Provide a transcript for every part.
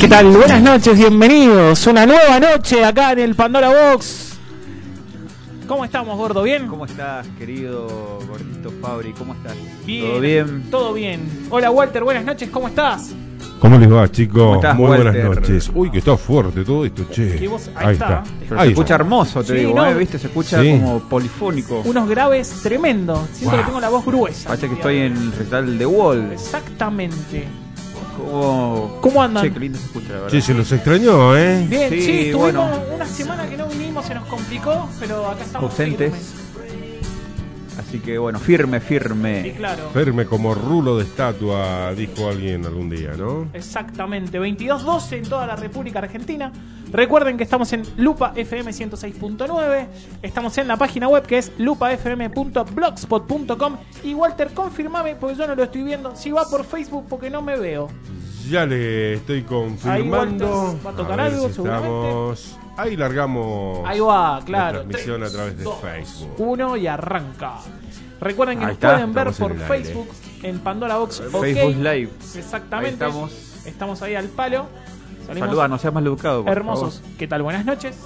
¿Qué tal? Buenas noches, bienvenidos. Una nueva noche acá en el Pandora Box. ¿Cómo estamos, gordo? ¿Bien? ¿Cómo estás, querido gordito Fabri? ¿Cómo estás? Bien. ¿Todo bien? Todo bien. Hola, Walter, buenas noches, ¿cómo estás? ¿Cómo les va, chicos? ¿Cómo estás, Muy buenas Walter? noches. Uy, que está fuerte todo esto, che. Que vos- ahí está. Pero Ahí se escucha está. hermoso, te Sí, digo, ¿no? ¿eh? ¿Viste? Se escucha Sí. como polifónico. Unos graves tremendos. Siento Wow. que tengo la voz gruesa. Parece que estoy en el recital de Wall. Exactamente. Como... ¿Cómo andan? Che, qué lindo se escucha, la verdad. Che, se los extrañó, ¿eh? Bien, sí, Sí, tuvimos bueno. una semana que no vinimos, se nos complicó, pero acá estamos. Ausentes. firmes. Así que, bueno, firme, Sí, firme. claro. Ferme como rulo de estatua, dijo alguien algún día, ¿no? Exactamente, 22.12 en toda la República Argentina. Recuerden que estamos en Lupa FM 106.9. Estamos en la página web que es lupafm.blogspot.com. Y Walter, confirmame, porque yo no lo estoy viendo, si va por Facebook porque no me veo. Ya le estoy confirmando. Walter va a tocar ver algo, seguramente. estamos. Ahí largamos Ahí va, la claro. transmisión a través de dos, Facebook. Uno y arranca. Recuerden que Ahí nos está, pueden ver estamos por en el aire. Facebook en Pandora Box. ok. Facebook Live. Exactamente. Ahí estamos. Estamos ahí al palo. Salimos Saluda, no seas mal educado. por Hermosos. favor. ¿Qué tal? Buenas noches.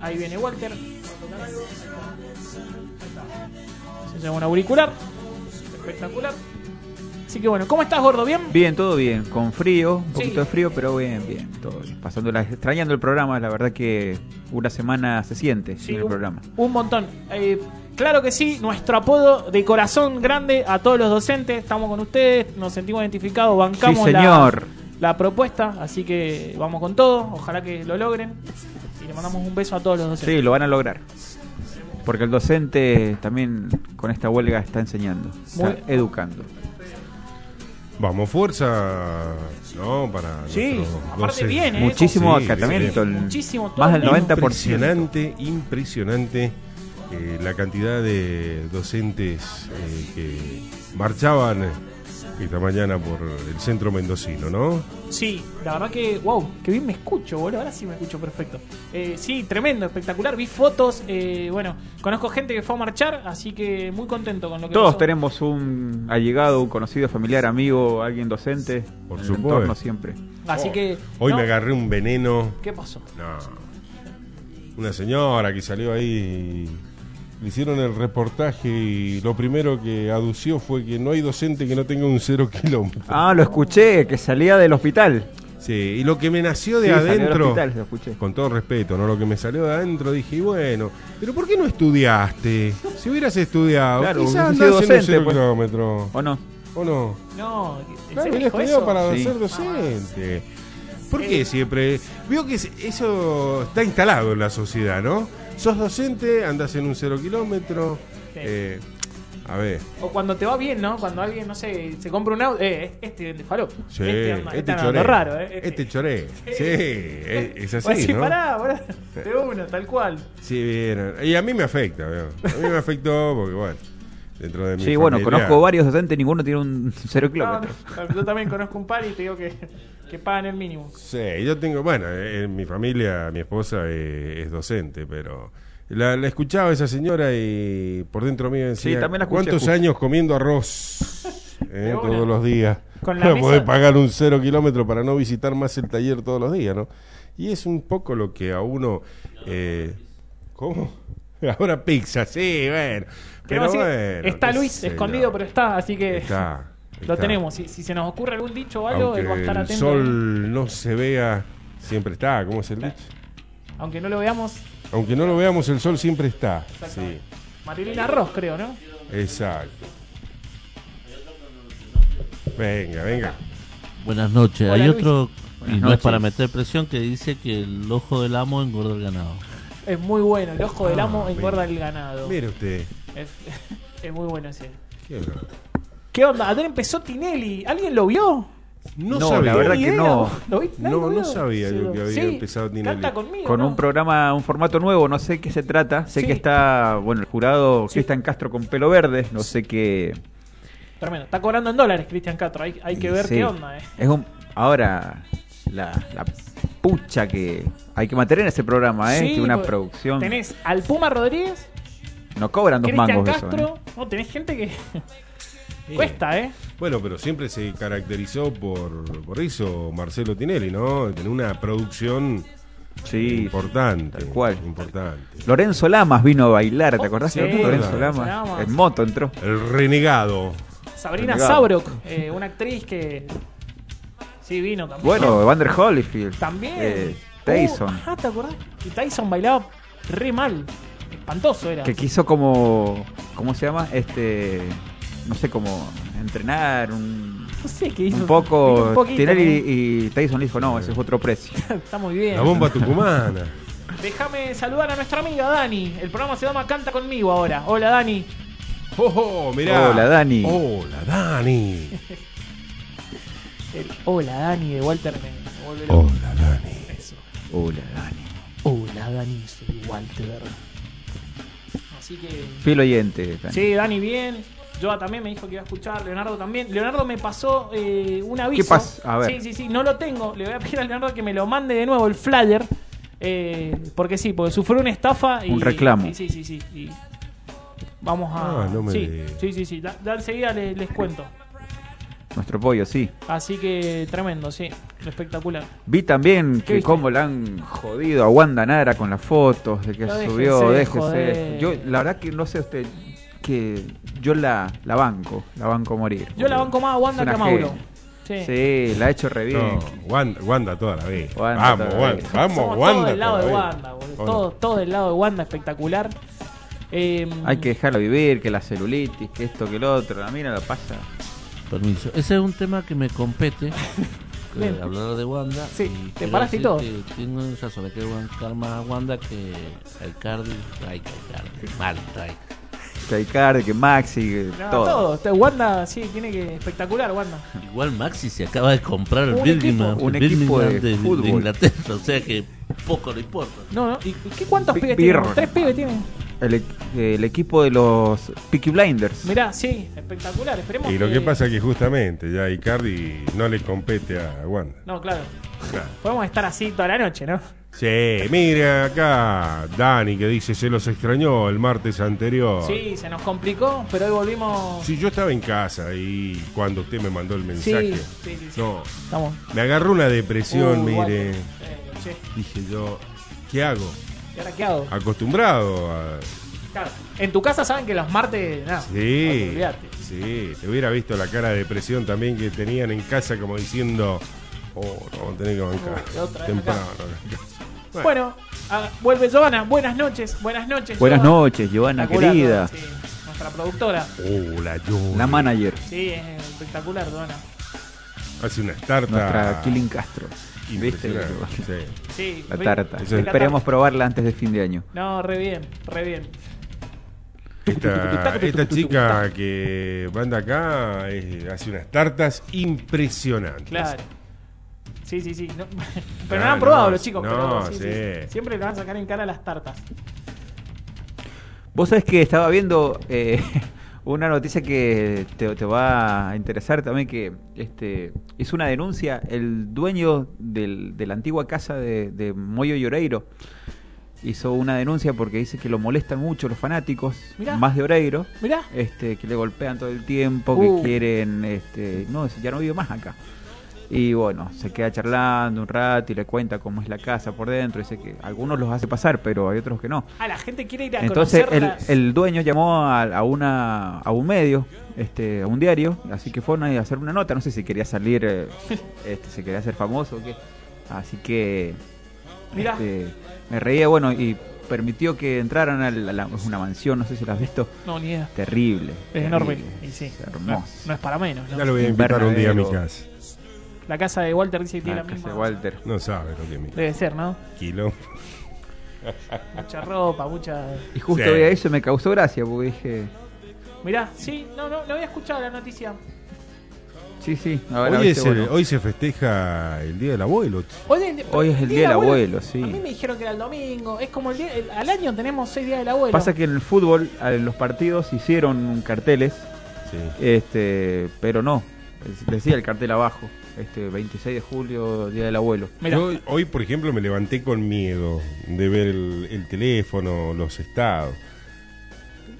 Ahí viene Walter. Se lleva un auricular. Espectacular. Así que bueno, ¿cómo estás, gordo? ¿Bien? Bien, todo bien. Con frío, un poquito Sí. de frío, pero bien, bien. Todo bien. Pasándola, extrañando el programa, la verdad que una semana se siente Sí, sin el un, programa. un montón. Eh, claro que sí, nuestro apodo de corazón grande a todos los docentes. Estamos con ustedes, nos sentimos identificados, bancamos Sí, señor. La, la propuesta. Así que vamos con todo. Ojalá que lo logren. Y le mandamos un beso a todos los docentes. Sí, lo van a lograr. Porque el docente también con esta huelga está enseñando, está Muy- educando. Vamos, fuerza, ¿no? Para Sí, nuestros aparte doce. viene, ¿eh? Muchísimo Sí, acatamiento, bien. el- Muchísimo, todo más del el 90%. Impresionante, impresionante eh, la cantidad de docentes eh, que marchaban esta mañana por el centro mendocino, ¿no? Sí, la verdad que, wow, que bien me escucho, boludo. Ahora sí me escucho perfecto. Eh, sí, tremendo, espectacular. Vi fotos, eh, bueno, conozco gente que fue a marchar, así que muy contento con lo que Todos pasó. tenemos un allegado, un conocido, familiar, amigo, alguien docente. Por en el supuesto. entorno siempre. Así que. Oh, Hoy no, me agarré un veneno. ¿Qué pasó? No. Una señora que salió ahí. y Le hicieron el reportaje y lo primero que adució fue que no hay docente que no tenga un cero kilómetro. Ah, lo escuché, que salía del hospital. Sí, y lo que me nació de Sí, salió del adentro. hospital, lo escuché. con todo respeto, ¿no? Lo que me salió de adentro, dije, y bueno, pero ¿por qué no estudiaste? Si hubieras estudiado, Claro, hubiese quizás andás sido en un docente, cero pues. kilómetro, ¿O no? ¿o no? No, ¿en Claro, serio hubiera dijo estudiado eso? para Sí. ser docente. ¿Por qué siempre? Veo que es- eso está instalado en la sociedad, ¿no? Sos docente, andás en un cero kilómetro. Sí. eh, a ver, O cuando te va bien, ¿no? Cuando alguien, no sé, se compra un auto. Eh, este de faló. sí, este, este, anda- está andando choré. raro, ¿eh? Este choré. Sí, es, es Vos así, decís, ¿no? pará, pará, de una, tal cual. Sí, bien. Y a mí me afecta, ¿no? a mí me afectó porque, bueno, dentro de mi Ah, Sí, bueno, familia- conozco varios docentes, ninguno tiene un cero No, kilómetro. no, yo también conozco un par y te digo que, que pagan el mínimo. Sí, yo tengo, bueno, eh, en mi familia, mi esposa eh, es docente, pero la, la escuchaba esa señora y por dentro mío decía, Sí, también la escuché, ¿cuántos justo. años comiendo arroz eh, De una. todos los días? Con la para mesa- poder pagar un cero kilómetro para no visitar más el taller todos los días, ¿no? Y es un poco lo que a uno... eh, ¿Cómo? Ahora pizza, sí, bueno. Pero Queremos decir, bueno, está qué Luis sé escondido, yo. pero está, así que Está, lo está. tenemos. Si, si se nos ocurre algún dicho o algo, Aunque él va a estar el atento. sol no se vea, siempre está, ¿cómo es el dicho? Aunque no lo veamos, Aunque no lo veamos, el sol siempre está. Sí, Exactamente. Marilina Ross, creo, ¿no? exacto. Venga, venga. Buenas noches. Hola, Hay Luis. otro, Buenas y no es noches. para meter presión, que dice que el ojo del amo engorda el ganado. Es muy bueno. El ojo del amo Ah, engorda el ganado. Mire usted. Es, es muy bueno ese. Qué bárbaro. ¿Qué onda? Ayer empezó Tinelli. ¿¿alguien lo vio? No, No, sabía. la verdad Ni que idea. no. ¿Lo viste? Nadie No, lo no vio. sabía Sí, yo que había sí, empezado Tinelli. Canta conmigo. Con ¿no? un programa, un formato nuevo, no sé qué se trata. Sé Sí. que está, bueno, el jurado Sí. Cristian Castro con pelo verde, no sé qué. Tremendo. Está cobrando en dólares, Cristian Castro. Hay, hay que ver Sí. qué onda, eh. Es un, ahora, la, la pucha que hay que mantener en ese programa, ¿eh? Sí, que una porque producción. Tenés al Puma Rodríguez, No cobran dos Cristian mangos de Castro. eso. ¿eh? No, tenés gente que. Cuesta, ¿eh? Bueno, pero siempre se caracterizó por, por eso Marcelo Tinelli, ¿no? Tener una producción Sí. importante. tal cual. Importante. Lorenzo Lamas vino a bailar, ¿te acordás? Oh, Sí, Lorenzo Lorenzo Lamas. Lamas. En moto entró. El renegado. Sabrina Renegado. Sabrok, eh, una actriz que. Sí, vino también. Bueno, Vander Holyfield. Ah, También. eh, Uh, Tyson. ajá, ¿te acordás? Y Tyson bailaba re mal. Espantoso era. que quiso como. ¿Cómo se llama? Este. No sé cómo. Entrenar un. No sé qué hizo. Un poco, Un poquito, Tinelli y, y Tyson le dijo, no, ese es otro precio. Está muy bien. La bomba tucumana. Déjame saludar a nuestra amiga Dani. El programa se llama Canta conmigo ahora. Hola Dani. Oh, oh, mirá. Hola, Dani. Hola, Dani. El hola Dani de Walter me volverá Hola, Dani. eso. Hola, Dani. Hola Dani, soy Walter. Así que. Fiel oyente. Dani. Sí, Dani bien. Joa también me dijo que iba a escuchar. Leonardo también. Leonardo me pasó eh, un aviso. ¿Qué pasa? A ver. Sí, sí, sí. No lo tengo. Le voy a pedir a Leonardo que me lo mande de nuevo el flyer. eh, porque sí, porque sufrió una estafa. Y, Un reclamo. y sí, sí, sí. y vamos a. Ah, no me sí, digas. sí, sí, sí. Ya- ya enseguida les, les cuento. Nuestro pollo, sí. Así que tremendo, sí. Espectacular. Vi también que viste? cómo la han jodido a Wanda Nara con las fotos de que No, déjese subió, de déjese. joder. Yo, la verdad que no sé usted, que yo la, la banco, la banco a morir. Yo la banco más a Wanda Es que una a Mauro. genia. Sí. Sí, la ha hecho re bien. No, Wanda, Wanda toda la vez. Wanda vamos, toda la Wanda. vez. Vamos, Somos Wanda. todo del lado toda de la vez. Wanda, boludo. ¿O no? Todo, todo del lado de Wanda, espectacular. Eh, Hay que dejarla vivir, que la celulitis, que esto, que lo otro. La mira, la pasa. Permiso. Ese es un tema que me compete. que Bien. hablar de Wanda. Sí, y te quiero paraste y decir todo. que Tengo razón, hay que bancar más a Wanda que a Icardi. Ay, que Icardi. Mal, trae. Que Icardi, que Maxi, que no, todo. todo. Este, Wanda, sí, tiene que. Espectacular, Wanda. Igual Maxi se acaba de comprar el Un Birmingham, equipo- un el equipo de Birmingham de, de fútbol. Inglaterra, o sea que poco le importa. No, no. ¿Y y qué, cuántos Big pibes Bird. tiene? Tres pibes tienen. El, equ- el equipo de los Peaky Blinders. Mirá, sí, espectacular. Esperemos. Y lo que pasa es que justamente ya Icardi no le compete a Wanda. No, claro. Claro. Podemos estar así toda la noche, ¿no? Sí, mira acá, Dani que dice se los extrañó el martes anterior. Sí, se nos complicó, pero hoy volvimos. Sí, yo estaba en casa y cuando usted me mandó el sí, mensaje, sí, sí. no, Estamos. me agarró una depresión, Uh, mire. Walter, eh, che, Dije yo, ¿qué hago? ¿Y ahora qué Ah. hago? Acostumbrado a... Claro, En tu casa saben que los martes. Nada. Sí, olvídate. sí, te hubiera visto la cara de depresión también que tenían en casa como diciendo, oh, no, vamos a tener que bancar Uh, la otra vez temprano. Bueno, ah, vuelve Giovanna. Buenas noches, buenas noches. Buenas Giovanna. noches, Giovanna, Espectacular, querida. Giovanna, sí, nuestra productora. Hola, yo. La manager, Sí, es espectacular, Dona. Hace una starta. nuestra Killing Castro. ¿Viste? impresionante, sí. Sí, La re- tarta. re- Eso es- Esperemos probarla antes de fin de año. No, re bien, re bien. Esta, esta chica que manda acá eh, hace unas tartas impresionantes. Claro. Sí, sí, sí. no- pero no Claro, han probado no, los chicos. no, pero sí, sí. sí. Siempre le van a sacar en cara las tartas. Vos sabés que estaba viendo eh, una noticia que te, te va a interesar también, que este hizo una denuncia el dueño del- de la antigua casa de, de Moyo y Oreiro. Hizo una denuncia porque dice que lo molestan mucho los fanáticos, Mirá. más de Oreiro, Mirá. este, que le golpean todo el tiempo, Uh. que quieren, este, no, ya no vive más acá. Y bueno, se queda charlando un rato y le cuenta cómo es la casa por dentro. Dice que algunos los hace pasar, pero hay otros que no. Ah, la gente quiere ir a Entonces el, conocerla. el dueño llamó a, a una a un medio, este, a un diario, así que fueron ahí a hacer una nota, no sé si quería salir, eh, este, si quería ser famoso o qué. Así que Mirá. este, me reía, bueno, y permitió que entraran a la, a la- es una mansión, no sé si la has visto, No, ni idea. terrible. Es terrible, enorme. Y sí. es No, no hermoso. es para menos. ¿no? Ya lo voy a invitar un día a mi Invernadero. casa. La casa de Walter dice que tiene La la casa de misma. Ah, Walter. No sabe lo que es mi Debe ser, ¿no? kilo. Mucha ropa, mucha. Y justo Sí. veía eso y me causó gracia porque dije, Mirá, sí, no, no, no había escuchado la noticia. sí, sí, ahora Hoy, viste, es el- bueno. hoy se festeja el Día del Abuelo. Hoy, en- Hoy es el Día del Abuelo, sí. A mí me dijeron que era el domingo. Es como el día. el- al año tenemos seis días del abuelo. Pasa que en el fútbol, a- en los partidos hicieron carteles Sí. Este, pero no, es- decía el cartel abajo, este 26 de julio, Día del Abuelo. Mirá, Yo hoy, por ejemplo, me levanté con miedo de ver el, el teléfono, los estados.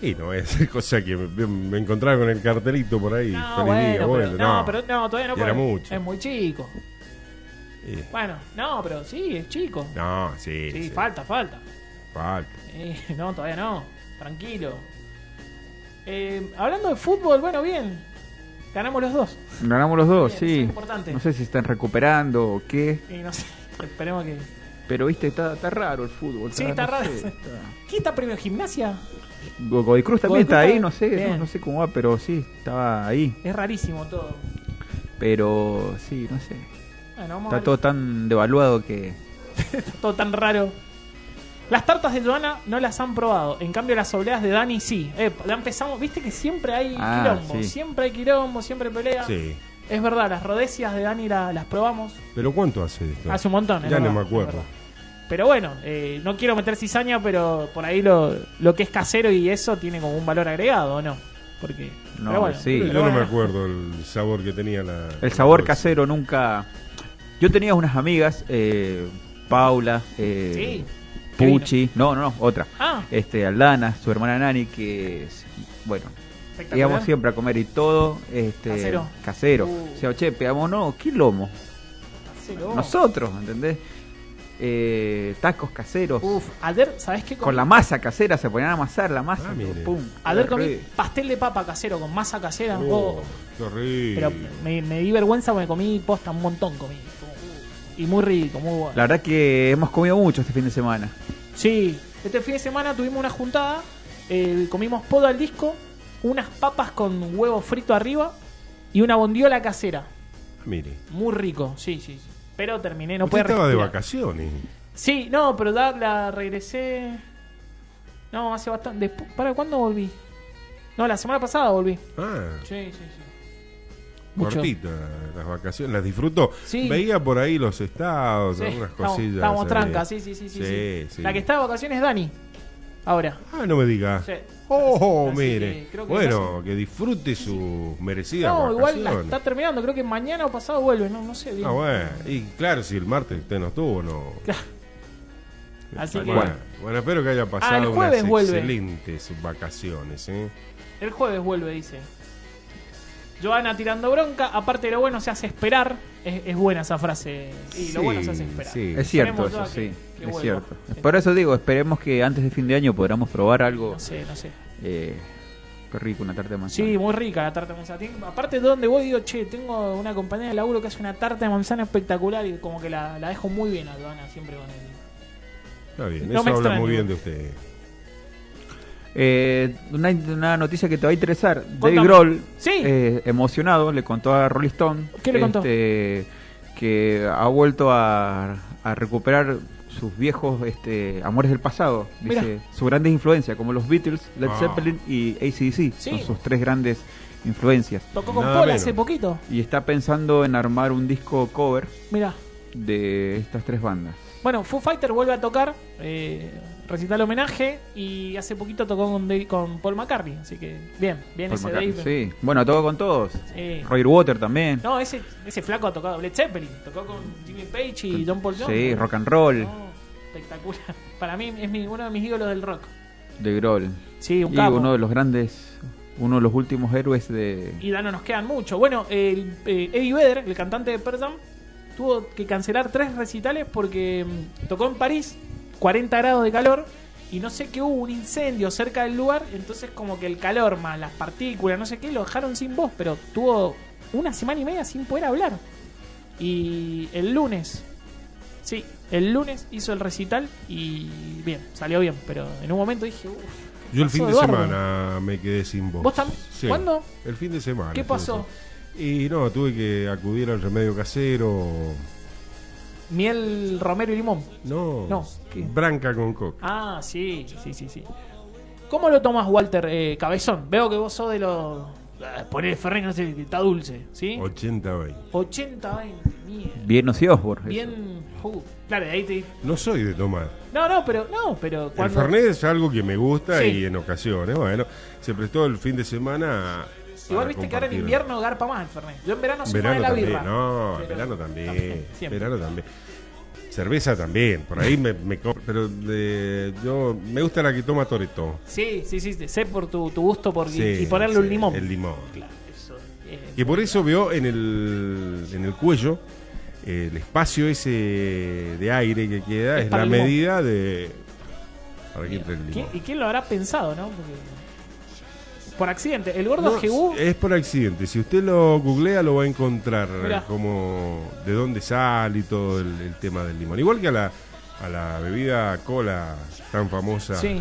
Y no es cosa que me, me encontraba con el cartelito por ahí. No, feliz bueno, día, pero, bueno, no, pero no, todavía no Y porque era mucho. Es muy chico. Sí. Bueno, no, pero sí, es chico. Eh, No, sí. sí, sí, falta, falta. falta. Eh, no, todavía no. Tranquilo. Eh, hablando de fútbol, bueno, bien. Ganamos los dos. Ganamos los dos, Bien, eso es sí. importante. No sé si están recuperando o qué. Y no sé, esperemos que. Pero viste, está, está raro el fútbol. Sí, está no raro. sé, está- ¿Quién está primero? ¿Gimnasia? Go- Godoy Cruz también Godoy está Cruz ahí, está- no sé, no, Bien. no sé cómo va, pero sí, estaba ahí. Es rarísimo todo. Pero sí, no sé. Bueno, vamos a Está ver. todo tan devaluado que. Está todo tan raro. Las tartas de Joana no las han probado. En cambio, las obleas de Dani sí. Eh, la empezamos. Viste que siempre hay Ah, quilombo. sí. Siempre hay quilombo, siempre hay pelea. Sí. Es verdad, las rodecias de Dani la- las probamos ¿Pero cuánto hace esto? hace un montón. es ya no verdad, me es acuerdo. verdad. Pero bueno, eh, no quiero meter cizaña, pero por ahí lo, lo que es casero y eso tiene como un valor agregado, ¿o no? Porque. No, pero bueno, sí. Pero pero yo no bueno. me acuerdo el sabor que tenía la. El sabor la- Pues casero nunca. Yo tenía unas amigas, eh, Paula, eh, Sí. Pucci, no, no, no, otra. Ah, Este, Aldana, su hermana Nani, que es- bueno, espectacular. íbamos siempre a comer y todo, este, Casero. casero. Uh. Oh. O sea, che, pegamos no, ¿qué lomo? Casero. Nosotros, ¿entendés? Eh, tacos caseros. Uf, ayer, ¿sabés qué? Con comí? la masa casera, se ponían a amasar la masa. Ah, mire. pum, Ayer comí re- pastel de papa casero con masa casera. Oh, Oh. qué Ah, rico. Pero me, me di vergüenza porque comí posta un montón. comí Y muy rico, muy bueno. La verdad que hemos comido mucho este fin de semana. Sí, este fin de semana tuvimos una juntada. eh, comimos podo al disco, unas papas con huevo frito arriba y una bondiola casera. Mire. Muy rico, sí, sí. sí. Pero terminé, no Usted pude estaba de respirar. vacaciones. Sí, no, pero la, la regresé. No, hace bastante. Despu- ¿Para cuándo volví? No, la semana pasada volví. Ah, Sí, sí, sí. Mucho. cortita las vacaciones. Las disfrutó. Sí. Veía por ahí los estados, Sí, algunas estamos- cosillas. Estamos ahí. trancas, sí sí sí, sí, Sí, sí. sí. La que está de vacaciones es Dani. Ahora. Ah, no me digas. Sí. Oh, Así mire. que creo que bueno, que disfrute sus merecidas No, igual la vacaciones. está terminando. Creo que mañana o pasado vuelve. No, no sé. bien. Ah, bueno. Y claro, si el martes usted no estuvo, no. Así que Este, Bueno, bueno, espero que haya pasado Ah, el jueves unas vuelve. excelentes vacaciones. ¿eh? el jueves vuelve, dice. Joana tirando bronca. Aparte, lo bueno se hace esperar. Es, es buena esa frase. Y lo bueno se hace esperar. sí. Es cierto, Esperemos eso ya que- sí. que es vuelva. cierto. Sí. Por eso digo, esperemos que antes de fin de año podamos probar algo. No sé, no sé. eh, qué rico, una tarta de manzana. Sí, muy rica la tarta de manzana. Tien- Aparte, donde voy, digo, che, tengo una compañera de laburo que hace una tarta de manzana espectacular. Y como que la, la dejo muy bien a Joana siempre con él. Está bien, No eso me habla extraña. muy bien de usted. Eh, una, una noticia que te va a interesar. Contame. Dave Grohl, Sí. eh, emocionado, le contó a Rolling Stone ¿Qué le contó? este, que ha vuelto a, a recuperar sus viejos este, amores del pasado. Mirá. Dice, sus grandes influencias, como los Beatles, Led Ah. Zeppelin y ACDC. Son Sí. sus tres grandes influencias. Tocó con Nada Paul menos. hace poquito. Y está pensando en armar un disco cover Mirá. de estas tres bandas. Bueno, Foo Fighter vuelve a tocar, eh, recital homenaje y hace poquito tocó con, Dave- con Paul McCartney, así que bien, bien Paul ese McCartney, Dave. sí. Bueno, todo con todos. Sí. Roger Water también. No, ese, ese flaco ha tocado Led Zeppelin, tocó con Jimmy Page y John Paul Jones. Sí, rock and roll No, espectacular. Para mí es mi- uno de mis ídolos del rock. de Grohl. Sí, un y capo. uno de los grandes, uno de los últimos héroes de... Y ya no nos quedan mucho. Bueno, el, eh, Eddie Vedder, el cantante de Pearl Jam, tuvo que cancelar tres recitales porque mm, tocó en París, 40 grados de calor, y no sé qué hubo, un incendio cerca del lugar, entonces como que el calor más las partículas, no sé qué, lo dejaron sin voz, pero tuvo una semana y media sin poder hablar. Y el lunes, sí, el lunes hizo el recital y bien, salió bien, pero en un momento dije, uff. Yo el fin de pasó, Eduardo? semana me quedé sin voz. ¿Vos también? ¿Cuándo? El fin de semana. ¿Qué pasó? Y no, tuve que acudir al remedio casero. Miel, romero y limón. No. No, ¿qué? Branca con coca. Ah, sí, sí, sí, sí. ¿Cómo lo tomas, Walter eh, Cabezón? Veo que vos sos de los... Ah, Poner Fernet, no sé, que está dulce, ¿sí? 80-20. 80-20, mierda. Bien ociosos Bien... uh, claro, de ahí te... No soy de tomar. No, no, pero... No, pero El cuando... Fernet es algo que me gusta Sí. y en ocasiones, bueno, se prestó el fin de semana. a- Igual para viste que ahora en compartir. invierno garpa más el Fernet. Yo en verano soy más Verano de la también, birra. no, Pero- verano también, siempre. verano también. Cerveza también, por ahí me, me compro, pero de- yo me gusta la que toma Toreto. Sí, sí, sí, te sé por tu, tu gusto por, y ponerle un limón. El limón. Claro, eso, eh, Que por eso veo en el, en el cuello eh, el espacio ese de aire que queda Es es, para la el limón. medida de para que entre el ¿quién- limón. ¿Y quién lo habrá pensado, no? Porque- por accidente. El gordo No, Jebú es por accidente. Si usted lo googlea, lo va a encontrar Mirá. como de dónde sale y todo el, el tema del limón. Igual que a la, a la bebida cola tan famosa, Sí.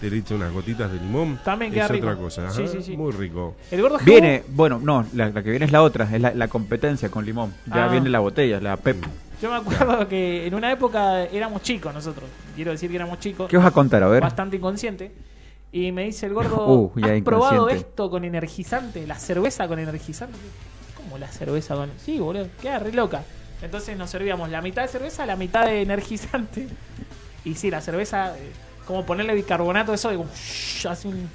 te le echa unas gotitas de limón. También queda es otra rico. cosa. Sí, ajá, sí, sí. Muy rico. El gordo Jebú- Viene, bueno, no, la, la que viene es la otra, es la, la competencia con limón. Ya Ah. viene la botella, la Pep. Yo me acuerdo que en una época éramos chicos nosotros. Quiero decir que éramos chicos. ¿Qué vas a contar? A ver. Bastante inconsciente. Y me dice el gordo, Uh, ya ¿has probado inconsciente. esto con energizante? ¿La cerveza con energizante? ¿Cómo la cerveza con...? Sí, boludo, queda re loca. Entonces nos servíamos la mitad de cerveza, la mitad de energizante. Y sí, la cerveza, eh, como ponerle bicarbonato de sodio, como shhh, hace un...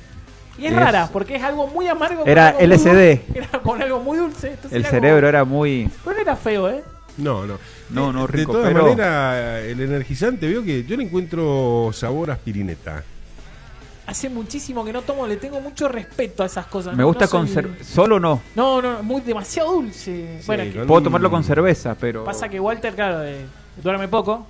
Y es, Es- rara, porque es algo muy amargo. con Era algo muy LSD. dulce, Era con algo muy dulce. entonces El era como- cerebro era muy. Pero no era feo, ¿eh? No, no. No, no, De rico, todas pero- maneras, el energizante, veo que yo le encuentro sabor a aspirineta. Hace muchísimo que no tomo, le tengo mucho respeto a esas cosas. Me no- gusta no soy- con cer- Solo no. No, no, muy demasiado dulce. Sí, bueno, es que con- Puedo tomarlo con cerveza, pero. pasa que Walter, claro, eh, duerme poco.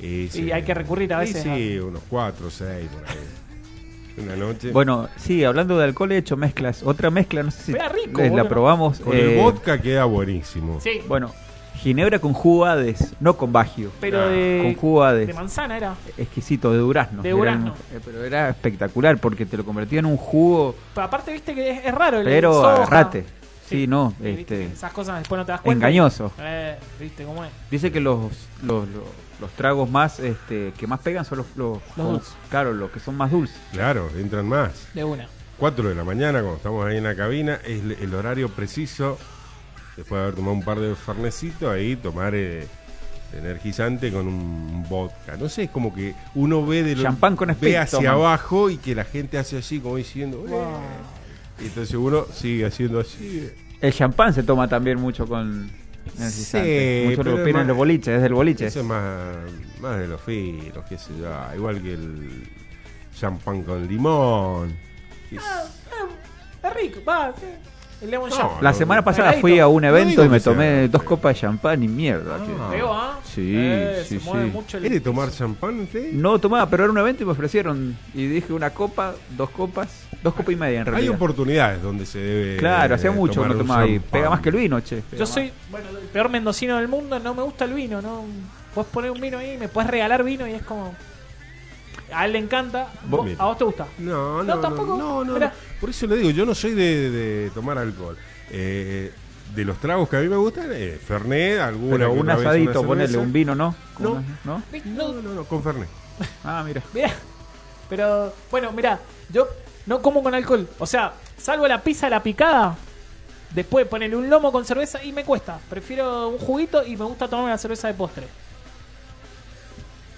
Y Y hay que recurrir a veces Sí, a- unos cuatro, seis por ahí. Una noche. Bueno, sí, hablando de alcohol he hecho mezclas. Otra mezcla, no sé si Era rico, les la boludo. probamos. con eh, el vodka queda buenísimo. Sí, Bueno, ginebra con jugades, no con bagio. pero claro, Ah, Con de, jugades. de manzana era. Exquisito, de durazno. De Era durazno. un- eh, pero era espectacular porque te lo convertía en un jugo, Pero aparte, viste que es, es raro el pero soja. agarrate. Sí, no, Y viste este, que Esas cosas después no te das cuenta. engañoso. Eh, viste cómo es. Dice que los, los, los- los tragos más este, que más pegan son los, los, como- dulces. claro, los que son más dulces. Claro, entran más. De una. Eh, 4 de la mañana, cuando estamos ahí en la cabina, es el- el horario preciso. Después de haber tomado un par de farnecitos, ahí tomar eh, energizante con un vodka. No sé, es como que uno ve de lo- Champán con ve Sprite hacia toman. abajo y que la gente hace así, como diciendo. "Eh". Y entonces uno sigue haciendo así. eh. El champán se toma también mucho con energizante. Sí, mucho pero lo opinan es los más- boliches, es del boliche. Eso es más, más de los finos, qué sé yo. ah, Igual que el champán con limón. que es- Es rico, va. sí. El lemon No, shot. La semana pasada Pegadito. fui a un No evento digo y me que sea- tomé dos copas de champán y mierda. Ah. que- Pegó, ¿ah? Sí, Eh, sí, se mueve sí. mucho el- ¿Quiere tomar champán usted? No tomaba, pero era un evento y me ofrecieron. Y dije una copa, dos copas, dos copas y media en Hay realidad. oportunidades donde se debe. claro, hacía eh, mucho que tomar no un tomaba y champán. pega más que el vino, che. pega Yo más. soy, bueno, el peor mendocino del mundo, no me gusta el vino, no. Puedes poner un vino ahí, me puedes regalar vino y es como. A él le encanta, Vos- vos- a vos te gusta. No, no, No, no, tampoco. no, no, Mirá. no. Por eso le digo, yo no soy de, de tomar alcohol. Eh, de los tragos que a mí me gustan, eh, Fernet, alguna. Pero que un otra vez una asadito, cerveza. ponerle un vino, ¿no? No. Una- ¿no? No, No, no, no, con Fernet. Ah, mira. Mirá, pero bueno, mirá, yo no como con alcohol. O sea, salvo la pizza, la picada, después ponerle un lomo con cerveza y me cuesta. Prefiero un juguito y me gusta tomar una cerveza de postre.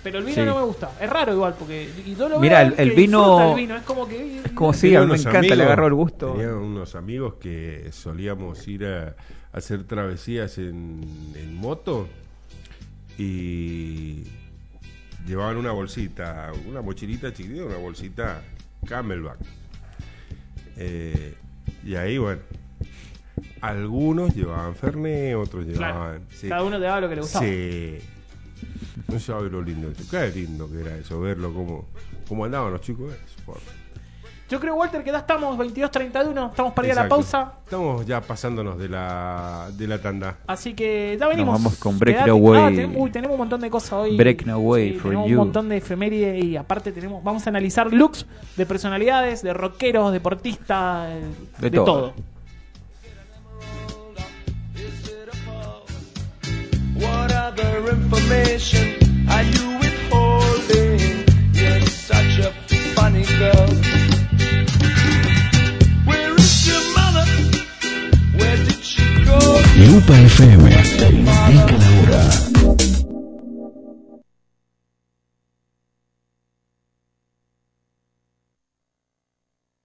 Pero el vino Sí. no me gusta. Es raro igual, porque y yo lo veo Mirá, a el- él que el vino- disfruta el vino. Es como que... Es como si, Tenía a mí me unos encanta, le amigos- agarro el gusto. Tenía unos amigos que solíamos ir a, a hacer travesías en, en moto y llevaban una bolsita, una mochilita chiquitita, una bolsita Camelback. Eh, y ahí, bueno, algunos llevaban Fernet, otros Claro, llevaban. sí. Cada uno te daba lo que le gustaba. Sí. No sabe lo lindo que Qué lindo que era eso, verlo como, como andaban los chicos. eh, supongo. Yo creo, Walter, que ya estamos 22.31, estamos para ir a la Exacto. pausa. Estamos ya pasándonos de la, de la tanda. Así que ya venimos. vamos con Break Breakaway No Way. uy, tenemos un montón de cosas hoy. Break No Way for tenemos you. un montón de efemérides y aparte tenemos, vamos a analizar looks de personalidades, de rockeros, deportistas, eh, de, De todo. todo. What other information are you withholding? You're such a funny girl. Where is your mother? Where did she go? Lupa FM te indica la hora.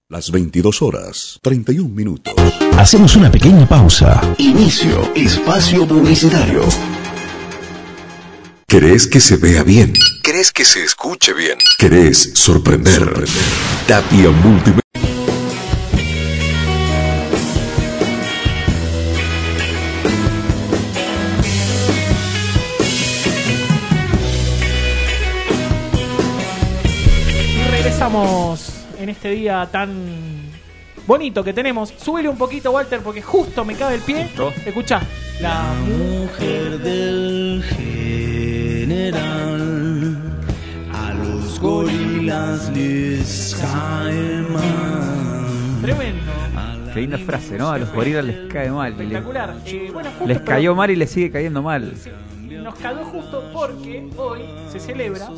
Las 22 horas, 31 minutos. Hacemos una pequeña pausa. Inicio, espacio publicitario. ¿Querés que se vea bien? ¿Querés que se escuche bien? ¿Querés sorprender? Tapia Multimedia. Y regresamos en este día tan bonito que tenemos. Súbele un poquito, Walter, porque justo me cabe el pie. Justo. Escucha, la mujer del general. A los gorilas les cae mal. tremendo, Qué linda frase, ¿no? A los gorilas les cae mal. y le- espectacular. Eh, bueno, justo, les pero- cayó mal y les sigue cayendo mal. Sí, nos cayó justo porque hoy se celebra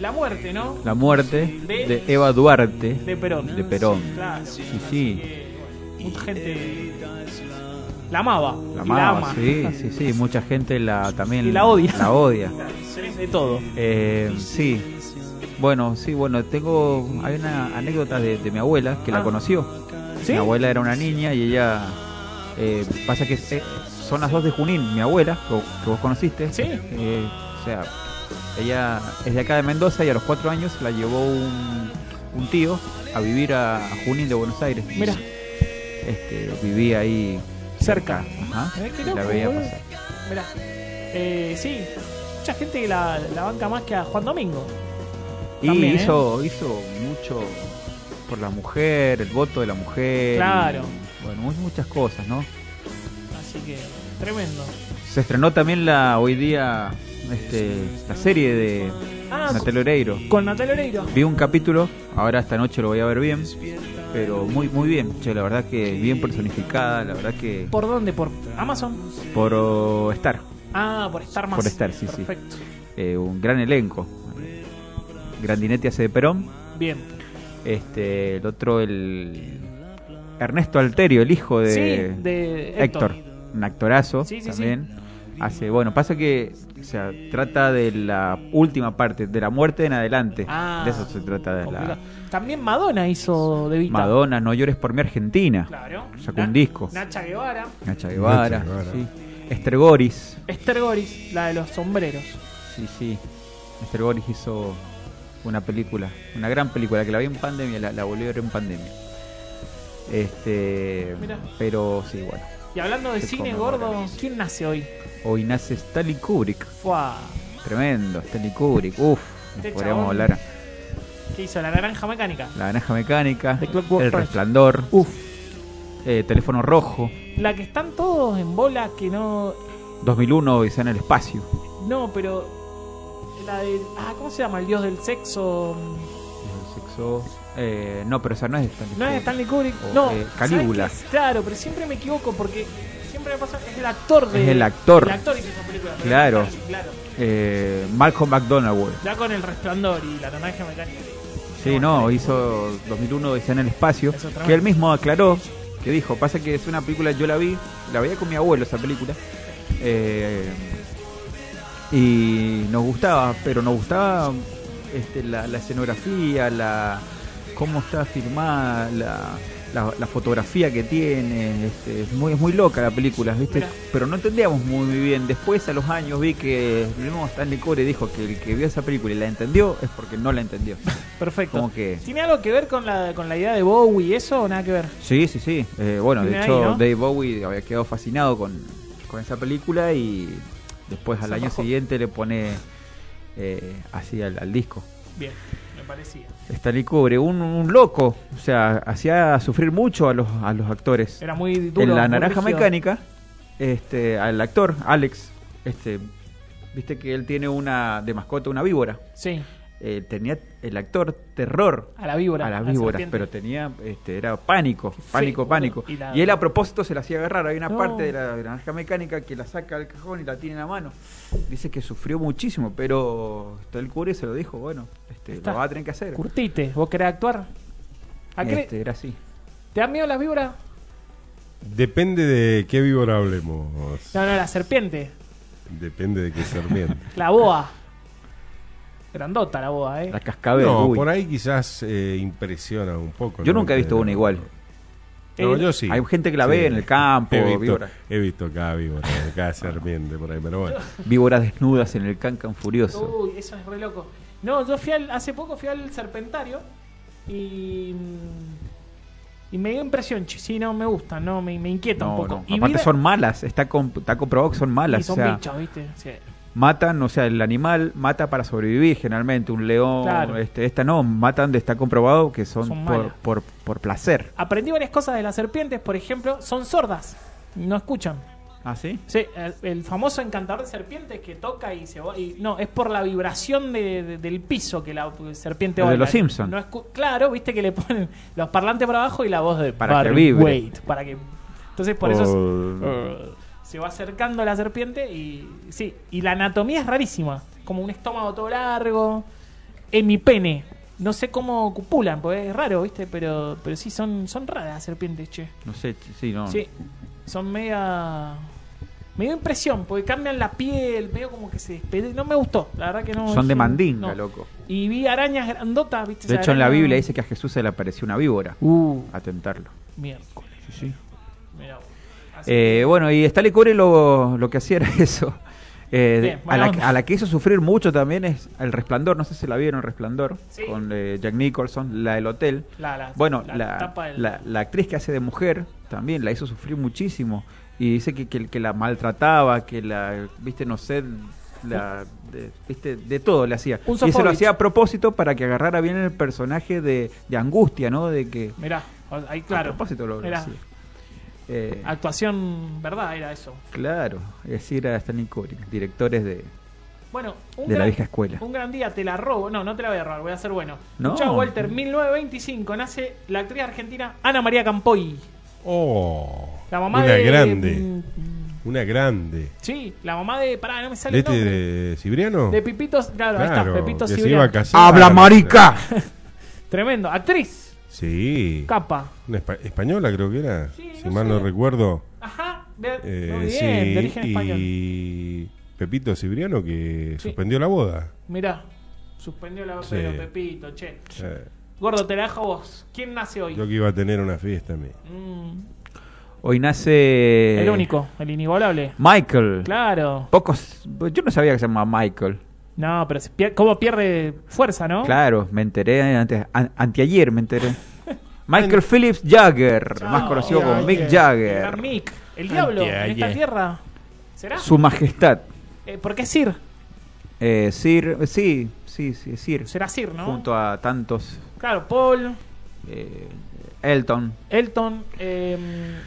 la muerte, ¿no? La muerte de Eva Duarte. De Perón. De Perón. Sí, claro. Sí, sí. Eh, Mucha gente la amaba. y La amaba, ama. sí, sí, sí. Mucha gente la también Y la odia. La odia. Tenés de todo. Eh, sí. Bueno, sí, bueno, tengo. Hay una anécdota de, de mi abuela que Ah. la conoció. ¿Sí? Mi abuela era una niña y ella. eh, pasa que se- son las dos de Junín, mi abuela, que, vos- que vos conociste. Sí. eh, o sea, ella es de acá de Mendoza y a los cuatro años la llevó un, un tío a vivir a, a Junín de Buenos Aires. Mira. Este, vivía ahí. Cerca. Ajá. Eh, qué y loco, la veía boludo. pasar. Mirá. Eh, sí, mucha gente que la, la banca más que a Juan Domingo. Y También, ¿eh? hizo, hizo mucho por la mujer, el voto de la mujer. Claro. y, bueno, mu- muchas cosas, ¿no? Así que, tremendo. Se estrenó también la hoy día este, la serie de Ah, Natalia Oreiro. Con Natalia Oreiro. Vi un capítulo, ahora esta noche lo voy a ver bien, pero muy muy bien, che, la verdad que bien personificada, la verdad que ¿Por dónde? ¿Por Amazon? por oh, estar, Ah, por Star más. Por Star, sí, sí. Perfecto. eh, un gran elenco. Grandinetti hace de Perón, Bien. este, el otro el Ernesto Alterio, el hijo de, sí, de Héctor, un actorazo Sí, sí, también. Hace, bueno, pasa que o sea, trata de la última parte, de la muerte en adelante. Ah, de eso se trata de la Complicado. También Madonna hizo de Vita. Madonna, No llores por mi Argentina. Claro. Sacó un Na- disco. Nacha Guevara. Nacha Guevara, Nacha Guevara. sí. Esther Goris, Esther Goris, la de los sombreros. sí, sí. Esther Goris hizo una película, una gran película que la vi en pandemia, la, la volví a ver en pandemia. Este, Mirá. pero sí, bueno. Y hablando de Se cine conmemora. gordo, ¿quién nace hoy? Hoy nace Stanley Kubrick. Fua. Tremendo, Stanley Kubrick. Uf, Este podríamos chabón. hablar. ¿Qué hizo? La naranja mecánica. La granja mecánica, The Clockwork El Orange. resplandor, Uf. eh, Teléfono rojo, La que están todos en bola que no. 2001, Odisea en el espacio. No, pero. La de. Ah, ¿cómo se llama? El dios del sexo. mm, El sexo- eh, no, pero esa no es de Stanley No es Kubrick. Stanley Kubrick. O, no. eh, ¿sabes Calígula. qué es? Claro, pero siempre me equivoco porque siempre me pasa. Es el actor de. Es el actor. El actor hizo esa película. pero Claro. no es Stanley, Claro. Eh, Malcolm McDonald. Ya con el resplandor y la naranja mecánica. Sí, no, hizo 2001 Odisea en el espacio, Es otra que él vez. mismo aclaró, que dijo, pasa que es una película, yo la vi, la veía con mi abuelo esa película, eh, y nos gustaba, pero nos gustaba este, la, la escenografía, la cómo está filmada, la, la- la fotografía que tiene, este, es, muy, es muy loca la película, ¿viste? Mirá. pero no entendíamos muy bien. Después a los años vi que el mismo Stanley Kubrick dijo que el que vio esa película y la entendió es porque no la entendió. Perfecto. Como que. ¿Tiene algo que ver con la, con la idea de Bowie y eso o nada que ver? Sí, sí, sí. Eh, bueno, de Tiene ahí, hecho, ¿no? Dave Bowie había quedado fascinado con, con esa película y después al Se año rajó. siguiente le pone eh, así al, al disco. Bien, me parecía. Stanley Kubrick, un, un loco, o sea, hacía sufrir mucho a los, a los actores. Era muy duro. en la muy naranja rígido. mecánica, este, al actor, Alex, este, viste que él tiene una de mascota una víbora. Sí, Eh, tenía el actor terror a la víbora. a las la víboras, serpiente. pero tenía, este, era pánico, feo, pánico, boludo. pánico. Y Y, la- él a propósito se la hacía agarrar. Hay una No. parte de la, de la naranja mecánica que la saca del cajón y la tiene en la mano. Dice que sufrió muchísimo, pero el cure se lo dijo, bueno, este, Está. lo va a tener que hacer. Curtite, ¿vos querés actuar? ¿A qué- Este, era así. ¿Te dan miedo las víboras? Depende de qué víbora hablemos. No, no, la serpiente. Depende de qué serpiente. La boa. Grandota la boa, ¿eh? La cascabel, no, uy. por ahí quizás eh, impresiona un poco. Yo ¿no? nunca he visto Pero- una igual. No, Eh, yo sí. Hay gente que la ve en el campo, He visto, víbora. he visto cada víbora, cada serpiente por ahí, pero bueno. Víboras desnudas en el cancan furioso. Uy, eso es re loco. No, yo fui al, hace poco fui al Serpentario y. mm, Y me dio impresión, che, sí, no me gusta, no, me, me inquieta un No, poco. no. Y Aparte vi- son malas, está, comp- está comprobado que son malas. y son o sea, bichos, ¿viste? Sí. matan, o sea, el animal mata para sobrevivir generalmente, un león, Claro. este, esta no, matan, de- está comprobado que son, Son por, malas. por, por placer. Aprendí varias cosas de las serpientes, por ejemplo, son sordas, no escuchan. ¿Ah, sí? Sí, el- el famoso encantador de serpientes que toca y se va. y- no, es por la vibración de- de- del piso que la serpiente El de baila. los Simpson. No escu- claro, viste que le ponen los parlantes para abajo y la voz de Para que Barry vibre. Oh. White, para que. Entonces por uh, eso se- se va acercando la serpiente y sí, y la anatomía es rarísima, como un estómago todo largo, hemipene. No sé cómo cupulan, porque es raro, ¿viste? Pero pero sí son son raras las serpientes, che. No sé, ch- sí, no. Sí, son media. Me dio impresión, porque cambian la piel, medio como que se despede. No me gustó, la verdad que no. Son de sí, mandinga, no. loco. Y vi arañas grandotas, ¿viste? De Esa hecho, en la araña- Biblia dice que a Jesús se le apareció una víbora Uh, a tentarlo. miércoles. Mirá vos. Así Eh, bueno, y Stanley Kubrick lo, lo que hacía era eso. Eh, Bien, a, buena la, onda. a la que hizo sufrir mucho también es El Resplandor, no sé si la vieron El Resplandor, Sí. con eh, Jack Nicholson, la del hotel. que la- la- Bueno, la la, tapa del- la- la actriz que hace de mujer también la hizo sufrir muchísimo. Y dice que, que, que la maltrataba, que la, viste, no sé, la, de, viste, de todo le hacía. Un Y se lo Sofovich. hacía a propósito para que agarrara bien el personaje de, de angustia, ¿no? De que... Mirá, o- ahí A claro. propósito lo lo Mirá, hacía. Eh, Actuación, ¿verdad? Era eso. claro, es decir, a Stanley Kubrick, directores de... Bueno, un De la vieja escuela. Un gran día, te la robo. No, no te la voy a robar, voy a ser bueno. No. Chao, Walter, 1925 nace la actriz argentina Ana María Campoy. Oh, La mamá una de. grande, mm, una grande. Sí, la mamá de. Pará, no me sale ¿De el este nombre. de Cibriano? De Pipitos. Claro, ahí está, Claro, Pepito que se Cibrián. iba a casar. Tremendo. Actriz. Sí. Capa. Una espa- española creo que era, Sí, si no mal sé. no recuerdo. Ajá. de- Eh, muy bien, sí, de origen español. y Pepito Cibriano que Sí. suspendió la boda. Mirá, suspendió la Sí. pero Pepito, che. Eh, Gordo, te la dejo a vos. ¿Quién nace hoy? yo que iba a tener una fiesta a mí. Mm, Hoy nace... el único, el inigualable. Michael. Claro. Pocos... Yo no sabía que se llamaba Michael. No, pero se pier- cómo pierde fuerza, ¿no? Claro, me enteré antes, an- anteayer me enteré. Michael Phillips Jagger, Chao. más conocido como Jagger. Mick El gran Jagger. Mick, el diablo en esta Antiaye. tierra. ¿Será? Su majestad. Eh, ¿Por qué Sir? Eh, Sir, eh, sí, sí, sí, Sir. Será Sir, ¿no? Junto a tantos. Claro, Paul, eh, Elton, Elton, eh,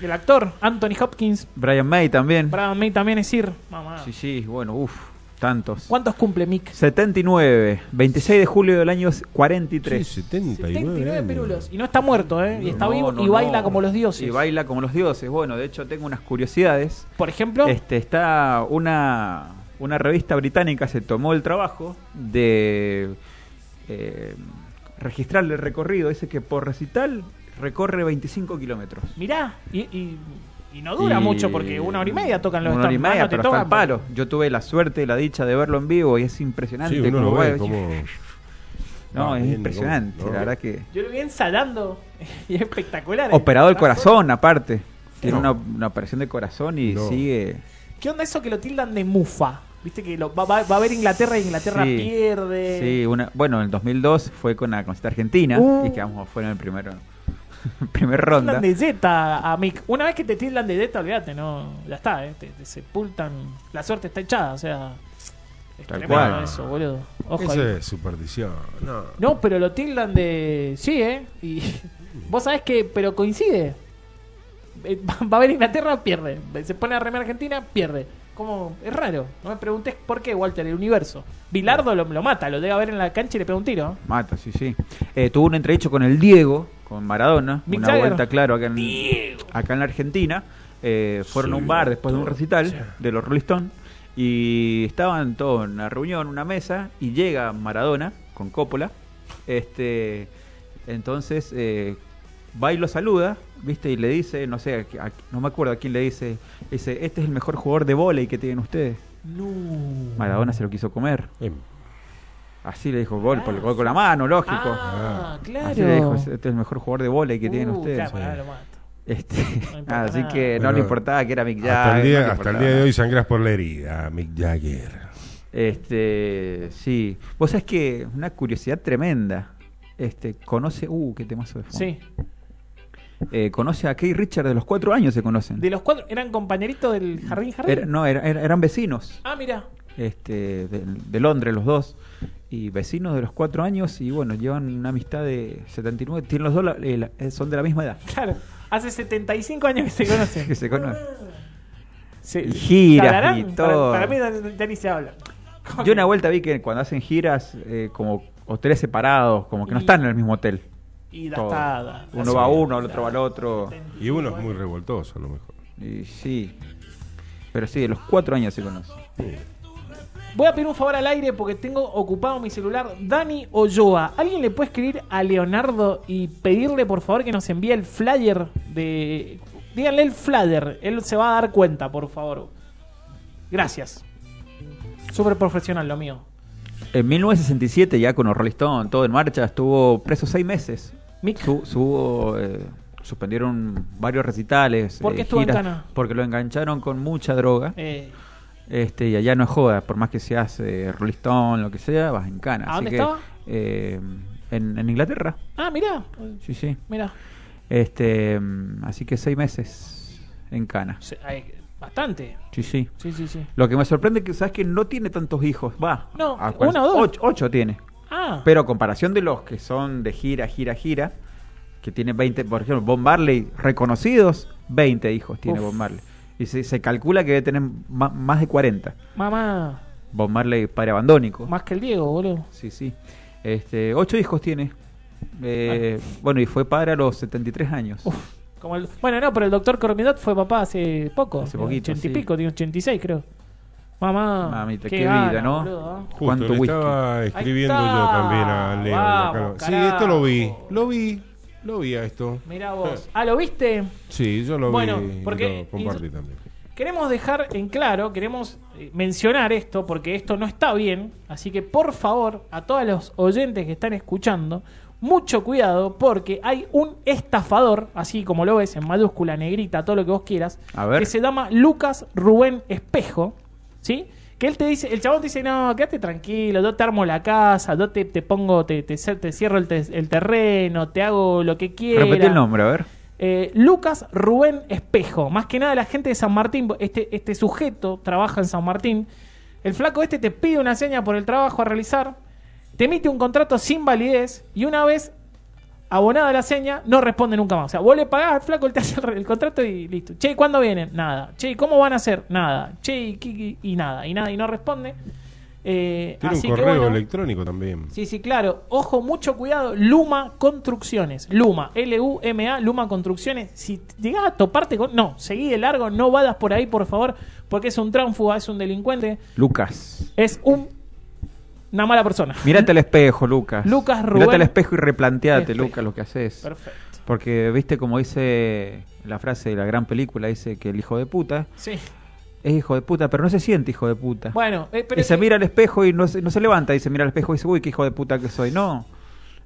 el actor Anthony Hopkins, Brian May también. Brad May también es Sir. Mamá. Sí, sí, bueno, uff, tantos. ¿Cuántos cumple Mick? 79, 26 de julio del año Sí, 43. 79, 79 años. perulos. Y no está muerto, ¿eh? Y está No, vivo no, y no. baila como los dioses. Y baila como los dioses. Bueno, de hecho tengo unas curiosidades. Por ejemplo, Este, está una, una revista británica se tomó el trabajo de eh, registrarle el recorrido. Dice que por recital recorre 25 kilómetros. mirá, y, y- y no dura Y- mucho porque una hora y media tocan los Una hora y stand- ah, media, no te pero está tocan, al palo. Yo tuve la suerte y la dicha de verlo en vivo y es impresionante. Sí, uno lo cómo ve va- como... No, Ah, es bien, impresionante, cómo- no. la verdad que... Yo lo vi ensayando y es espectacular. ¿eh? Operado el Está corazón, aparte. Tiene No. una, una operación de corazón y No. sigue... fuerte. ¿Qué onda eso que lo tildan de mufa? Viste que lo- va, va- va a haber Inglaterra y Inglaterra Sí. pierde. Sí, una, bueno, en el 2002 fue con la conquista argentina Uh. y quedamos fuera en el primero, primer Tildan ronda. de Zeta a Mick. Una vez que te tildan de Zeta, olvídate, no, ya está, ¿eh? te, te sepultan. La suerte está echada, o sea. Es Tal tremendo cual. eso, boludo. Ojo ahí. Esa es superstición. No. No, pero lo tildan de. Sí, ¿eh? Y vos sabés que. Pero coincide. Eh, Va va a ver Inglaterra, pierde. Se pone a remar Argentina, pierde. Como, es raro. No me preguntes por qué, Walter, el universo. Bilardo lo, lo mata, lo debe haber en la cancha y le pega un tiro. Mata, sí, sí. Eh, tuvo un entredicho con el Diego, con Maradona, Mick una Jagger. vuelta, claro, acá en, acá en la Argentina. Eh, fueron a un bar después de un recital de los Rolling Stones y estaban todos en una reunión, una mesa, y llega Maradona con Coppola. Este, entonces eh, va y lo saluda, ¿viste? Y le dice, no sé, a- a- no me acuerdo a quién le dice, dice, este es el mejor jugador de volei que tienen ustedes. No. Maradona se lo quiso comer. Em, Así le dijo, gol, por el gol con la mano, lógico. Ah, claro. Así le dijo, este es el mejor jugador de volei que tienen Uh, ustedes. claro, pará, lo mato. Este, importa así nada. que no Bueno, le importaba que era Mick Jagger. hasta el, no le día, hasta el importaba día de nada. hoy sangras por la herida, Mick Jagger. Este, sí. Vos sabés que una curiosidad tremenda. Este, conoce, uh, qué temazo de fondo. Sí. Eh, conoce a Kay Richard de los cuatro años se conocen. De los cuatro, ¿eran compañeritos del jardín jardín? Era- no, era- era- eran vecinos. Ah, mira. este, de, de Londres los dos, y vecinos de los cuatro años, y bueno, llevan una amistad de 79, tienen los dos, la- eh, la- eh, son de la misma edad. Claro. Hace 75 años que se conocen. Que se conocen. Se- Y giras ¿Hablarán? y Para- todo. Para, mí ya ni se habla. Como Yo que- una vuelta vi que cuando hacen giras, eh, como hoteles separados, como que no Y- están en el mismo hotel. Y Todo. gastada. Uno va a uno, el otro va al otro. Y uno es muy revoltoso, a lo mejor. Y sí. Pero sí, de los cuatro años se conocen. Voy a pedir un favor al aire porque tengo ocupado mi celular. Dani Olloa, ¿alguien le puede escribir a Leonardo y pedirle por favor que nos envíe el flyer de. Díganle el flyer, él se va a dar cuenta, por favor. Gracias. Súper profesional lo mío. En 1967, ya con los Rolling Stones, todo en marcha, estuvo preso seis meses. Mick. Su- su- eh, suspendieron varios recitales. ¿Por qué eh, estuvo en giras, cana? Porque lo engancharon con mucha droga. Eh, Este, y allá no es joda, por más que seas eh, Rolling Stone, lo que sea, vas en cana. ¿A Así dónde que, estaba? eh, en, en Inglaterra. Ah, mirá. Sí, sí. Mirá. Este, mm, así que seis meses en cana. Se- hay- Bastante. Sí, sí. Sí, sí, sí. Lo que me sorprende es que sabes que no tiene tantos hijos. Va. No, a cuarenta- una o dos. Ocho, ocho tiene. Ah, Pero a comparación de los que son de gira, gira, gira, que tienen 20, por ejemplo, Bob Marley, reconocidos, 20 hijos tiene Uf. Bob Marley. Y se, se calcula que debe tener ma- más de 40. mamá. Bob Marley, padre abandónico. Más que el Diego, boludo. Sí, sí. Este, ocho hijos tiene. Eh, Bueno, y fue padre a los 73 años. Como el- bueno, no, pero el doctor Cormidot fue papá hace poco. Hace tiene poquito, 80 y sí. pico, tiene 86, creo. Mamá. Mamita, qué qué gana, vida, ¿no? boludo, ¿eh? Justo le whisky? estaba escribiendo Ahí está. yo también a Leo. Vamos, acá lo- sí, carajo. esto lo vi. Lo vi. Lo vi a esto. Mirá vos. Ah, ¿lo viste? Sí, yo lo Bueno, vi. y porque- lo compartí también. Queremos dejar en claro, queremos eh, mencionar esto porque esto no está bien, así que por favor a todos los oyentes que están escuchando, mucho cuidado porque hay un estafador, así como lo ves en mayúscula, negrita, todo lo que vos quieras, A ver. que se llama Lucas Rubén Espejo, ¿sí? Que él te dice, el chabón te dice, no, quédate tranquilo, yo te armo la casa, yo te, te pongo, te, te, te cierro el, te- el terreno, te hago lo que quieras. Repetí el nombre, a ver. Eh, Lucas Rubén Espejo. Más que nada la gente de San Martín. Este, este sujeto trabaja en San Martín. El flaco este te pide una seña por el trabajo a realizar. Te emite un contrato sin validez. Y una vez abonada la seña, no responde nunca más. O sea, vos le pagás al flaco, él te hace el, re- el contrato y listo. Che, ¿cuándo vienen? Nada. Che, ¿cómo van a hacer? Nada. Che, y, y- y nada. Y nada. Y no responde. Eh, Tiene un así que correo bueno. electrónico también. Sí, sí, claro. Ojo, mucho cuidado. Luma Construcciones. Luma, L-U-M-A, Luma Construcciones. Si llegas a toparte con. No, seguí de largo, no vadas por ahí, por favor, porque es un tránfuga, es un delincuente, Lucas. es un. Una mala persona. Mírate al espejo, Lucas. Lucas Mírate Rubén al espejo y replanteate, Espejo. Lucas, lo que haces. Perfecto. Porque, viste, como dice la frase de la gran película, dice que el hijo de puta Sí. es hijo de puta, pero no se siente hijo de puta. Bueno, eh, pero. y se es que- mira al espejo y no se, no se levanta y se mira al espejo y dice, uy, qué hijo de puta que soy. No.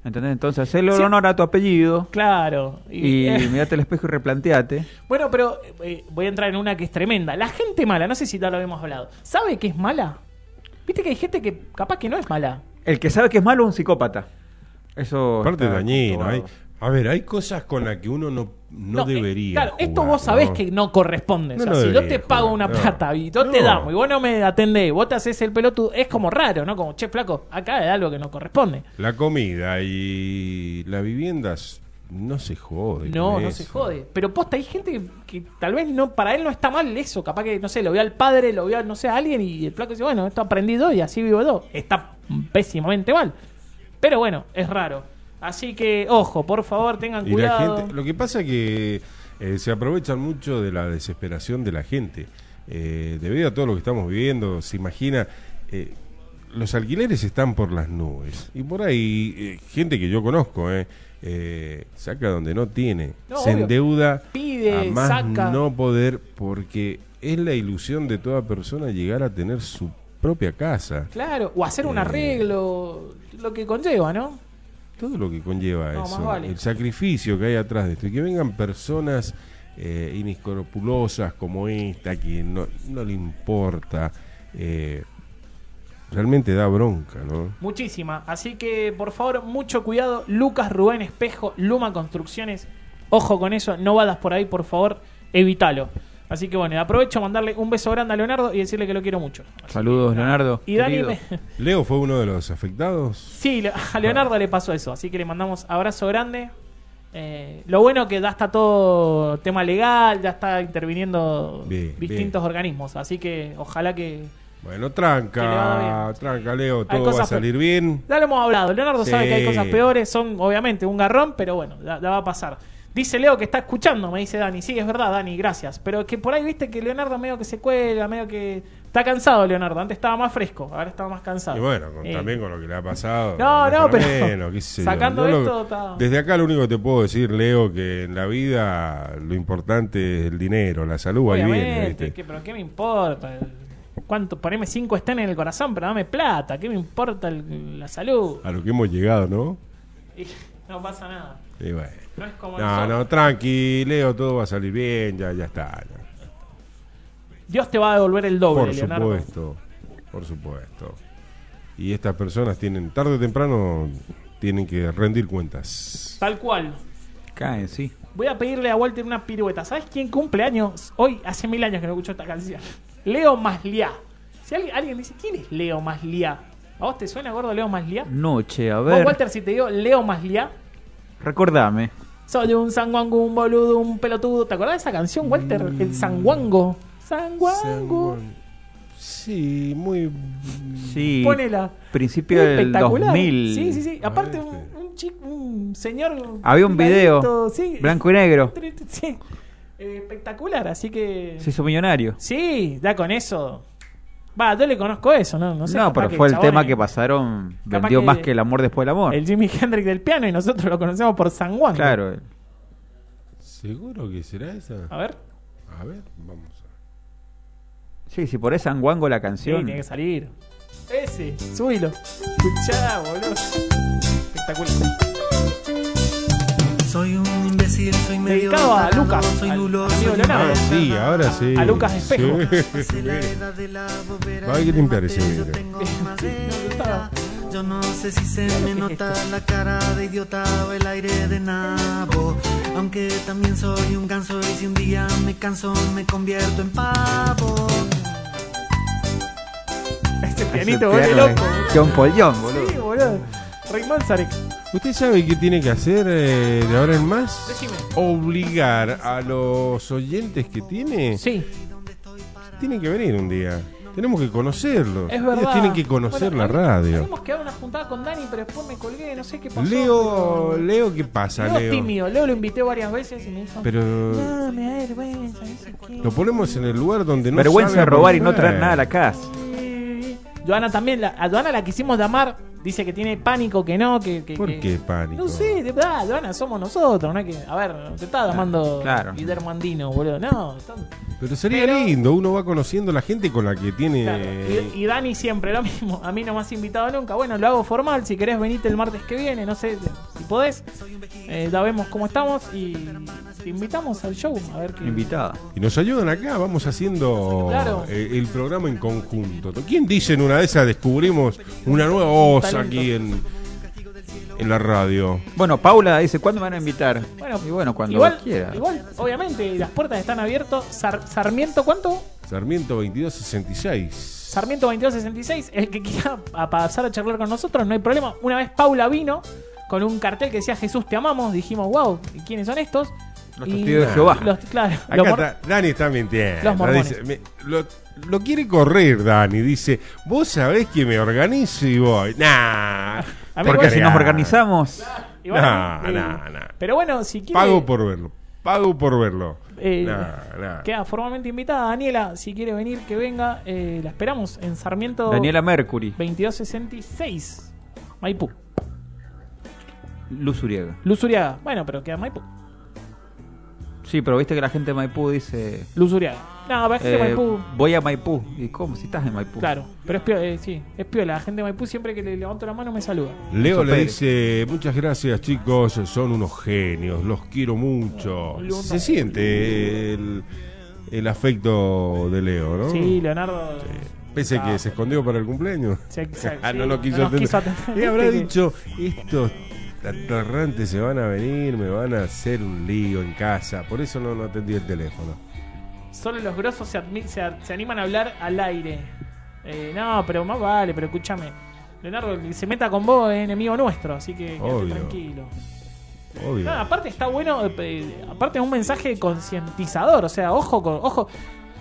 ¿Entendés? Entonces, hacele Sí. honor a tu apellido Claro. y, eh, mirate al espejo y replanteate. Bueno, pero eh, voy a entrar en una que es tremenda. La gente mala, no sé si ya lo habíamos hablado. ¿Sabe que es mala? Viste que hay gente que capaz que no es mala. El que sabe que es malo es un psicópata. Eso. Aparte está dañino. comprobado. Hay, a ver, hay cosas con las que uno no, no, eh, debería. Claro, esto jugar, vos sabés ¿no? que no corresponde. No, o sea, no si yo debería te pago jugar, una no. plata y yo te No. damos y vos no me atendés, vos te haces el pelotudo, es como raro, ¿no? Como, che, flaco, acá hay algo que no corresponde. La comida y la vivienda s- no se jode. No, con no eso. se jode. Pero posta, hay gente que, que tal vez no para él no está mal eso. Capaz que, no sé, lo vio al padre, lo vio, no sé, a alguien y el flaco dice, bueno, esto aprendí yo y así vivo yo. Está pésimamente mal. Pero bueno, es raro. Así que, ojo, por favor, tengan Y la cuidado. gente, lo que pasa es que eh, se aprovechan mucho de la desesperación de la gente. Eh, debido a todo lo que estamos viviendo, se imagina, eh, los alquileres están por las nubes. Y por ahí, eh, gente que yo conozco, eh, eh, saca donde no tiene, No, se obvio. endeuda, Pide, a más saca. no poder, porque es la ilusión de toda persona llegar a tener su propia casa. Claro, o hacer un Eh. arreglo, lo que conlleva, ¿no? todo lo que conlleva No, eso, más vale. el sacrificio que hay atrás de esto, y que vengan personas eh, inescrupulosas como esta, que no, no le importa, eh, realmente da bronca, ¿no? Muchísima. Así que, por favor, mucho cuidado. Lucas Rubén Espejo, Luma Construcciones. Ojo con eso, no vadas por ahí, por favor, evítalo. Así que bueno, aprovecho a mandarle un beso grande a Leonardo y decirle que lo quiero mucho. Saludos, Leonardo. Y Dani, querido. me- Leo fue uno de los afectados. sí, le- a Leonardo le pasó eso, así que le mandamos abrazo grande. Eh, lo bueno que ya está todo tema legal, ya está interviniendo Bien, distintos bien. organismos, así que ojalá que... Bueno, Que le va tranca, bien. tranca, Leo, Hay todo va a cosas- salir bien. Ya lo hemos hablado, Leonardo Sí. sabe que hay cosas peores, son obviamente un garrón, pero bueno, ya, ya va a pasar. Dice Leo que está escuchando, me dice Dani, sí, es verdad, Dani, gracias. Pero que por ahí viste que Leonardo medio que se cuela, medio que... Está cansado Leonardo, antes estaba más fresco, ahora estaba más cansado. Y bueno, con- Eh, también con lo que le ha pasado. No, no, es para pero menos, qué sé yo. sacando Yo lo- esto, está- Desde acá lo único que te puedo decir, Leo, que en la vida lo importante es el dinero, la salud, ahí viene, Obviamente, ¿viste? que- pero ¿qué me importa? ¿Cuánto? Poneme 5 estén en el corazón, pero dame plata. ¿Qué me importa el- la salud? A lo que hemos llegado, ¿no? Y no pasa nada. Y bueno. No es como No, nosotros. no, tranqui, Leo, todo va a salir bien, ya, ya está. ya. Dios te va a devolver el doble, Por Leonardo. supuesto, por supuesto. Y estas personas tienen, tarde o temprano, tienen que rendir cuentas. Tal cual. Caen, sí. Voy a pedirle a Walter una pirueta. ¿Sabes quién cumple años? Hoy, hace mil años que no escucho esta canción. Leo Masliá. Si alguien, alguien dice, ¿quién es Leo Masliá? ¿A vos te suena, gordo, Leo Masliá? Noche, a Vos, ver. Walter, si te digo Leo Masliá, Recordame. Soy un sanguango, un boludo, un pelotudo. ¿Te acordás de esa canción, Walter? Mm. El sanguango. Sanguango. Sí, muy... Sí. Ponela. Principio del 2000. Sí, sí, sí. Aparte, un, este. un chico, un señor. Había un video peladito, sí. blanco y negro. Sí. Eh, Espectacular, así que. Se hizo millonario. Sí, ya con eso. Va, yo le conozco eso, ¿no? No, sé, No, capaz pero que fue el chabón tema es que pasaron. capaz Vendió que- más que el amor después del amor. El Jimi Hendrix del piano y nosotros lo conocemos por sanguango. Claro. eh. ¿Seguro que será esa? A ver. A ver, vamos a Sí, si por esa anguango la Sí, canción. tiene que salir. Ese, subilo. Escuchá, boludo. Espectacular. Soy un imbécil, soy medio Dedicado a tarado, Lucas, soy al nulo, amigo soy Leonardo. Ah, imbécil. sí, ahora sí. A Lucas Espejo. Pasé la Sí. edad de la bobera Va, hay que y me limpiar ese maté, yo vidrio. tengo gustaba. madera. Yo no sé si se me nota la cara de idiota o el aire de nabo. Aunque también soy un ganso y si un día me canso me convierto en pavo. Este Ese pianito, vuelve piano loco. es John Paul John, boludo. Sí, boludo. Raymond Zarek. ¿Usted sabe qué tiene que hacer eh, de ahora en más? Decime. Obligar a los oyentes que tiene. Sí, Tienen que venir un día. Tenemos que conocerlos. es verdad. Ellos tienen que conocer Bueno, eh, la a mí- radio. Habíamos quedado una juntada con Dani, pero después me colgué, no sé qué pasó. Leo, Leo, ¿qué pasa, Leo es Leo? tímido. Leo lo invité varias veces y me dijo. Pero No, me da vergüenza, no sé qué. lo ponemos en el lugar donde no Vergüenza sabe robar y no abordar. traer nada a la casa. Joana también, la- a Joana la quisimos llamar, dice que tiene pánico, que no, que... que- ¿Por que- qué pánico? Eh, No sé, de verdad, Joana, somos nosotros, no es que... A ver, no te está llamando claro. Guillermo Andino, boludo, no. son- Pero sería Pero- lindo. Uno va conociendo la gente con la que tiene. claro. Y, y Dani siempre lo mismo, a mí no me has invitado nunca, bueno, lo hago formal, si querés venite el martes que viene, no sé si podés, eh, ya vemos cómo estamos y te invitamos al show, a ver qué... Invitada. Y nos ayudan acá, vamos haciendo Claro. eh, el programa en conjunto. ¿Quién dice en una de esas descubrimos una nueva voz Talento. aquí en, en la radio? Bueno, Paula dice, ¿cuándo me van a invitar? Bueno, y bueno, cuando igual, quiera. igual, obviamente, las puertas están abiertas. Sar- Sarmiento, ¿cuánto? Sarmiento 2266. Sarmiento 2266, el que quiera a pasar a charlar con nosotros, no hay problema. Una vez Paula vino con un cartel que decía Jesús te amamos, dijimos, wow, ¿y ¿quiénes son estos? Los Y- testigos de Jehová. los- claro, los Acá mor- está, Dani está mintiendo. Los mormones. Dice, me- lo, lo quiere correr, Dani. Dice, vos sabés que me organizo y voy. Nah. A mí Porque igual- si nos organizamos, igual, nah, eh, nah, nah. Pero bueno, si quiere, Pago por verlo. Pago por verlo. eh, Nah, nah. queda formalmente invitada. Daniela, si quiere venir, que venga. eh, la esperamos en Sarmiento Daniela Mercury, 2266, Maipú. Luz Uriaga. Luz Uriaga. Bueno, pero queda en Maipú. Sí, pero viste que la gente de Maipú dice, Luz Uriaga. No, parece eh, Maipú. voy a Maipú. ¿Y cómo? Si estás en Maipú. Claro, pero es piola, eh, sí, es piola. La gente de Maipú siempre que le levanto la mano me saluda. Leo Eso le Pérez. dice, muchas gracias chicos, son unos genios, los quiero mucho. Leonardo. Se siente el, el afecto de Leo, ¿no? Sí, Leonardo. Pese a que se escondió para el cumpleaños. Ah, se- se- Ah, sí, no lo quiso nos atender. atender. Y habrá Viste que- dicho, estos atorrantes se van a venir, me van a hacer un lío en casa. Por eso no, no atendí el teléfono. Solo los grosos se, admi- se, a- se animan a hablar al aire. Eh, no, pero más vale, pero escúchame. Leonardo, el que se meta con vos es enemigo nuestro, así que quédate Obvio. tranquilo. Obvio. No, aparte está bueno, eh, eh, aparte es un mensaje concientizador, o sea, ojo con, ojo.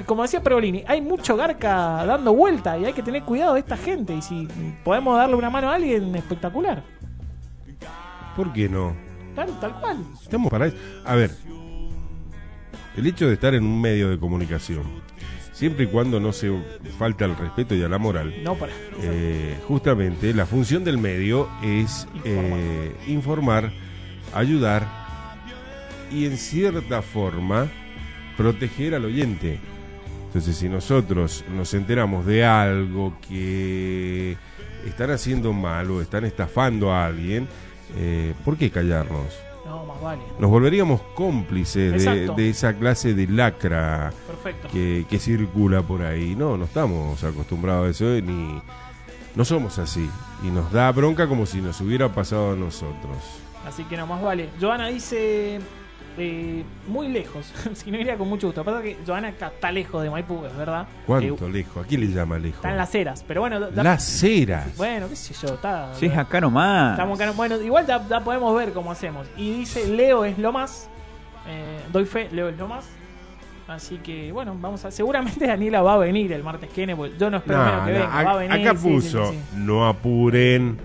Como decía Perolini, hay mucho garca dando vuelta y hay que tener cuidado de esta gente. Y si podemos darle una mano a alguien, espectacular. ¿Por qué no? Tal, tal cual. Estamos para eso. A ver, el hecho de estar en un medio de comunicación, siempre y cuando no se falta al respeto y a la moral, No para. eh, justamente la función del medio es eh, informar, ayudar y en cierta forma proteger al oyente. Entonces, si nosotros nos enteramos de algo que están haciendo mal o están estafando a alguien, eh, ¿por qué callarnos? No, más vale. Nos volveríamos cómplices de, Exacto. de esa clase de lacra Perfecto. que, que circula por ahí. No, no estamos acostumbrados a eso eh, ni no somos así. Y nos da bronca como si nos hubiera pasado a nosotros. Así que no más vale. Joana dice. eh, muy lejos. si no iría con mucho gusto. Pasa que Joana está, está lejos de Maipú, es verdad. ¿Cuánto Eh, lejos? ¿A quién le llama lejos? está en las eras. Pero bueno, da- Las eras. bueno, qué sé yo, está. Sí, es acá nomás. Estamos acá, bueno, igual ya, ya podemos ver cómo hacemos. Y dice, Leo es lo más. Eh, doy fe, Leo es lo más. Así que, bueno, vamos a... Seguramente Daniela va a venir el martes que viene. porque Yo no espero menos No, que no, venga. a- va a venir, acá sí, sí, puso, sí, sí. no apuren.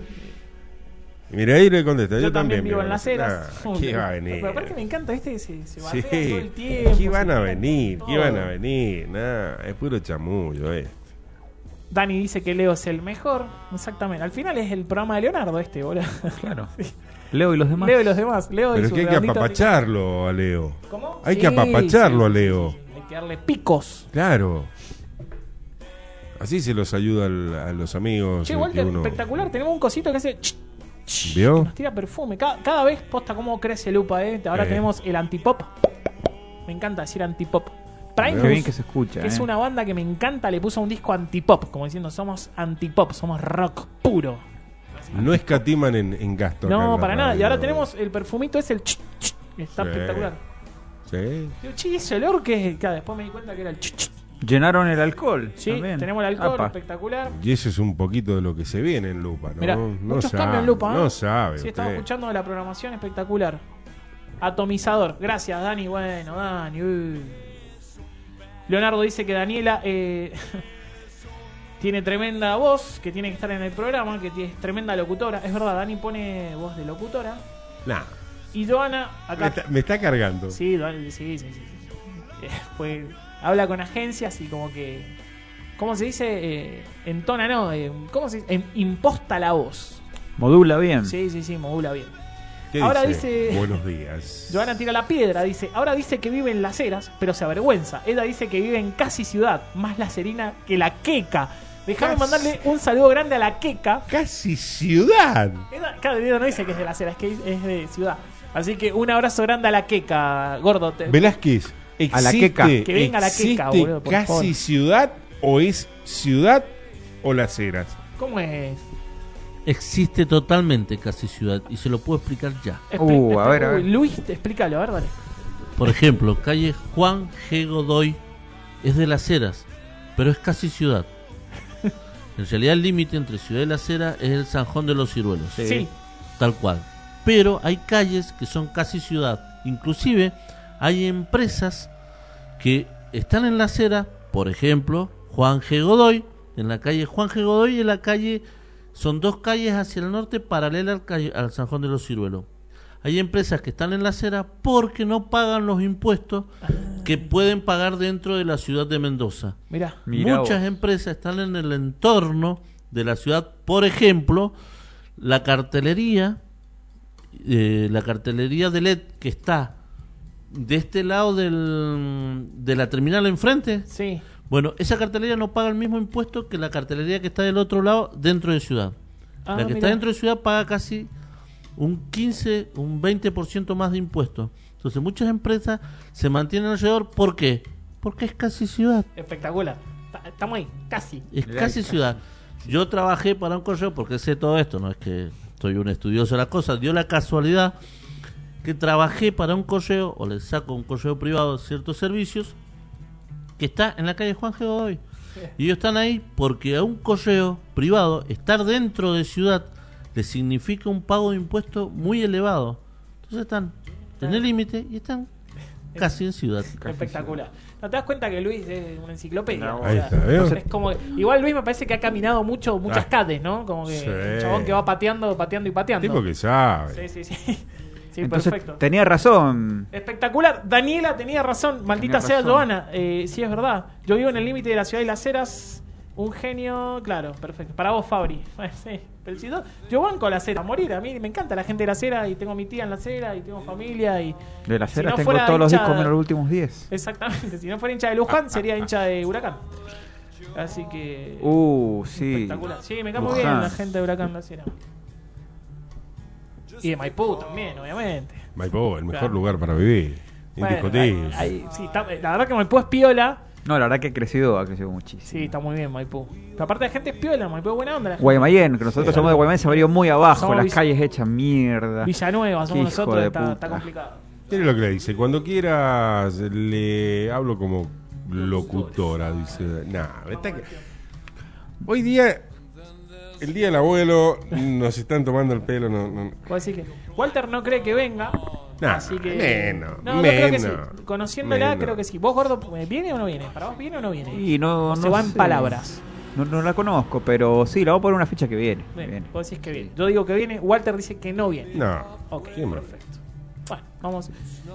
Y mira, ahí le contesta. Yo, Yo, también vivo mira, en las ah, eras. ¿Qué va a venir? Pero aparte me encanta este que se, se Sí. batea todo el tiempo. ¿Qué se van a mete venir? en ¿Qué van a todo. venir? Nah, es puro chamullo, eh. Dani dice que Leo es el mejor. Exactamente. Al final es el programa de Leonardo este, boludo. Claro. Leo y los demás. Leo y los demás. Leo y Pero es su que hay que redondito de- apapacharlo a Leo. ¿Cómo? Hay que apapacharlo a Leo. Hay que darle picos. Claro. Así se los ayuda al- a los amigos. Che, eh, Walter, que uno- espectacular. Tenemos un cosito que hace. ch, ch, ¿Vio? que Nos tira perfume. Cada, cada vez posta cómo crece Lupa, ¿eh? Ahora Eh. tenemos el antipop. Me encanta decir antipop. Primus, Qué bien que se escucha. que es eh. una banda que me encanta, le puso un disco antipop. Como diciendo, somos antipop, somos rock puro. No escatiman en, en gasto. acá en No, la para nada. Y radio. eh. ahora tenemos el perfumito, es el. ch, ch, que está Sí. espectacular. Sí. Digo, che, ese olor que es. Claro, después me di cuenta que era el. ch, ch. Llenaron el alcohol. Sí, también. tenemos el alcohol, Apa. espectacular. Y eso es un poquito de lo que se viene en Lupa, ¿no? Mirá, no muchos sabe, cambios en Lupa. ¿eh? No sabe. Sí, estamos usted. escuchando la programación espectacular. Atomizador. Gracias, Dani. Bueno, Dani. uy. Leonardo dice que Daniela eh, tiene tremenda voz, que tiene que estar en el programa, que es tremenda locutora. Es verdad, Dani pone voz de locutora. Nah, Y Joana, me, acá. está, me está cargando. Sí, Joana- sí, sí, sí, sí. Eh, fue- habla con agencias y como que. ¿Cómo se dice? Eh, entona, no. eh, ¿Cómo se dice? Em- imposta la voz. Modula Mm. bien. Sí, sí, sí, modula bien. ¿Qué Ahora dice- Buenos días. Joana tira la piedra, dice, ahora dice que vive en las eras, pero se avergüenza. Ella dice que vive en casi ciudad, más la serina que la queca. Dejame Casi. mandarle un saludo grande a la queca. Casi ciudad. Ella- Claro, ella no dice que es de las eras, que es de ciudad. Así que un abrazo grande a la queca, gordo. Te- Velázquez. A la existe- queca. Que venga la queca, existe boludo, por ¿Casi favor. ciudad o es ciudad o las eras? ¿Cómo es? Existe totalmente casi ciudad y se lo puedo explicar ya. Expli- Uh, a expli- ver, a Uy, ver. Luis, te explícalo, a ver, dale. Por ejemplo, calle Juan G. Godoy es de Las Heras, pero es casi ciudad. En realidad el límite entre Ciudad y Las Heras es el Sanjón de los Ciruelos, Sí. tal cual. Pero hay calles que son casi ciudad. Inclusive hay empresas que están en Las Heras, por ejemplo, Juan G. Godoy, en la calle Juan G. Godoy y en la calle... Son dos calles hacia el norte paralelas al, calle- al Sanjón de los Ciruelos. Hay empresas que están en la acera porque no pagan los impuestos que pueden pagar dentro de la ciudad de Mendoza. Mirá. Mirá Muchas vos. empresas están en el entorno de la ciudad, por ejemplo, la cartelería, eh, la cartelería de LED que E está de este lado del, de la terminal enfrente. Sí. Bueno, esa cartelería no paga el mismo impuesto que la cartelería que está del otro lado dentro de ciudad. Ah, la que mirá. está dentro de ciudad paga casi un 15, un 20% más de impuestos. Entonces muchas empresas se mantienen alrededor. ¿Por qué? Porque es casi ciudad. Espectacular. Ta- Estamos ahí, casi. Es casi ciudad. Yo trabajé para un correo porque sé todo esto, no es que soy un estudioso de las cosas. Dio la casualidad que trabajé para un correo, o le saco a un correo privado ciertos servicios, que está en la calle Juan G. Godoy. Y ellos están ahí porque a un correo privado estar dentro de ciudad le significa un pago de impuestos muy elevado. Entonces están en el límite y están casi en ciudad. Espectacular. ¿No te das cuenta que Luis es una enciclopedia? O Ahí sea, está, ¿eh? ¿veo? es como que- igual Luis me parece que ha caminado mucho, muchas Ah. calles, ¿no? Como que Sí. un chabón que va pateando, pateando y pateando. Tipo que sabe. Sí, sí, sí. Sí, Entonces, perfecto. tenía razón. Espectacular. Daniela tenía razón. Maldita Tenía sea razón. Joana. Eh, sí, es verdad. Yo vivo en el límite de la ciudad y las eras. Un genio, claro, perfecto. Para vos, Fabri. Bueno, sí. Pero si no, yo banco la cera, a morir. A mí me encanta la gente de la cera y tengo mi tía en la cera y tengo familia y. De las Si ceras no tengo fuera todos los hinchada- discos menos los últimos 10. Exactamente. Si no fuera hincha de Luján, sería hincha de Huracán. Así que. Uh, sí. Espectacular. Sí, me cae muy Luján. bien la gente de Huracán la cera. Y de Maipú también, obviamente. Maipú, el mejor Claro. lugar para vivir. Bueno, Indiscutible. ahí- ahí- sí, está- eh, la verdad que Maipú es piola. No, la verdad que ha crecido, ha crecido muchísimo. Sí, está muy bien Maipú. Pero aparte la gente es piola, Maipú es buena onda. La gente. Guaymallén, que nosotros somos de Guaymallén, se abrió muy abajo, Somos las Villa- calles hechas mierda. Villanueva somos Qué hijo nosotros, de está, puta. está complicado. Mire lo que le dice. Cuando quieras, le hablo como locutora, dice. Nah, está que- Hoy día, el día del abuelo, nos están tomando el pelo. No, no. Puedo decir que Walter no cree que venga. Nah, así que. menos, No, yo creo que menos, sí. Conociéndola, menos. creo que sí. ¿Vos, gordo, viene o no viene? ¿Para vos viene o no viene? Y no, O se no va en sé. palabras. No, no la conozco, pero sí, la voy a poner una ficha que viene. Bien, viene. Vos decís que viene. Yo digo que viene, Walter dice que no viene. No. Ok, ¿Qué más? perfecto. Bueno, vamos.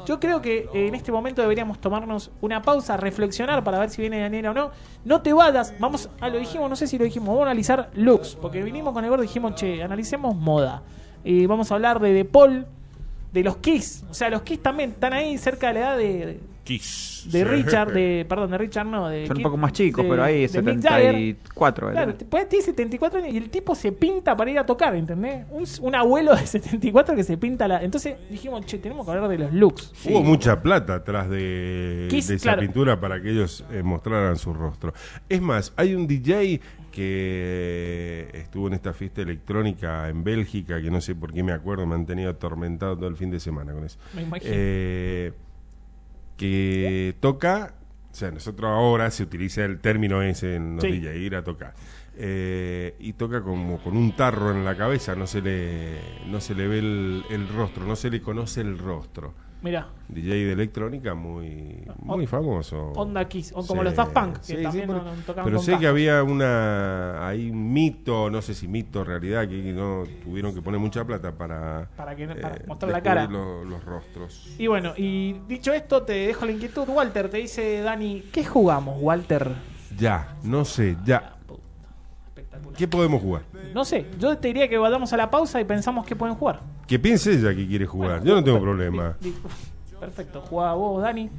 Yo creo que eh, en este momento deberíamos tomarnos una pausa, reflexionar para ver si viene Daniela o no. No te vayas, vamos a lo dijimos, no sé si lo dijimos, vamos a analizar looks, porque vinimos con el gordo y dijimos, che, analicemos moda. Y vamos a hablar de De Paul, de los Kiss. O sea, los Kiss también están ahí cerca de la edad de, Kiss. de Richard, de, perdón, de Richard no, de Son un Keith- poco más chicos, Eh, de- pero ahí de Mick Jagger. 74. Claro, te- puede- tiene 74 años y el tipo se pinta para ir a tocar, ¿entendés? Un, un abuelo de 74 que se pinta la. Entonces dijimos, che, tenemos que hablar de los looks. Hubo mucha plata atrás de, Kiss, de esa claro. pintura para que ellos eh, mostraran su rostro. Es más, hay un DJ que estuvo en esta fiesta electrónica en Bélgica, que no sé por qué me acuerdo, me han tenido atormentado todo el fin de semana con eso. Me imagino. Eh, que toca, o sea, nosotros ahora se utiliza el término ese en los Sí. DJ, ir a tocar. Eh, y toca como con un tarro en la cabeza, no se le, no se le ve el, el rostro, no se le conoce el rostro. Mirá, DJ de electrónica muy, muy famoso. Onda Kiss, o como los Daft Punk, que también por- no- no tocaban pero con sé casco. que había una hay un mito, no sé si mito, realidad, que no tuvieron que poner mucha plata para, Para que no- eh, para mostrar la descubrir cara. lo- los rostros. Y bueno, y dicho esto, te dejo la inquietud. Walter, te dice Dani, ¿qué jugamos, Walter? Ya, no sé, ya. Espectacular. ¿Qué podemos jugar? No sé, yo te diría que vayamos a la pausa y pensamos qué pueden jugar. Que piense ella que quiere jugar. Yo no tengo problema. Di- di- Perfecto, jugá vos, Dani.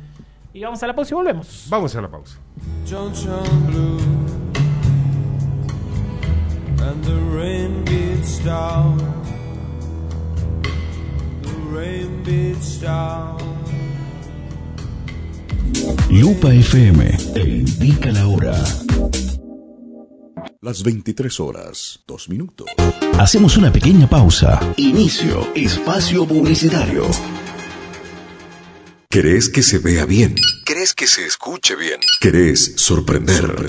Y vamos a la pausa y volvemos. Vamos a la pausa. Junction blue and the rain beats down the rain beats down Lupa FM te indica la hora. Las 23 horas, 2 minutos. Hacemos una pequeña pausa. Inicio espacio publicitario. ¿Crees que se vea bien? ¿Crees que se escuche bien? ¿Querés sorprender?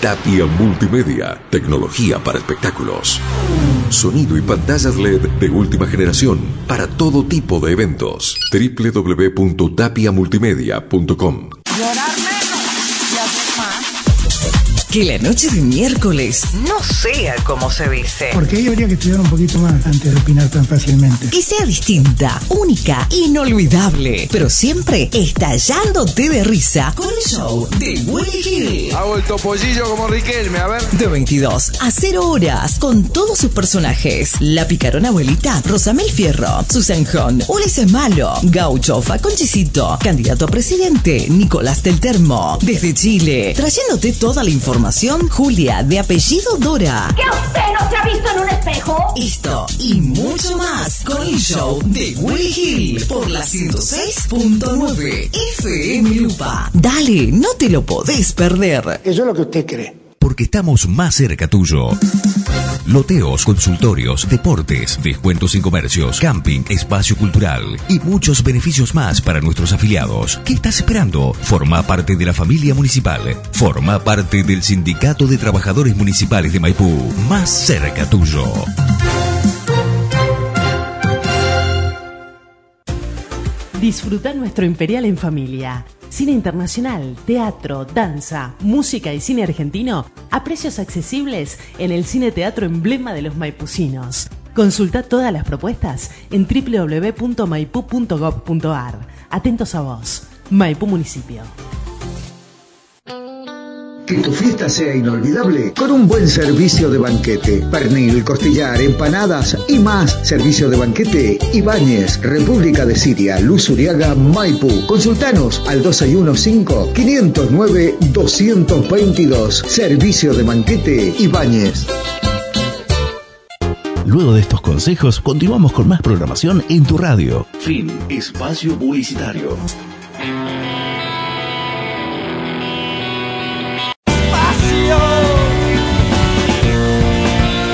Tapia Multimedia, tecnología para espectáculos. Sonido y pantallas LED de última generación para todo tipo de eventos. www.tapiamultimedia.com Que la noche de miércoles no sea como se dice. Porque ahí habría que estudiar un poquito más antes de opinar tan fácilmente. Que sea distinta, única, inolvidable, pero siempre estallándote de risa con el show de Willy Gil. Hago el topollillo como Riquelme, a ver. De 22 a 0 horas, con todos sus personajes. La picarona abuelita, Rosamel Fierro, Susan Jón, Ulises Malo, Gaucho Faconchicito, candidato a presidente, Nicolás del Termo, desde Chile, trayéndote toda la información, Julia, de apellido Dora. ¿Que usted no se ha visto en un espejo? Esto y mucho más con el show de Willy Hill por la 106.9 FM Lupa. Dale, no te lo podés perder. Eso es lo que usted cree. porque estamos más cerca tuyo. Loteos, consultorios, deportes, descuentos en comercios, camping, espacio cultural y muchos beneficios más para nuestros afiliados. ¿Qué estás esperando? Forma parte de la familia municipal. Forma parte del Sindicato de Trabajadores Municipales de Maipú. Más cerca tuyo. Disfruta nuestro Imperial en familia. Cine internacional, teatro, danza, música y cine argentino a precios accesibles en el Cine Teatro Emblema de los Maipucinos. Consulta todas las propuestas en www.maipu.gov.ar. Atentos a vos, Maipú Municipio. Que tu fiesta sea inolvidable con un buen servicio de banquete. Pernil, costillar, empanadas y más. Servicio de banquete Ibáñez, República de Siria, Luz Uriaga, Maipú. Consultanos al 215-509-222. Servicio de banquete Ibáñez. Luego de estos consejos, continuamos con más programación en tu radio. Fin. Espacio publicitario.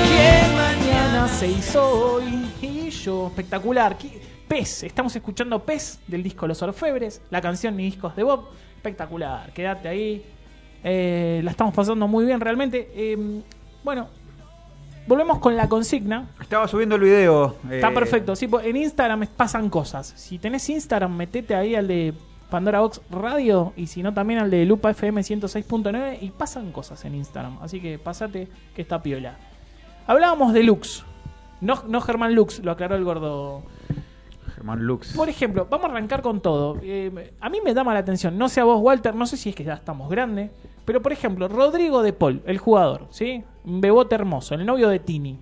Que mañana se hizo hoy y yo, espectacular. ¿Qué- Pez, estamos escuchando Pez del disco Los Orfebres, la canción Ni Discos de Bob, espectacular, quédate ahí. Eh, la estamos pasando muy bien realmente. Eh, bueno, volvemos con la consigna. Estaba subiendo el video. Está eh, perfecto, sí, po- en Instagram pasan cosas. Si tenés Instagram, metete ahí al de Pandora Box Radio y si no también al de Lupa FM 106.9 y pasan cosas en Instagram. Así que pasate que está piola. Hablábamos de Lux. No, no Germán Lux, lo aclaró el gordo. Germán Lux. Por ejemplo, vamos a arrancar con todo. Eh, a mí me da mala atención, no sé a vos, Walter, no sé si es que ya estamos grandes, pero por ejemplo, Rodrigo de Paul, el jugador, ¿sí? Un bebote hermoso, el novio de Tini.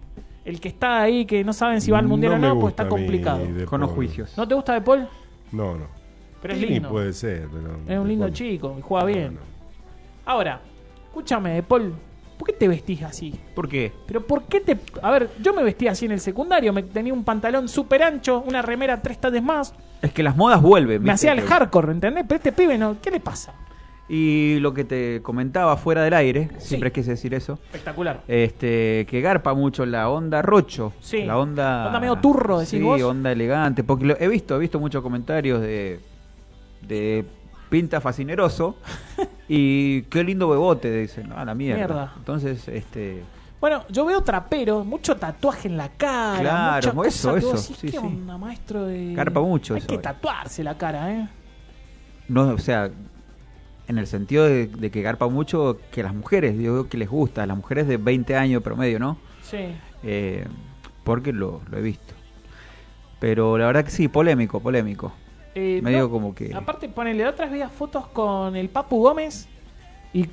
El que está ahí, que no saben si va al mundial No o me no, pues gusta está a mí complicado. De Conozco Paul. juicios. ¿No te gusta de Paul? No, no. Pero es Tini lindo. puede ser, pero. Es un lindo chico y juega bien. Ahora, escúchame, de Paul, ¿por qué te vestís así? ¿Por qué? Pero ¿por qué te...? A ver, yo me vestía así en el secundario, me tenía un pantalón súper ancho, una remera tres talles más, Es que las modas vuelven. me ¿viste? hacía el hardcore, ¿entendés? Pero este pibe, no, ¿qué le pasa? Y lo que te comentaba fuera del aire, siempre quise decir eso, Espectacular. este que garpa mucho la onda rocho. Sí. La onda... Onda medio turro, decís sí, vos. onda elegante. Porque lo he visto, he visto muchos comentarios de... de pinta fascineroso y qué lindo bebote, dicen. A la mierda. Mierda. Entonces, este... Bueno, yo veo traperos, mucho tatuaje en la cara. Claro, mucha eso, cosa que eso, vos decís, sí, ¿qué sí. onda, maestro? De... Garpa mucho Hay eso, que eh. tatuarse la cara, ¿eh? No, o sea, en el sentido de, de que garpa mucho que las mujeres, digo que les gusta, las mujeres de 20 años promedio, ¿no? Sí. Eh, porque lo, lo he visto. Pero la verdad que sí, polémico, polémico. Eh, Medio no, como que... Aparte, ponele, la otra vez veía fotos con el Papu Gómez y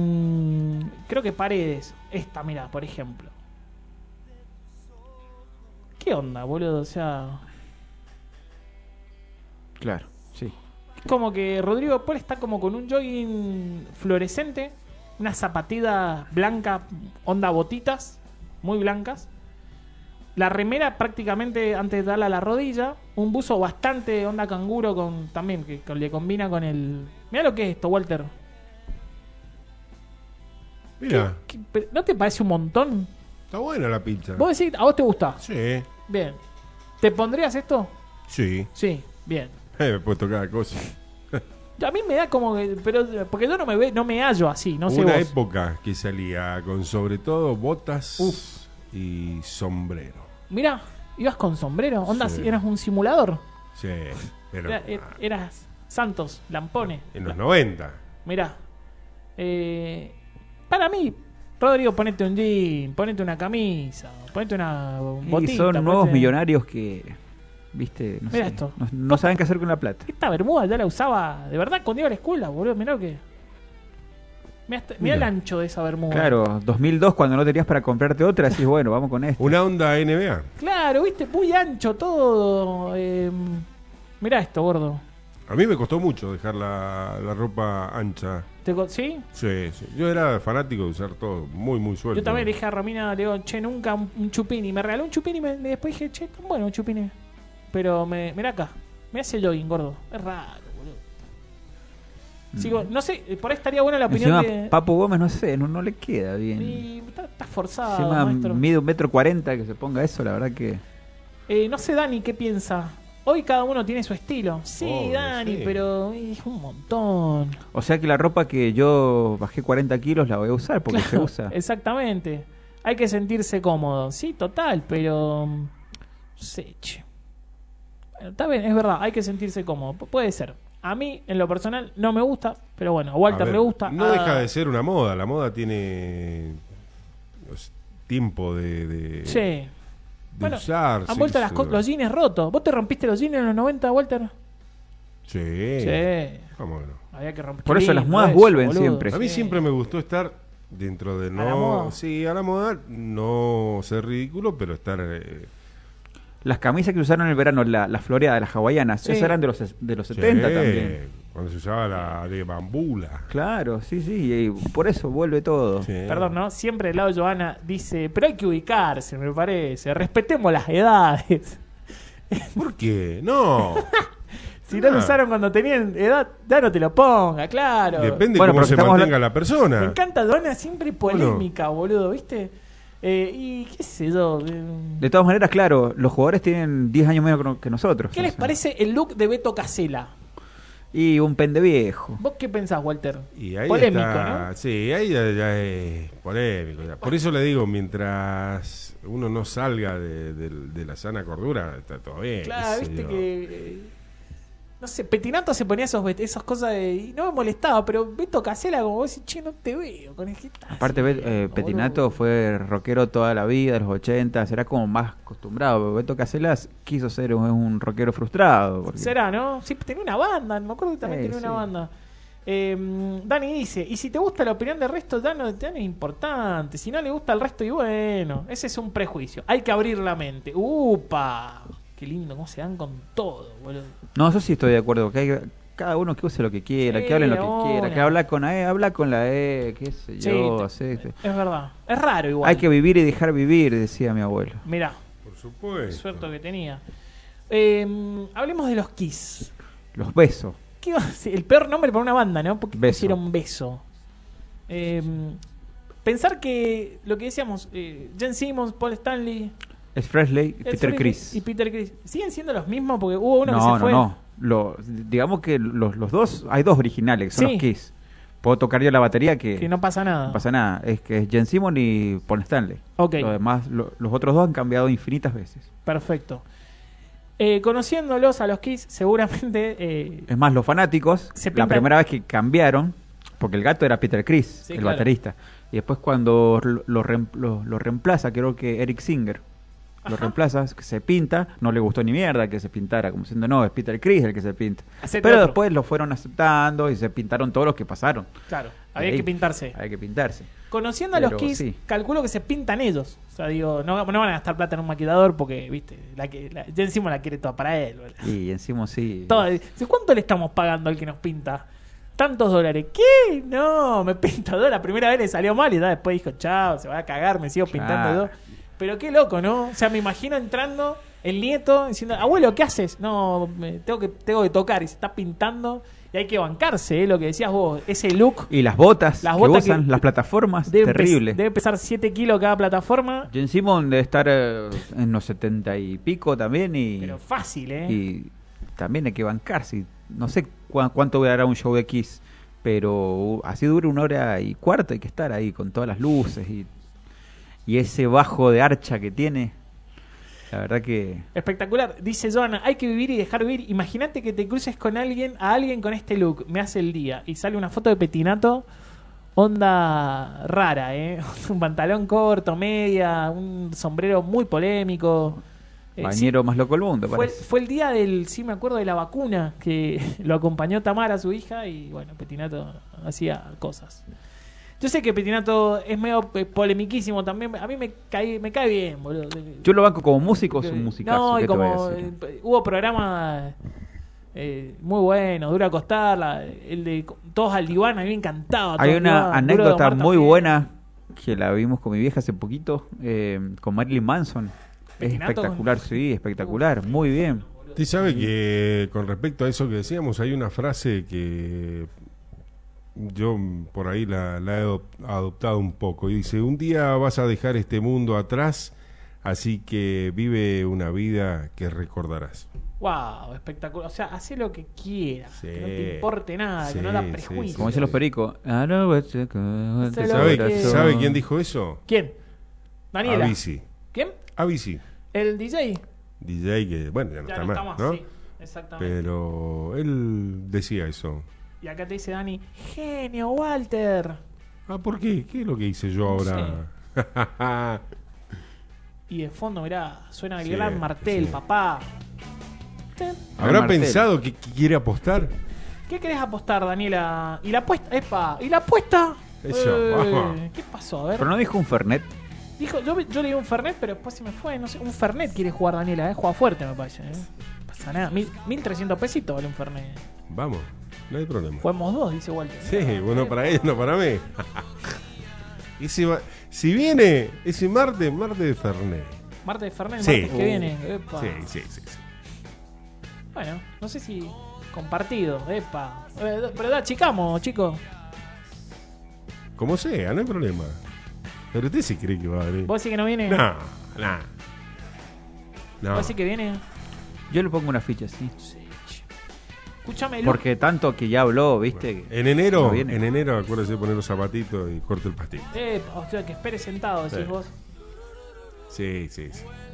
con. Creo que Paredes. Esta, mira, por ejemplo. ¿Qué onda, boludo? O sea. Claro, sí. Es como que Rodrigo Paul está como con un jogging fluorescente, unas zapatitas blancas, onda botitas, muy blancas. La remera prácticamente antes de darle a la rodilla, un buzo bastante onda canguro con también que, que le combina con el Mira lo que es esto, Walter. Mira, ¿Qué- pero ¿No te parece un montón? está buena la pincha. Vos decís, a vos te gusta. Sí, Bien. ¿Te pondrías esto? sí. Sí, bien. Eh, me he puesto cada cosa. A mí me da como que pero porque yo no me ve, no me hallo así, no sé una vos. época que salía con sobre todo botas y sombrero. Mira, ibas con sombrero, onda, Sí. si eras un simulador. Sí, pero Era- er- eras Santos, Lampone. en los 90. Mira. Eh, pa, Para mí, Rodrigo, ponete un jean, ponete una camisa, ponete una botita. y son nuevos ponete- millonarios que, viste, no, Mirá sé, esto. no- no saben qué hacer con la plata. Esta bermuda ya la usaba, de verdad, cuando iba a la escuela, boludo. Mirá lo que. Mirá, este- mirá el Mira. ancho de esa bermuda. Claro, 2002 cuando no tenías para comprarte otra, decís, bueno, vamos con esto. Una onda NBA. Claro, viste, muy ancho todo. eh, mirá esto, gordo. A mí me costó mucho dejar la, la ropa ancha. ¿Te co- ¿Sí? Sí, sí. Yo era fanático de usar todo muy, muy suelto. Yo también le dije a Romina, le digo, che, nunca un, un chupini. Me regaló un chupini y me, me- después dije, che, tan bueno un chupini. Pero me, mirá acá, me hace jogging, gordo. Es raro, boludo. Sigo, no sé, eh, por ahí estaría buena la opinión Mm. Encima, de. Papu Gómez, no sé, no, no le queda bien. Y está, está forzado, Encima maestro. mide un metro cuarenta que se ponga eso, la verdad que... Eh, no sé, Dani, ¿qué piensa? Hoy cada uno tiene su estilo. Sí, Oh, Obvio, Dani, sí. pero eh, es un montón. O sea que la ropa que yo bajé 40 kilos la voy a usar porque se usa. Exactamente. Hay que sentirse cómodo. Sí, total, pero. mm, no sé, che. Bueno, está bien, es verdad, hay que sentirse cómodo. Pu- puede ser. A mí, en lo personal, no me gusta, pero bueno, a A Walter ver, le gusta. Ah, No a- deja de ser una moda. La moda tiene los- tiempo de, de, Sí. de Bueno, usar. Han vuelto las co- los jeans rotos. ¿Vos te rompiste los jeans en los 90, Walter? Sí. Sí. ¿Cómo que no? Había que romper. Por eso Qué las lindo modas eso, vuelven boludo. siempre. A mí Sí. siempre me gustó estar dentro de no. la moda. Sí, a la moda. No ser ridículo, pero estar. eh, Las camisas que usaron en el verano, la, la floreada, las hawaianas, Sí. esas eran de los, ses- de los 70 sí, también. Cuando se usaba la de bambula. Claro, sí, sí, y por eso vuelve todo. Perdón, ¿no? Siempre del lado de Joana dice, pero hay que ubicarse, me parece. Respetemos las edades. ¿Por qué? No. Si no lo Ah. usaron cuando tenían edad, ya no te lo ponga, claro. Depende Bueno, cómo pero se estamos mantenga la Me persona. encanta Donna, siempre polémica, boludo, ¿viste? Eh, y qué sé yo. eh, De todas maneras, claro, los jugadores tienen 10 años menos que no- que nosotros. ¿Qué les parece el look de Beto Casela? Y un pende viejo. ¿Vos qué pensás, Walter? Y ahí Polémico, está- Sí, ahí ya, ya es polémico. ya. Por eso le digo, mientras uno no salga de, de- de la sana cordura, está todo bien. Claro, qué sé viste yo. que. eh, No sé, Petinato se ponía esos, vet- esas cosas de. Y no me molestaba, pero Beto Casela, como vos decís, che, no te veo. Con el, ¿qué estás Aparte, Bet- eh, haciendo, Petinato boludo?". fue rockero toda la vida, de los 80, será como más acostumbrado. Beto Caselas quiso ser un, un rockero frustrado. porque- Será, ¿no? Sí, tenía una banda, me acuerdo que también Sí, tenía sí. una banda. Eh, Dani dice, y si te gusta la opinión del resto, ya no, ya no es importante. Si no le gusta el resto, y bueno, ese es un prejuicio. Hay que abrir la mente. ¡Upa! Qué lindo, cómo se dan con todo, boludo. No, yo sí estoy de acuerdo. Que hay- cada uno que use lo que quiera, Sí, que hable lo que ahora. quiera, que habla con la E, habla con la E, qué sé Sí, yo. te- sí, sí. Es verdad. Es raro igual. Hay que vivir y dejar vivir, decía mi abuelo. Mirá, Por supuesto. suerte que tenía. Eh, hablemos de los Kiss. Los besos. ¿Qué va a ser? El peor nombre para una banda, ¿no? Porque Beso. pusieron beso. Eh, pensar que lo que decíamos, eh, Jen Simmons, Paul Stanley, Es Presley, Ed Peter Sullivan Chris. y Peter Chris, ¿siguen siendo los mismos? Porque hubo uno no, que se no, fue. no. Lo- digamos que los, los dos, hay dos originales, que son Sí. los Kiss. Puedo tocar yo la batería que, Que no no pasa nada. pasa nada. Es que es Jen Simon y Paul Stanley. Ok. Los demás, lo- los otros dos han cambiado infinitas veces. Perfecto. Eh, conociéndolos a los Kiss, seguramente eh, Es más, los fanáticos, Se la pintan- primera vez que cambiaron, porque el gato era Peter Chris, Sí, el claro. baterista. Y después cuando lo, lo reem- lo- lo reemplaza, creo que Eric Singer, lo reemplaza, que se pinta, no le gustó ni mierda que se pintara, como diciendo, no, es Peter Chris el que se pinta. Hacete Pero otro. después lo fueron aceptando y se pintaron todos los que pasaron. Claro, había Ahí. que pintarse. Hay que pintarse. Conociendo a los Pero Kiss, sí. calculo que se pintan ellos. O sea, digo, no, no van a gastar plata en un maquillador porque, viste, la que, la, Jen Simmons la quiere toda para él. boludo. Y encima sí. Todo. Dice, ¿Cuánto le estamos pagando al que nos pinta? Tantos dólares. ¿Qué? No, me pinta dos. La primera vez le salió mal y ya después dijo, chao, se va a cagar, me sigo pintando Claro. dos. Pero qué loco, ¿no? O sea, me imagino entrando el nieto diciendo, abuelo, ¿qué haces? No, me- tengo, que, tengo que tocar y se está pintando y hay que bancarse, ¿eh? lo que decías vos, ese look. Y las botas, Las que botas usan, que- las plataformas, Debe, pes- terrible. debe pesar 7 kilos cada plataforma, Jen Simon debe estar eh, en los setenta y pico también y... pero fácil, ¿eh? Y también hay que bancarse. No sé cua- cuánto durará un show de Kiss, pero así dura una hora y cuarto. Hay que estar ahí con todas las luces y, y ese bajo de archa que tiene. La verdad que. Espectacular. Dice Joana, hay que vivir y dejar vivir. Imagínate que te cruces con alguien, a alguien con este look. Me hace el día. Y sale una foto de Petinato onda rara, ¿eh? Un pantalón corto, media, un sombrero muy polémico. Eh, Bañero más loco del mundo, sí, fue, parece. fue el día del, sí me acuerdo, de la vacuna, que lo acompañó Tamara, su hija, y bueno, Petinato hacía cosas. Yo sé que Petinato es medio eh, polemiquísimo también. A mí me cae, me cae bien, boludo. Yo lo banco como músico, es un musicazo. No, y ¿qué te voy a como decir? eh, hubo programas eh, muy buenos, Dura Costarla, el de Todos al Diván, a mí me encantaba. Todos Hay al Diván, una Duro de anécdota Omar muy también. buena que la vimos con mi vieja hace poquito, eh, con Marilyn Manson. Es Petinato con- espectacular, sí, espectacular, muy bien. Usted sabe que con respecto a eso que decíamos, hay una frase que yo mm, por ahí la, la he adop- adoptado un poco y dice, un día vas a dejar este mundo atrás, así que vive una vida que recordarás. Wow, espectacular. O sea, hace lo que quieras, que no te Sí. importe nada, que Sí, no la sí, prejuicies. Como dicen los pericos. "Ah, I know what you got, Sé lo the eh. ¿Sabe, que- sabe quién dijo eso? ¿Quién? Daniela. Avicii. ¿Quién? Avicii, ¿El DJ? DJ que, bueno, ya no Ya está no más, estamos ¿no? así. Exactamente. Pero él decía eso. Y acá te dice Dani, genio, Walter. Ah, ¿por qué? ¿Qué es lo que hice yo No ahora? Y de fondo, mirá, suena el Sí, gran martel, sí. papá. ¿Habrá Martel. pensado que que quiere apostar? ¿Qué querés apostar, Daniela? ¿Y la apuesta? ¡Epa! ¿Y la apuesta? Eh, Eso, vamos. ¿Qué pasó? A ver. Pero no dijo un Fernet. Dijo, yo, yo le di un Fernet, pero después se me fue. No sé, un Fernet quiere jugar Daniela, ¿eh? Juega fuerte, me parece. ¿eh? No pasa nada. Mil, 1300 pesitos vale un Fernet. Vamos, no hay problema. Juguemos dos, dice Walter. Sí, bueno para él, no para mí. Ese va- si viene ese martes, martes de Fernet. Martes de Fernet, Sí. Uh, martes que viene. Epa. Sí, sí, sí, sí. Bueno, no sé si compartido. Epa. Eh, Pero da, chicamos, chicos. Como sea, no hay problema. Pero usted se cree que va a venir. ¿Vos decís que no viene? No, no. No. ¿Vos decís que viene? Yo le pongo una ficha, sí. Escúchame, Lu- Porque tanto que ya habló, viste. En enero, No viene. en enero acuérdese de poner los zapatitos y corte el pastel. Epa, o sea, que espere sentado, decís Sí. vos. Sí, sí, sí. e-?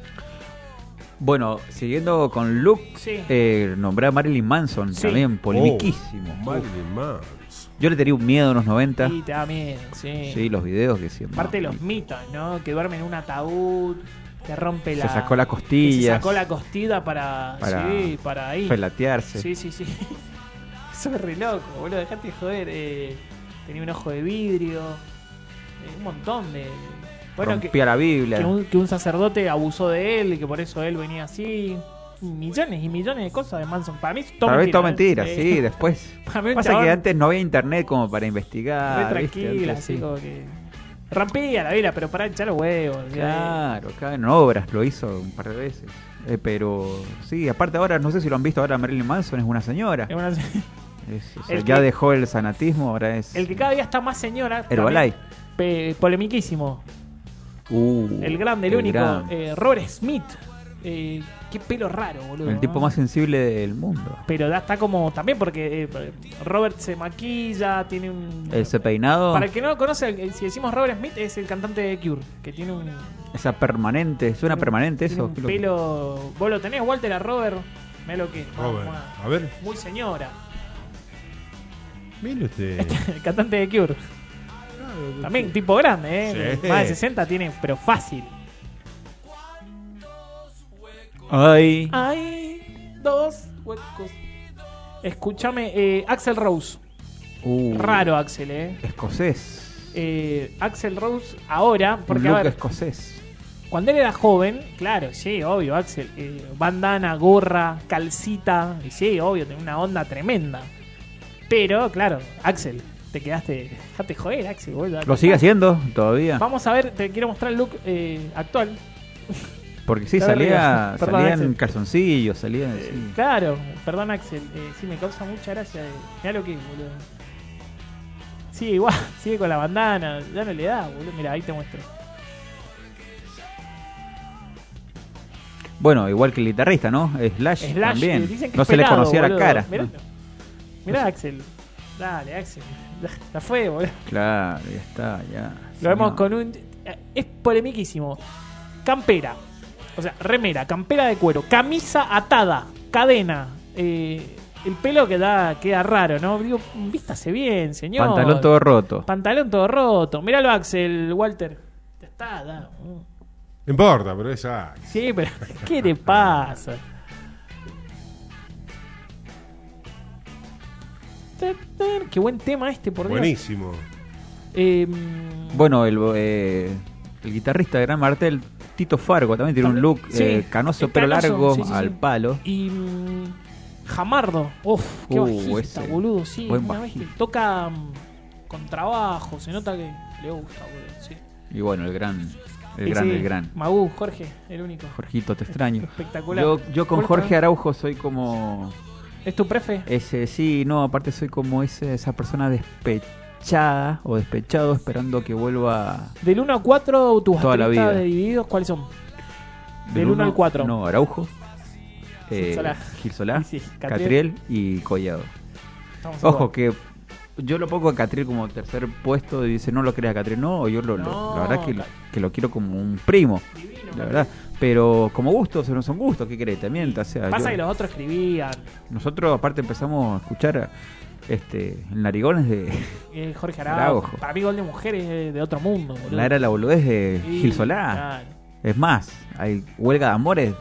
Bueno, siguiendo con Luke, Sí. eh, nombré a Marilyn Manson Sí. también, polemiquísimo. Oh, Marilyn Manson. Yo le tenía un miedo en los 90. Y también, sí. Sí, los videos que siempre. Aparte los mitos, ¿no? Que duermen en un ataúd, que rompe la... Se sacó la que Se costilla. sacó la costilla para... Para sí, para ahí. felatearse. Sí, sí, sí. Eso es re loco, boludo. Dejate de joder. eh, tenía un ojo de vidrio. eh, un montón de... Bueno, que, Rompía la Biblia. que un, que un sacerdote abusó de él y que por eso él venía así. Millones y millones de cosas de Manson. Para mí es todo Para mentira. mí todo mentira, ¿eh? sí, después. Para mí un Pasa chabón- que antes no había internet como para Re investigar. ¿viste? tranquila, Antes, así sí. como que. Rampía la vela, pero para echar los huevos. ya. Claro, acá en obras lo hizo un par de veces. Eh, pero sí, aparte ahora, no sé si lo han visto ahora, Marilyn Manson es una señora. Es una- Es- o sea, El ya que- dejó el sanatismo, ahora es El que cada día está más señora. Herbalife. también, pe- Polemiquísimo. Uh, El grande, el único. gran. eh, Robert Smith. Eh, qué pelo raro, boludo. el tipo ¿no? más sensible del mundo. Pero da- está como. También porque eh, Robert se maquilla, tiene un. Ese peinado, Para el que no lo conoce, el- si decimos Robert Smith, es el cantante de Cure. Que tiene un. esa permanente, suena permanente tiene eso. un creo que- pelo. Vos lo tenés, Walter, a Robert. Mirá lo que es. Robert, Mua. a ver, Muy señora. mire usted. El cantante de Cure. También tipo grande, ¿eh? Sí. Más de 60 tiene, pero fácil. Ay, Ah, Hay dos huecos. Escúchame, eh, Axel Rose. uh, Raro Axel, ¿eh? Escocés. Eh, Axel Rose ahora, porque Porque a ver, escocés. cuando él era joven, claro, sí, obvio, Axel. eh, bandana, gorra, calcita, y sí, obvio, tenía una onda tremenda. Pero, claro, Axel, te quedaste. Dejate joder, Axel, boludo. Lo sigue haciendo todavía. Vamos a ver, te quiero mostrar el look eh, actual. Porque sí, Está salía, arriba. Perdón, este- Eh, salía en Axel. calzoncillos, salía sí. Claro, perdón Axel, eh, sí me causa mucha gracia. eh. Mirá lo que es, boludo. Sí, igual, sigue con la bandana, ya no le da, boludo. Mira, ahí te muestro. Bueno, igual que el guitarrista, ¿no? Slash, Slash, eh, también. dicen que no es se le pelado, conocía la boludo. cara. Mm. Mirá, ¿no? mirá, Axel, dale Axel, ya, ya fue, boludo. Claro, ya está, ya. Lo vemos Señor. con un... eh, Es polemiquísimo. Campera, o sea, remera, campera de cuero, camisa atada, cadena, eh, el pelo queda, queda raro, ¿no? Digo, vístase bien, señor. Pantalón todo roto. Pantalón todo roto. Míralo, Axel, Walter. Ya está, da. No importa, pero es ah, Sí, pero ¿qué te pasa? Qué buen tema este, por Dios. buenísimo. Eh, Bueno, el, eh, el guitarrista de Gran Martel, Tito Fargo, también tiene un look Sí, eh, canoso es pero canoso, largo sí, sí, al sí. palo. y mm, Jamardo. Uf, qué Uh, bajista, ese. boludo. Sí, Buen una bestia. Toca mm, con trabajo. Se nota que le gusta, boludo. Sí. Y bueno, el gran, el Sí, gran, sí. el gran. Magú, Jorge, el único. Jorgito, te extraño. Espectacular. Yo, yo con Golpe, Jorge ¿no? Araujo soy como ¿Es tu prefe? ese, sí, no, aparte soy como ese, esa persona despechada o despechado esperando que vuelva Del 1 a 4, tus Toda la artistas vida. de divididos, ¿cuáles son? Del, Del 1 uno- al 4. No, Araujo. eh, Solá. Gil Solá, Sí, Catriel. Catriel y Collado. Estamos Ojo, igual. que yo lo pongo a Catriel como tercer puesto y dice, no lo creas Catriel. No, yo lo, lo- No, la verdad que, lo- Cat- que lo quiero como un primo. la verdad. Pero como gustos, no son gustos, ¿qué crees? También, o sea, Pasa yo- que los otros escribían. nosotros aparte empezamos a escuchar este, narigones de... eh, Jorge Araujo. Araujo. Para mí, Gol de Mujeres es de otro mundo, boludo. La era de la boludez de Sí, Gil Solá. claro. Es más, hay huelga de amores,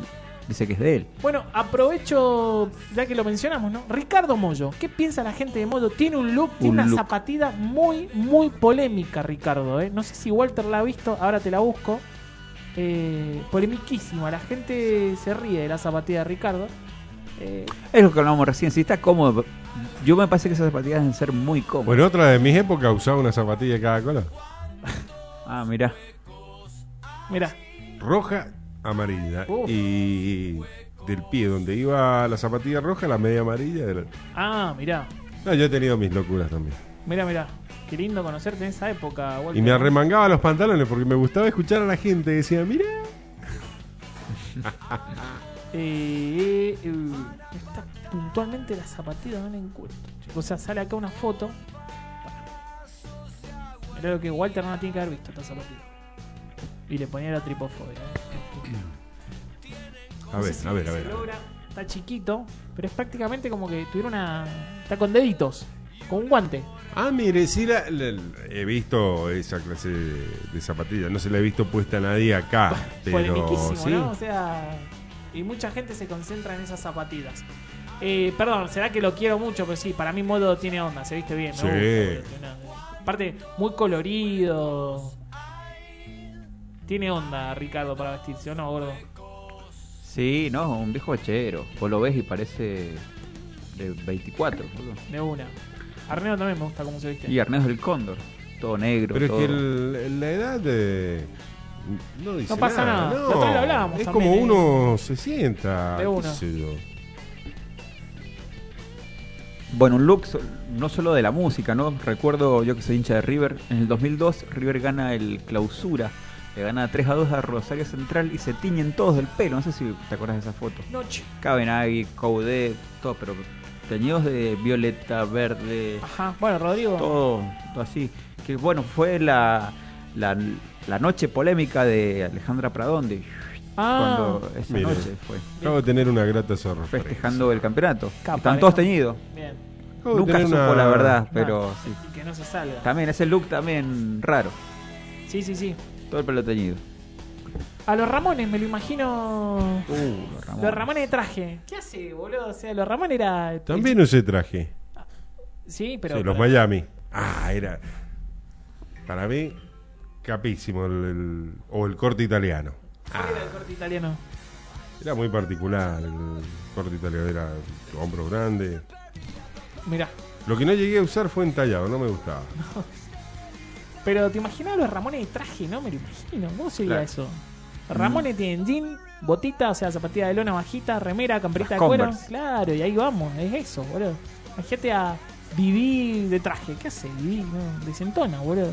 dice que es de él. Bueno, aprovecho, ya que lo mencionamos, ¿no? Ricardo Mollo. ¿Qué piensa la gente de Mollo? Tiene un look, tiene Un una look. zapatilla muy, muy polémica, Ricardo. ¿eh? No sé si Walter la ha visto, ahora te la busco. Eh, polemiquísima. La gente se ríe de la zapatilla de Ricardo. Eh, Es lo que hablábamos recién, si está cómodo. Yo me parece que esas zapatillas deben ser muy cómodas. Bueno, Pues otra de mis épocas usaba una zapatilla de cada color. Ah, mirá. mirá, Roja, amarilla. Uf. Y del pie donde iba la zapatilla roja, la media amarilla. del- ah, mirá, No, yo he tenido mis locuras también. mirá, mirá. Qué lindo conocerte en esa época, Walter. Y me arremangaba los pantalones porque me gustaba escuchar a la gente. Decía, mira. Eh, eh, eh, está puntualmente la zapatilla no la encuentro. chico. O sea, sale acá una foto. Bueno. Mirá lo que Walter no la tiene que haber visto esta zapatilla. Y le ponía la tripofobia. eh. A ver, a ver, a ver. Está chiquito, pero es prácticamente como que tuviera una. Está con deditos, con un guante. Ah, mire, sí la, la- la- he visto esa clase de, de zapatilla. No se la he visto puesta a nadie acá. Pero Polemiquísimo, sí. ¿no? O sea, y mucha gente se concentra en esas zapatillas. Eh, perdón, será que lo quiero mucho, pero sí, para mí modo tiene onda, se viste bien. me Sí. gusta, porque tiene una- Aparte, muy colorido. Tiene onda, Ricardo, para vestirse, ¿o no, gordo? Sí, no, un viejo bachero. Vos lo ves y parece de 24. boludo. De una. Arneo también me gusta cómo se viste. Y Arnés del Cóndor, todo negro. Pero es todo- que el- la edad de. No, dice No pasa nada. no. La otra vez lo hablábamos Es también, como ¿eh? uno se sienta. De qué una. sé yo. Bueno, un look so- no solo de la música, ¿no? Recuerdo yo que soy hincha de River. En el 2002, River gana el clausura. Le gana 3 a 2 a Rosario Central y se tiñen todos del pelo. No sé si te acuerdas de esa foto. Noche. Cabenagui, Coudet, todo, pero teñidos de violeta, verde, Ajá, bueno, Rodrigo. todo, todo así. Que bueno, fue la, la, la noche polémica de Alejandra Pradondi. Ah. Cuando esa Mire, noche fue Acabo de tener una grata sorpresa. festejando el campeonato. Capa, Están todos Alejandra. teñidos. Bien. Acabo de Nunca tener supo una- la verdad, Nada. pero sí. Y que no se salga. También, ese look también raro. Sí, sí, sí. Todo el pelo teñido. A los Ramones, me lo imagino. Uh, los Ramones. Los Ramones de traje. ¿Qué hace, boludo? O sea, los Ramones era. eh, También usé traje. Sí, pero. Sí, los pero- Miami. Ah, era. Para mí, capísimo. el- el- o el corte italiano. Ah, Era el corte italiano. era muy particular. El corte italiano era hombro grande. Mirá. Lo que no llegué a usar fue entallado, no me gustaba. Pero te imaginas los Ramones de traje, ¿no? Me lo imagino. ¿Cómo sería Claro. eso? Ramones tienen jean, botita, o sea, zapatilla de lona bajita, remera, camperita Las de cuero. Converse. Claro, y ahí vamos. Es eso, boludo. Imagínate a Viví de traje. ¿Qué hace Viví? No, desentona, boludo.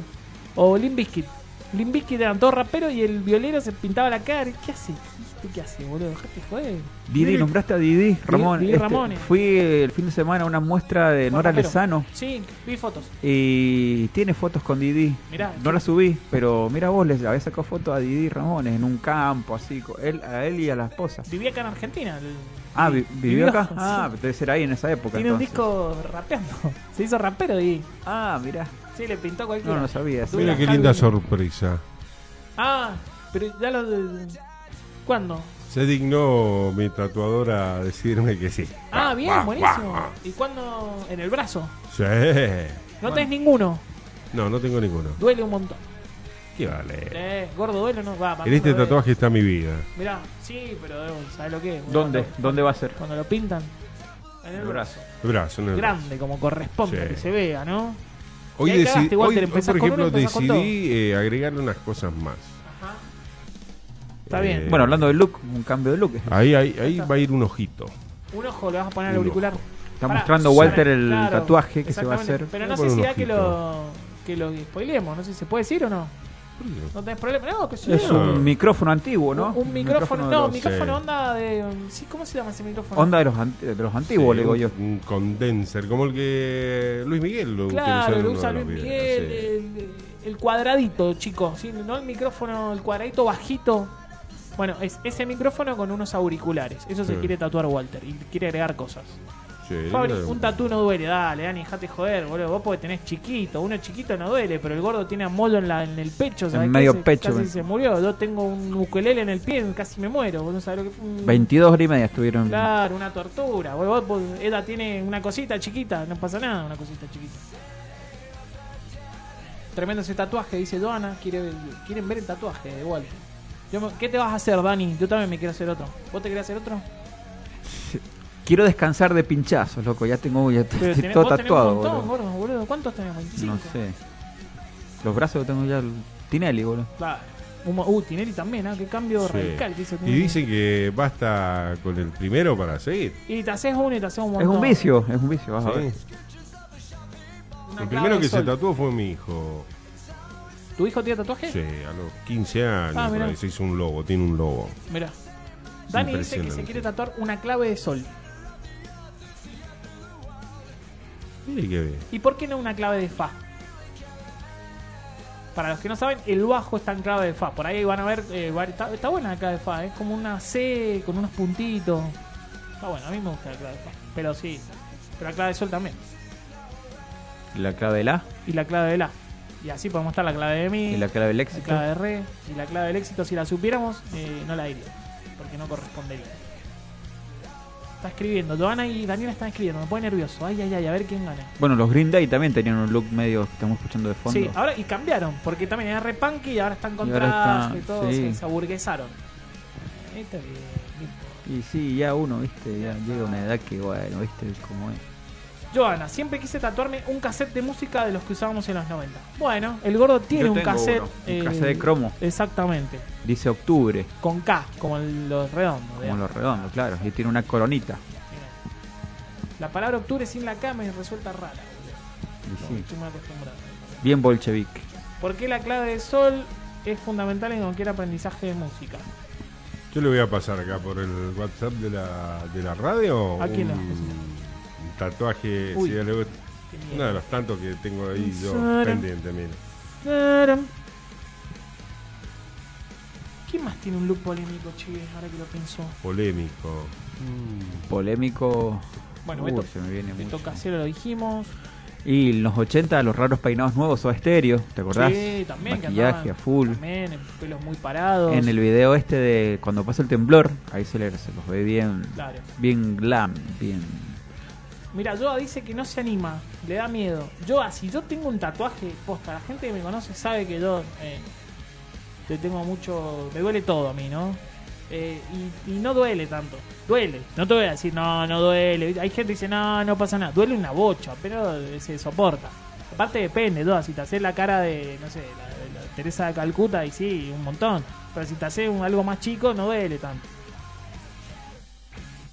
O Limbiskit. Limbiskit eran todos raperos y el violero se pintaba la cara. ¿Qué hace? ¿Viste ¿Qué hace, boludo? Dejate joder. Didi, nombraste a Didi Ramón. Didi este, Ramones. Fui el fin de semana a una muestra de Nora Rapero. Lezano Sí, vi fotos. y tiene fotos con Didi. Mirá. No la subí, pero mira vos, les había sacado fotos a Didi Ramones en un campo, así, co- él, a él y a la esposa. Vivía acá en Argentina. el- Ah, vi- vivió acá. sí. Ah, debe ser ahí en esa época. Tiene un entonces. disco rapeando. Se hizo rapero y. Ah, mirá. Sí, le pintó cualquiera. No, no sabía. eso. Mira qué linda sorpresa. Ah, pero ya lo. ¿Cuándo? Se dignó mi tatuadora a decirme que sí. Ah, bien, Guau, buenísimo. guau. ¿Y cuándo? En el brazo. Sí. No tenés ninguno. No, no tengo ninguno. Duele un montón. Qué vale. Eh, gordo duele o no. Va, para En mí este no duele. tatuaje está mi vida. Mirá, sí, pero eh, ¿sabes lo que es? ¿Dónde? Cuando- ¿Dónde va a ser? Cuando lo pintan. En el El brazo. brazo. El brazo, en el brazo. Grande, como corresponde, Sí. que se vea, ¿no? Hoy, Y ahí deci- cagaste, hoy- Walter, hoy, empezás por con ejemplo, uno, empezás con decidí eh, agregarle unas cosas más. Eh, Está bien. Bueno, hablando de look, un cambio de look. Ahí, ahí, ahí va a ir un ojito. Un ojo le vas a poner al Un auricular. Está Pará, mostrando sí, Walter claro, el claro, tatuaje que se va a exactamente. hacer. Pero no Voy sé a si poner da que lo, que lo spoilemos. No sé si se puede decir o no. No tenés problema. No, que sí. Es un micrófono antiguo, ¿no? Un, un micrófono. de no, los- micrófono Sí. onda de. sí, ¿Cómo se llama ese micrófono? Onda de los, ant- de los antiguos, Sí, le digo un- yo. Un condenser, como el que Luis Miguel lo utilizó Claro, en lo uno usa de los Luis videos, Miguel. sí. El, el cuadradito, chico. ¿sí? No el micrófono, el cuadradito bajito. Bueno, es ese micrófono con unos auriculares. Eso se Mm. Sí. quiere tatuar Walter y quiere agregar cosas. Sí, eh, Fabri, era- un tatú no duele, dale, Dani, dejate joder, boludo. Vos porque tenés chiquito, uno chiquito no duele, pero el gordo tiene a Molo en, la, en el pecho, ¿sabés En qué? medio Se- pecho, Casi eh. se murió. Yo tengo un ukelele en el pie, casi me muero. Vos no sabés lo que fue. un- 22 horas y media estuvieron. Claro, una tortura. Vos, vos- vos- ella tiene una cosita chiquita, no pasa nada, una cosita chiquita. Tremendo ese tatuaje, dice Joana. Quiere, quieren ver el tatuaje de Walter. Yo me- ¿Qué te vas a hacer, Dani? Yo también me quiero hacer otro. ¿Vos te querés hacer otro? Quiero descansar de pinchazos, loco. Ya tengo ya estoy Pero tenés- todo vos tenés un tatuado, montón, boludo. gordo, boludo. ¿Cuántos tenemos? ¿25? No sé. Los brazos que tengo ya. el- Tinelli, boludo. Claro. Un mo- Uh, Tinelli también, ¿ah? Qué cambio Sí. radical que hizo Y Tinelli. dicen que basta con el primero para seguir. Y te haces uno y te haces un Es montón. un vicio, es un vicio, vas a Sí. ver. Una clave El primero de que sol. se tatuó fue mi hijo. ¿Tu hijo tiene tatuaje? Sí, a los 15 años Ah, por mirá. ahí se hizo un lobo, tiene un lobo. Mirá. Dani dice que se Impresionante. quiere tatuar una clave de sol. Mire qué bien. ¿Y por qué no una clave de fa? Para los que no saben, el bajo está en clave de fa. Por ahí van a ver, eh, var- está, está buena la clave de fa, es como una C con unos puntitos. Está bueno, a mí me gusta la clave de fa. Pero sí, pero la clave de sol también. Y La clave del A Y la clave de la. Y así podemos estar la clave de mi. y la clave del La éxito. clave de re y la clave del éxito, si la supiéramos, eh, no la diría, porque no correspondería. Está escribiendo, Joana y Daniela están escribiendo, me pone nervioso. Ay, ay, ay, a ver quién gana. Bueno, los Green Day también tenían un look medio que estamos escuchando de fondo. Sí, ah. ahora y cambiaron, porque también era re punk y ahora están con Y ahora traje y está- todo, sí. se, se aburguesaron. Ahí está bien, listo. Y sí, ya uno, viste, ya llega una edad que, bueno, viste cómo es. Joana, siempre quise tatuarme un cassette de música de los que usábamos en los 90. Bueno, el gordo tiene Yo un tengo cassette. eh, uno, un cassette de cromo. Exactamente, Dice octubre, con K, como el- los redondos. como digamos. los redondos, claro. Y tiene una coronita. La palabra octubre sin la K me resulta rara. Y No, sí, estoy muy acostumbrado. Bien bolchevique. ¿Por qué la clave de sol es fundamental en cualquier aprendizaje de música? Yo le voy a pasar acá por el WhatsApp de la, de la radio. ¿A quién le vas a un, un tatuaje, Uy, si a le gusta. miedo. Uno de los tantos que tengo ahí yo Sara. pendiente, mira. Taran. ¿Quién más tiene un look polémico, chives? Ahora que lo pienso. Polémico. Polémico. Bueno, Uy, Beto, se me viene Beto mucho. Casero lo dijimos. Y en los 80, los raros peinados nuevos o estéreo, ¿te acordás? Sí, también. que Maquillaje andaban a full. También, en pelos muy parados. En el video este de cuando pasa el temblor, ahí se, le- se los ve bien, Claro. bien glam, bien. Mira, Joa dice que no se anima, le da miedo. Joa, si yo tengo un tatuaje, posta, la gente que me conoce sabe que yo eh, le tengo mucho. Me duele todo a mí, ¿no? Eh, y, y no duele tanto. Duele. No te voy a decir, no, no duele. Hay gente que dice, no, no pasa nada. Duele una bocha, pero eh, se soporta. Aparte depende, Joa. Si te haces la cara de, no sé, la, de la Teresa de Calcuta, y sí, un montón. Pero si te haces un- algo más chico, no duele tanto.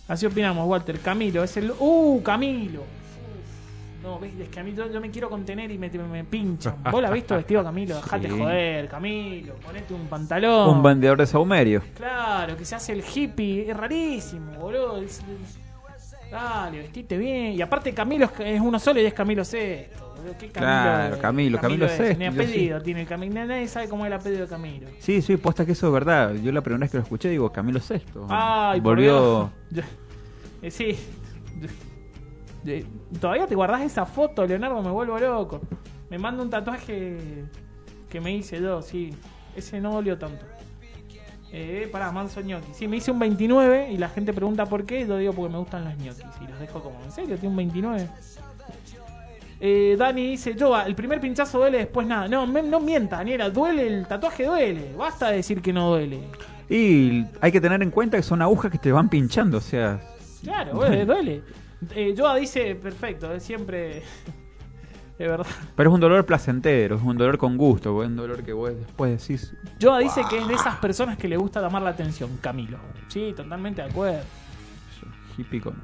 Así opinamos, Walter. Camilo, es el. ¡Uh, Camilo! No, ves, es que a mí yo, yo me quiero contener y me, me pinchan. ¿Vos la has visto vestido, Camilo? Dejate Sí. joder, Camilo. Ponete un pantalón. Un vendedor de saumerio. Claro, que se hace el hippie. Es rarísimo, boludo. Es- es- Dale, vestite bien. Y aparte, Camilo es- es uno solo y es Camilo Sexto. boludo. ¿Qué Claro, Camilo, Camilo Sesto, Ni yo apellido tiene el Camilo. Nadie sabe cómo es el apellido de Camilo. Sí, sí, posta que eso es verdad. Yo la primera vez que lo escuché digo Camilo Sexto. Ay, por Volvió. Dios. Eh, sí. Eh, Todavía te guardás esa foto, Leonardo, me vuelvo loco. Me manda un tatuaje que me hice yo, sí. Ese no dolió tanto. Eh, pará, manso ñoqui. Sí, me hice un 29 y la gente pregunta por qué. Yo digo porque me gustan los ñoquis y los dejo como, ¿en serio? Tiene un 29. Eh, Dani dice, Jova, el primer pinchazo duele, después nada. No, me- no mienta, Daniela, duele, el tatuaje duele. Basta de decir que no duele. Y hay que tener en cuenta que son agujas que te van pinchando, o sea. Claro, duele, duele. Eh, Joa dice, perfecto, es siempre... De verdad. Pero es un dolor placentero, es un dolor con gusto, es un dolor que vos después decís. Joa dice que es de esas personas que le gusta llamar la atención, Camilo. Sí, totalmente de acuerdo. Hippie con,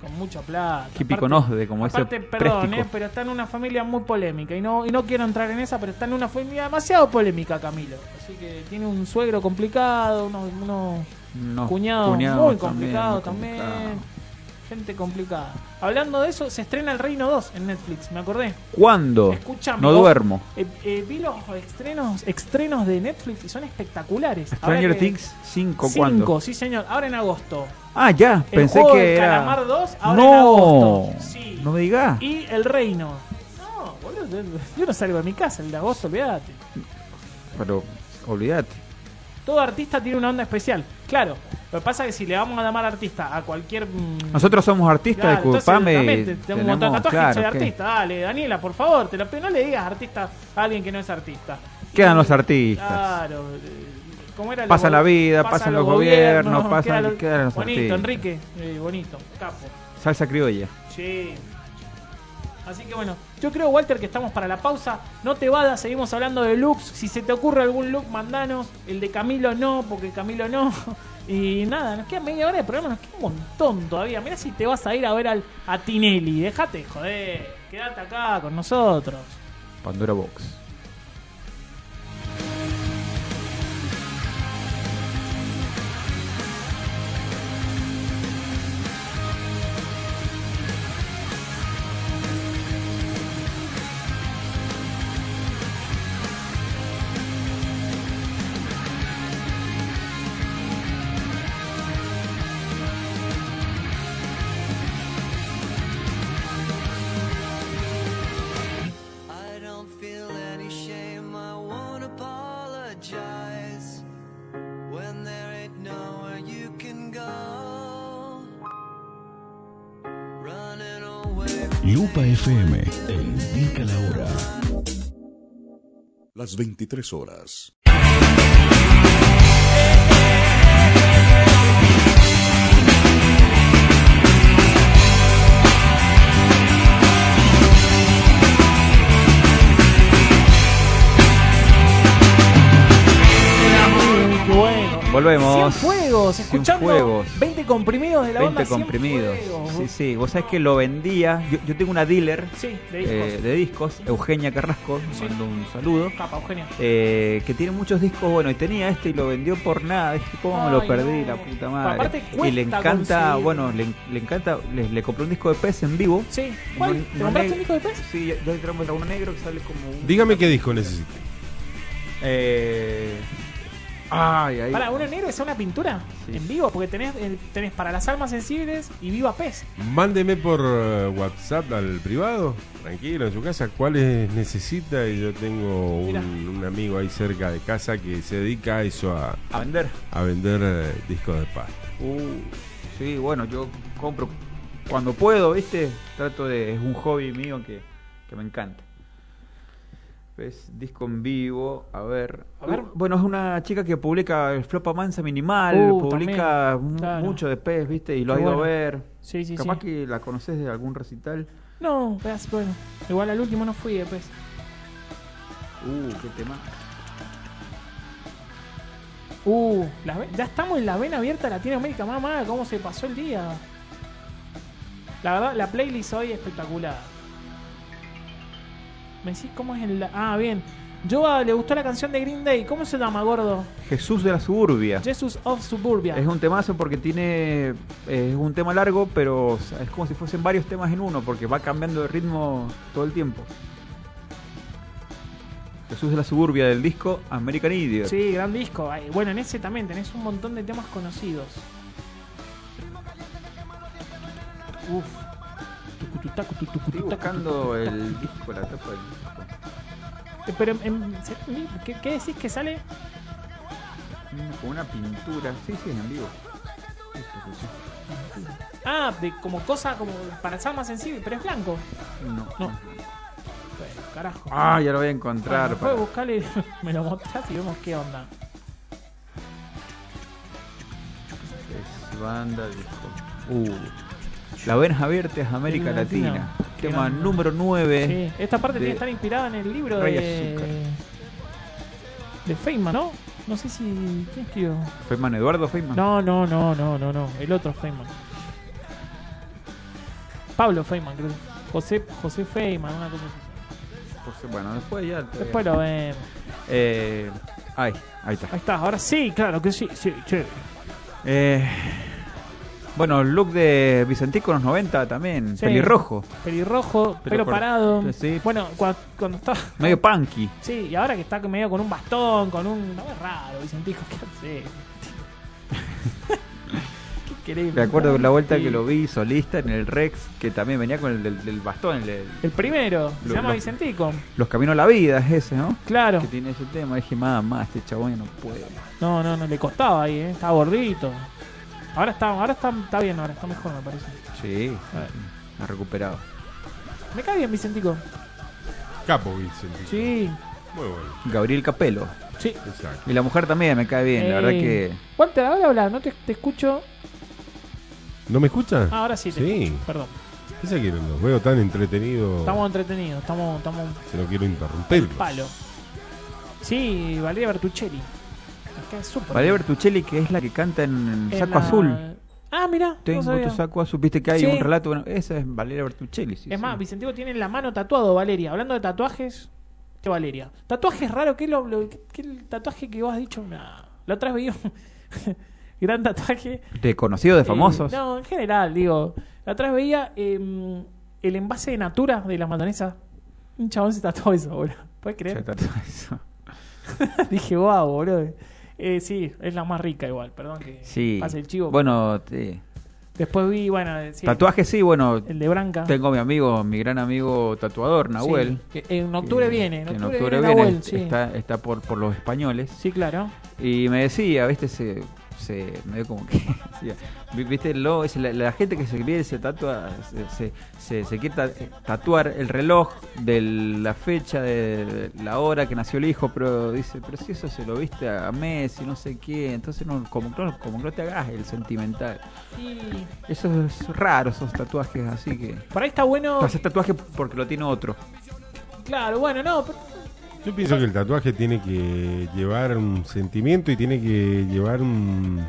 Con mucho plata. hippie con Aparte- osde, como ese Aparte, perdón, préstico. eh, pero está en una familia muy polémica. Y no, y no quiero entrar en esa, pero está en una familia demasiado polémica, Camilo. Así que tiene un suegro complicado, unos, unos Unos cuñados cuñados eh, muy también, complicados muy también. complicado. Gente complicada. Hablando de eso, se estrena El Reino 2 en Netflix, me acordé. ¿Cuándo? Escuchame, no vos, duermo. eh, eh, vi los estrenos, estrenos de Netflix y son espectaculares. Ahora Stranger que- Things 5, Cinco, ¿cuándo? sí señor. Ahora en agosto. Ah, ya, El pensé juego que del era. Calamar 2, ahora en no, agosto. Sí. no me digas. Y El Reino. No, boludo, yo no salgo de mi casa el de agosto, olvídate. Pero olvídate. Todo artista tiene una onda especial. Claro, lo que pasa es que si le vamos a llamar artista a cualquier... mm, Nosotros somos artistas, Claro, entonces, disculpame. también te- tengo un montón de tenemos- tatuajes, claro, soy ¿qué? artista. Dale, Daniela, por favor, te la, pido, no le digas artista a alguien que no es artista. Quedan los Y- artistas. Claro. eh, ¿cómo era? Pasa Los la go- vida, pasan los gobiernos, pasan- queda quedan los bonito, artistas. Enrique, eh, bonito, capo. Salsa criolla. Sí. Así que bueno, yo creo, Walter, que estamos para la pausa. No te vadas, seguimos hablando de looks. Si se te ocurre algún look, mandanos. El de Camilo no, porque Camilo no. Y nada, nos queda media hora de programa, nos queda un montón todavía. Mira si te vas a ir a ver al, a Tinelli. Déjate, joder. Quédate acá con nosotros. Pandora Box. I don't feel any shame, I won't apologize. When there ain't nowhere you can go, running away. Lupa FM te indica la hora. Las 23 horas. Bueno. Volvemos. 100 juegos, Cien escuchando juegos. 20 comprimidos de la 20 banda 100 comprimidos. juegos. Sí, sí. Vos sabés que lo vendía. Yo, yo tengo una dealer Sí, de discos. eh, de discos, Eugenia Carrasco. le Mando un saludo. Capa, Eugenia. eh, que tiene muchos discos bueno y tenía este y lo vendió por nada dije cómo me Ay, lo perdí no. la puta madre Aparte y le cuesta encanta conseguir. bueno le, le encanta le, le compré un disco de pez en vivo sí ¿Cuál? ¿Te compraste un disco de pez? Sí, yo entramos uno negro que sale como un... Dígame qué disco necesita. eh... ay ay Para uno negro es una pintura en vivo, porque tenés, eh, tenés para las almas sensibles y viva pez. Mándeme por eh, WhatsApp al privado, tranquilo, en su casa, cuáles necesita. Y yo tengo un, Mirá. un amigo ahí cerca de casa que se dedica a eso, a, a vender a vender eh, discos de pasta. Uh, sí, bueno, yo compro cuando puedo, ¿viste? Trato de. Es un hobby mío que, que me encanta. ¿Ves? Disco en vivo, a ver. A ver. Uh, Bueno, es una chica que publica el Flopa Mansa Minimal, Uh, publica también, mu- claro. mucho de pez, ¿viste? Y lo ha Qué ido a bueno. ver. Sí, sí, Capaz sí. que la conoces de algún recital. No, pez, bueno. Igual al último no fui de pez. Uh, qué tema. Uh, la ve- ya estamos en la vena abierta de Latinoamérica, mamá, cómo se pasó el día. La verdad, la playlist hoy es espectacular. Me decís cómo es el... Ah, bien. Joa le gustó la canción de Green Day. ¿Cómo se llama, gordo? Jesús de la Suburbia. Jesus of Suburbia. Es un temazo porque tiene. eh, Es un tema largo, pero o sea, es como si fuesen varios temas en uno, porque va cambiando de ritmo todo el tiempo. Jesús de la suburbia del disco American Idiot. Sí, gran disco. Ay, Bueno, en ese también tenés un montón de temas conocidos. Uf. Estoy buscando el disco, la tapa del disco. Eh, Pero, em, se- ¿qué, qué decís que sale? Mm, Con una pintura. Sí, sí, en vivo. Eso, eso, Ah, de, como cosa, como para ser más sensible, pero es blanco. eso. No. No. Bueno, carajo. Ah, ya lo voy a Bueno, encontrar. después buscale, me lo mostrás y vemos qué onda. Es banda disco. Uh. La Ven Abierta es América Latina. Latina. Qué Tema grande. número 9. Sí, Esta parte de tiene que estar inspirada en el libro Rey Azúcar. de. de Feynman, ¿no? No sé si. ¿Quién escribió? Feynman, Eduardo Feynman. No, no, no, no, no, no. El otro Feynman. Pablo Feynman, creo. José, José Feynman, una cosa así. Pues, bueno, después ya. te- Después lo ven. Eh, ahí, ahí está. Ahí está, ahora sí, claro que sí, sí, chévere. Eh, bueno, el look de Vicentico en los 90 también. Sí. Pelirrojo. Pelirrojo, Pelo pelo corto. parado. Sí. Bueno, cua- cuando, estaba. Medio punky. Sí, y ahora que está medio con un bastón, con un. No es raro, Vicentico, ¿qué hace? ¿Qué querés? Me acuerdo de la vuelta Sí. que lo vi solista en el Rex, que también venía con el del, del bastón. El, el- El primero, se Lo- llama lo- Vicentico. los caminos a la vida es ese, ¿no? Claro. Que tiene ese tema. Dije, mamá, este chabón ya no puede. No, no, no, le costaba ahí, ¿eh? Estaba gordito. Ahora está, ahora está, está bien, ahora está mejor, me parece. Sí, ha recuperado. Me cae bien, Vicentico. Capo Vicentico. Sí. Muy bueno. Gabriel Capelo. Sí. Exacto. Y la mujer también me cae bien, la verdad Eh, que. Walter, ahora habla, no te, te escucho. ¿No me escuchan? Ah, ahora sí te Sí. escucho, Perdón. Ese que los veo tan entretenido. Estamos entretenidos, estamos, estamos un Se lo quiero interrumpir. palo. Sí, Valeria Bertuccelli. Acá es súper. Valeria Bertuccelli, que es la que canta en, En Saco la- Azul. Ah, mira. Tengo tu saco azul. Viste que hay Sí. un relato. Bueno, esa es Valeria Bertuccelli. sí, es sí. más, Vicentico tiene en la mano tatuado Valeria. Hablando de tatuajes, te Valeria. Tatuajes raro, ¿qué es lo, lo- qué- qué es el tatuaje que vos has dicho? Nah. La otra vez veía un gran tatuaje. De conocidos, de famosos. Eh, no, en general, digo. La otra vez veía eh, el envase de Natura de la mayonesa. Un chabón se tatuó eso, boludo. ¿Puedes Se creer? tatuó eso. Eh, Dije, wow, boludo. Eh, sí, es la más rica igual, perdón que Sí. pase el chivo. Bueno, te- Después vi, bueno, eh, sí, tatuajes sí, bueno. el de Branca. Tengo mi amigo, mi gran amigo tatuador, Nahuel. Sí, que en octubre viene, en que octubre, viene, Nahuel, sí. está, está por, por los españoles. Sí, claro. Y me decía, viste, se, se me dio como que decía, vi- viste, lo, dice, la, la gente que se quiere se tatua, se, se, se- se quiere ta- eh, tatuar el reloj de la fecha de la hora que nació el hijo, pero dice, pero si eso se lo viste a Messi, no sé qué, entonces no, como, que no- como que no te hagas el sentimental. Y Eso es raro, esos tatuajes, así que. por ahí está bueno. Haces tatuaje porque lo tiene otro. Claro, bueno, no, pero- Yo pienso que el tatuaje tiene que llevar un sentimiento y tiene que llevar un.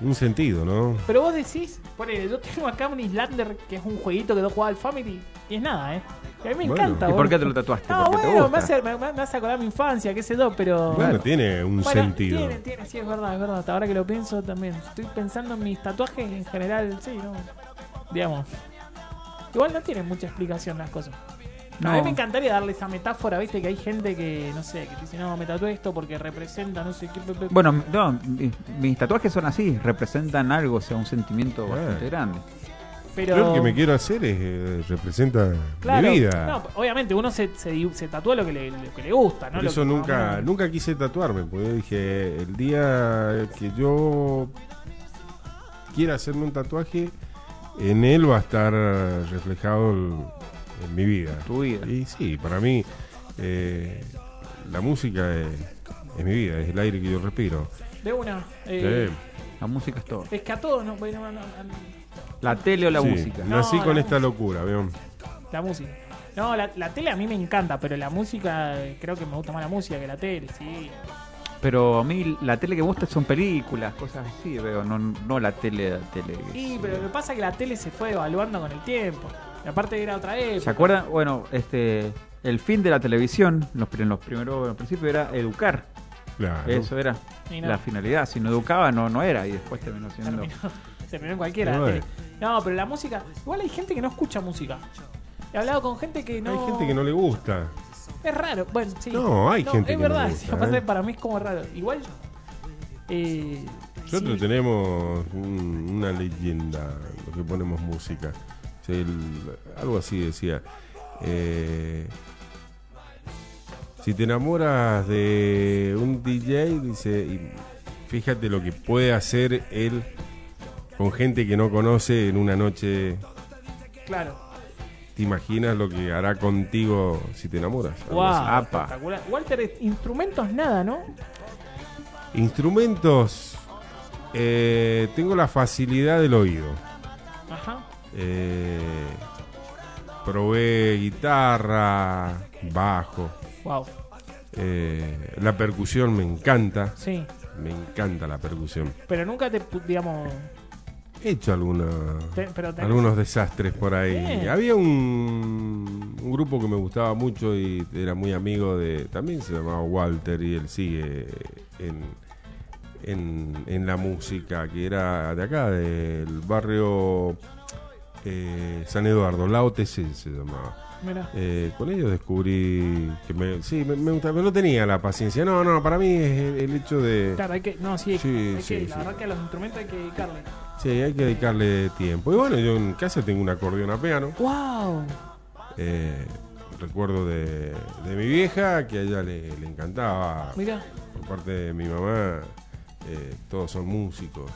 un sentido, ¿no? Pero vos decís, ponele, yo tengo acá un Islander que es un jueguito que yo jugaba al Family y es nada, ¿eh. Y a mí me Bueno. encanta, ¿Y boludo. por qué te lo tatuaste? No, Porque te bueno, me gusta. hace, me, me hace acordar mi infancia, qué sé yo, pero. Bueno, tiene un Bueno, sentido. Tiene, tiene, sí, es verdad, es verdad. Hasta ahora que lo pienso también. Estoy pensando en mis tatuajes en general, sí, no. Digamos. Igual no tienen mucha explicación las cosas. A mí No. me encantaría darle esa metáfora, viste, que hay gente que, no sé, que te dice, no, me tatué esto porque representa, no sé qué. pe- pe- Bueno, no, mi- mis tatuajes son así, representan algo, o sea, un sentimiento bastante grande. pero. Yo lo que me quiero hacer es. eh, representa Claro, mi vida. no, obviamente uno se, se, di- se tatúa lo que le, lo que le gusta, ¿no? Por Lo eso que- nunca, nunca quise tatuarme, porque yo dije, el día que yo quiera hacerme un tatuaje, en él va a estar reflejado el- en mi vida. Tu vida. Y sí, para mí eh, la música es, es mi vida, es el aire que yo respiro. De una. eh, Sí. La música es todo. Es que a todos nos. bueno, no, no, no, La tele o la Sí, música. Nací No, con la esta locura, ¿vieron? la música. No, la, la tele a mí me encanta, pero la música, eh, creo que me gusta más la música que la tele, sí. Pero a mí la tele que me gusta son películas, cosas así, veo, no, no la tele, la tele. Y, pero lo que pasa es que la tele se fue evaluando con el tiempo. Y aparte era otra época. ¿Se acuerdan? Bueno, este, el fin de la televisión, los, pri- en los primeros, en principio era educar. Claro. Eso era Y no. la finalidad. Si no educaba, no, no era. Y después terminó siendo. Terminó en cualquiera. Y la bueno. tele. No, pero la música. Igual hay gente que no escucha música. He hablado con gente que no. Hay gente que no le gusta. Es raro. Bueno, sí. No, hay gente Es que no verdad. le gusta, sí, aparte ¿eh? para mí es como raro. Igual. eh, Nosotros tenemos un- una leyenda, lo que ponemos música. Es el- algo así decía. eh, si te enamoras de un DJ, dice, y fíjate lo que puede hacer él con gente que no conoce en una noche. Claro. ¿Te imaginas lo que hará contigo si te enamoras? Algo Wow, así. Apa. espectacular. Walter, instrumentos nada, ¿no? Instrumentos. eh, tengo la facilidad del oído. Ajá. Eh, probé guitarra, bajo. Wow. Eh, la percusión me encanta. Sí. Me encanta la percusión. Pero nunca te, pu- digamos, He hecho alguna, Te- pero tenés- algunos desastres por ahí. Bien. Había un, un grupo que me gustaba mucho y era muy amigo de. También se llamaba Walter y él sigue en, en, en la música, que era de acá, del barrio eh, San Eduardo, la OTC se llamaba. Mirá. Eh, con ellos descubrí que me, sí, me, me gustaba, pero no tenía la paciencia. No, no, para mí es el, el hecho de. claro, hay que, no, sí, hay- Sí, hay sí, que, la sí. verdad que a los instrumentos hay que dedicarle. Sí, hay que dedicarle tiempo. Y bueno, yo en casa tengo un acordeón a piano. Wow. Eh, recuerdo de, de mi vieja, que a ella le, le encantaba. Mirá. Por parte de mi mamá, eh, todos son músicos.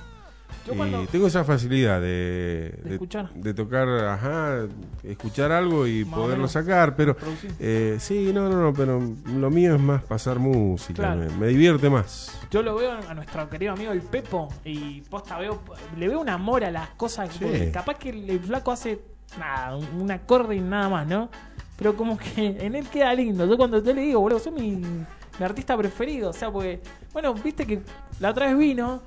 Yo y cuando- tengo esa facilidad de, de- escuchar. de tocar, ajá, escuchar algo y Más o poderlo menos. sacar, pero Producir. eh, sí, no, no, no, pero lo mío es más pasar música, Claro. me, me divierte más. Yo lo veo a nuestro querido amigo el Pepo y posta veo, le veo un amor a las cosas. porque Capaz que el, el flaco hace nada, un un acorde y nada más, ¿no? Pero como que en él queda lindo. Yo cuando yo le digo, boludo, soy mi, mi artista preferido. O sea, porque, bueno, viste que la otra vez vino,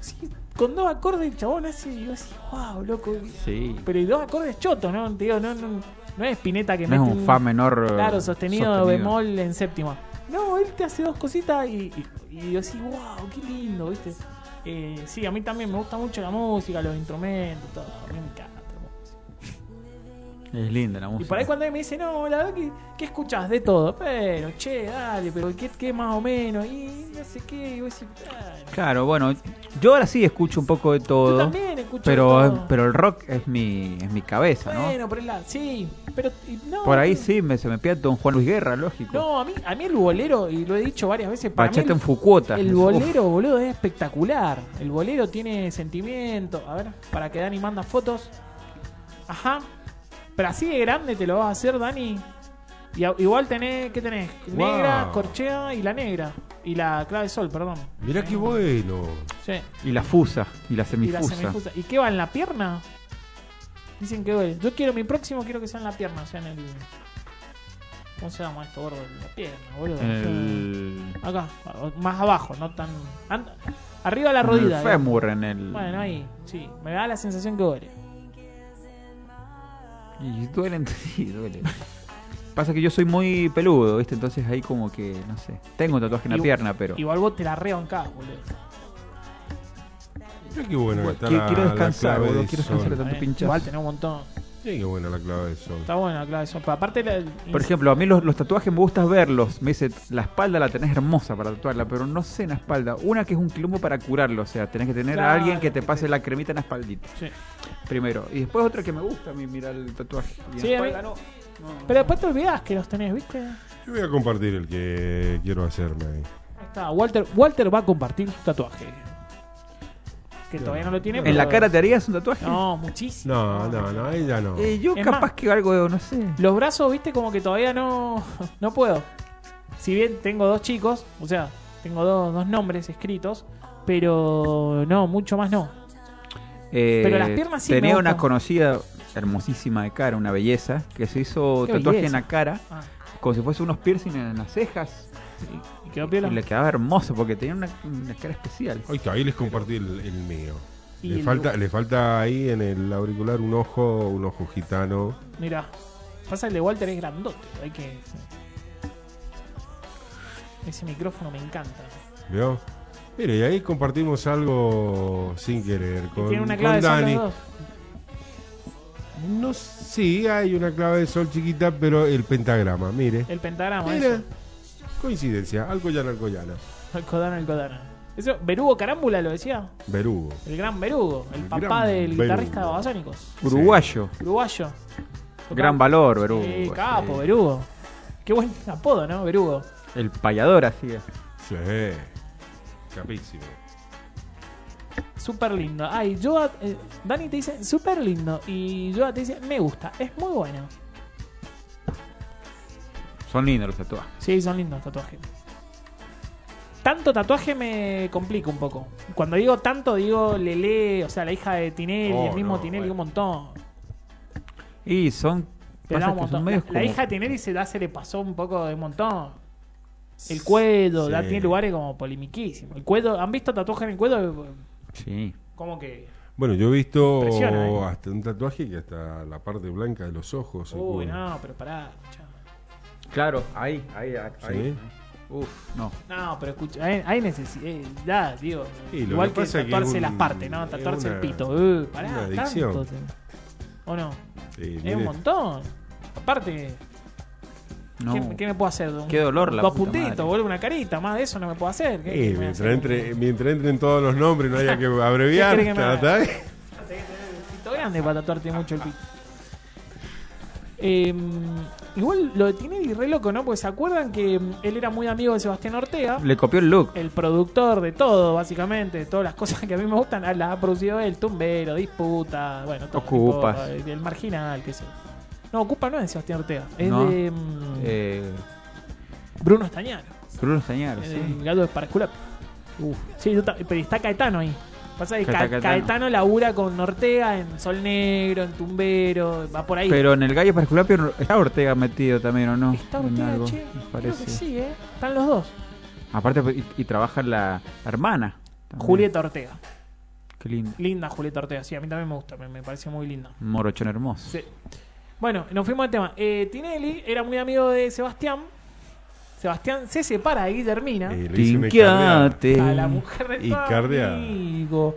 sí, con dos acordes el chabón hace, y yo así, wow, loco. Sí. Pero y dos acordes chotos, ¿no? Te digo, no, no, no es Pineta que No es mete un fa menor, eh, Claro, sostenido, sostenido. bemol en séptima. No, él te hace dos cositas y, y, y yo así, wow, qué lindo, ¿viste? Eh, sí, a mí también me gusta mucho la música, los instrumentos, todo. Me encanta. Es linda la Y música. por ahí cuando me dice, no, la verdad que, ¿qué escuchás de todo? Pero, che, dale, pero ¿qué, qué más o menos? Y no sé qué, y vos decís, "Ah, Claro, bueno, yo ahora sí escucho un poco de todo. también escucho pero, eh, de todo. pero el rock es mi, es mi cabeza, ¿no? bueno, pero es la... Sí, pero... y no, Por ahí sí, me, se me pide Don Juan Luis Guerra, lógico. No, a mí, a mí el bolero, y lo he dicho varias veces, para mí Bachata el- en Fucuota. El Uf. bolero, boludo, es espectacular. El bolero tiene sentimiento. A ver, para que Dani manda fotos. Ajá. Pero así de grande te lo vas a hacer, Dani. Y a- igual tenés, ¿qué tenés? Wow. Negra, corchea y la negra. Y la clave sol, perdón. Mirá qué bueno. Sí. Y la fusa, y la Y la semifusa. semifusa. ¿Y qué va en la pierna? Dicen que duele. Yo quiero, mi próximo quiero que sea en la pierna, o sea, en el. ¿Cómo se llama esto, gordo? En la pierna, boludo. En O sea, el- Acá, más abajo, no tan. and- Arriba de la En el rodilla. digamos. fémur, en el- Bueno, ahí, sí. Me da la sensación que duele. Y duelen, sí, duelen. Pasa que yo soy muy peludo, ¿viste? Entonces ahí como que, no sé. Tengo un tatuaje en la Igual- pierna, pero. Igual vos te la rebancás, boludo. Mirá qué bueno. que Bueno, está quiero- la- quiero la descansar, clave boludo, de quiero descansar sol. de tanto pinchazo. Igual tenés un montón. Sí, qué buena la clave de sol. Está buena la clave de eso. Pero aparte, la- Por ejemplo, a mí los, los tatuajes me gusta verlos. Me dice, la espalda la tenés hermosa para tatuarla, pero no sé en la espalda. Una que es un quilombo para curarlo, o sea, tenés que tener a Claro, alguien que te pase la cremita en la espaldita. Sí. Primero. Y después otra que me gusta a mí, mirar el tatuaje. Y en Sí, la a mí- espalda no. Pero después te olvidás que los tenés, ¿viste? Yo voy a compartir el que quiero hacerme ahí. Ahí está. Walter, Walter va a compartir su tatuaje. Que todavía no lo tiene. ¿En la pero- cara te harías un tatuaje? No, muchísimo. No, no, no, ella no. Eh, yo Es capaz más- que algo, no sé. Los brazos, viste, como que todavía no, no puedo. Si bien tengo dos chicos, o sea, tengo dos, dos nombres escritos, pero no, mucho más no. Eh, Pero las piernas sí me Tenía gustan. una conocida hermosísima de cara, una belleza, que se hizo Qué tatuaje belleza. en la cara, Ah. como si fuese unos piercings en las cejas. Y quedó piola. Y le quedaba hermoso porque tenía una, una cara especial. Ahí está, ahí les compartí el, el mío. Y Le el- falta, le falta ahí en el auricular un ojo, un ojo gitano. Mira, pasa que el de Walter es grandote, hay que. Ese micrófono me encanta. ¿Vio? Mire, y ahí compartimos algo sin querer con, Tiene una con clave de sol Dani. los dos. No, sí, hay una clave de sol chiquita, pero el pentagrama, mire. El pentagrama, Mira. eso. Coincidencia, Alcoyana, Alcoyana. El Codana, el Codana. Eso, Berugo Carámbula lo decía. Berugo. El gran Berugo, el, El papá gran del Berugo. guitarrista de Babasónicos. Uruguayo. Uruguayo. Gran valor, Berugo. pues, Sí, capo, Berugo. Qué buen apodo, ¿no? Berugo. El payador así es. Sí. Capísimo. Súper lindo. Ay, yo Dani te dice súper lindo. Y yo te dice me gusta. Es muy bueno. Son lindos los tatuajes. Sí, son lindos los tatuajes. Tanto tatuaje me complica un poco. Cuando digo tanto, digo Lele, o sea, la hija de Tinelli, Oh, el mismo no, Tinelli, un montón. Y son. Pero pasa da un que montón. son medios La, la como- hija de Tinelli se, da, se le pasó un poco de un montón. El cuello, Sí. da- tiene lugares como polimiquísimo. El cuello, ¿han visto tatuajes en el cuello? Sí. Como que. Bueno, yo he visto Impresiona, ¿eh? hasta un tatuaje que hasta la parte blanca de los ojos. se Uy, cubre. no, pero pará. escuchá. Claro, ahí, ahí, ahí. Sí. Uf, no. No, pero escucha, hay, hay necesidad, eh, digo. Sí, lo Igual que que, pasa es que tatuarse es un- las partes, ¿no? es Tatuarse el una- pito. Uh, pará, una adicción. tanto te- ¿O no? Sí, es un mire. montón. Aparte, No. ¿qué, qué me puedo hacer? Un- Qué dolor la Dos puta puntitos, madre. boludo, una carita, más de eso no me puedo hacer. ¿Qué- Eh, qué me mientras, hace? entre, mientras entren todos los nombres y no haya que abreviar, ¿Qué querés que me haga? ¿está bien? pito grande para tatuarte mucho el pito. Eh, igual lo de Tinelli re loco, ¿no? Porque se acuerdan que mm, él era muy amigo de Sebastián Ortega. Le copió el look. El productor de todo, básicamente, de todas las cosas que a mí me gustan, ah, las ha producido él, Tumbero, Disputa, bueno, todo, Ocupas. tipo, eh, el marginal, qué sé. yo. No, Ocupa no es de Sebastián Ortega, es ¿no? de mm, Eh, Bruno Estañaro, Bruno Stañaro, el sí. gato de Parasculap. Sí, yo ta- pero está Caetano ahí. Pasa que Está Ca- Caetano. Caetano labura con Ortega en Sol Negro, en Tumbero, va por ahí. Pero en el gallo parasculapio está Ortega metido también, ¿o no? Está En Ortega, algo, che, me creo parece. que sí, ¿eh? Están los dos. Aparte, pues, y, y trabaja la hermana. también. Julieta Ortega. Qué lindo. Linda Julieta Ortega, sí, a mí también me gusta, me, me parece muy linda. Un Morochón hermoso. Sí. Bueno, nos fuimos al tema. Eh, Tinelli era muy amigo de Sebastián. Sebastián se separa de Guillermina. Eh, le hice una Tinqueate. A la mujer de Y tu cardeada. amigo.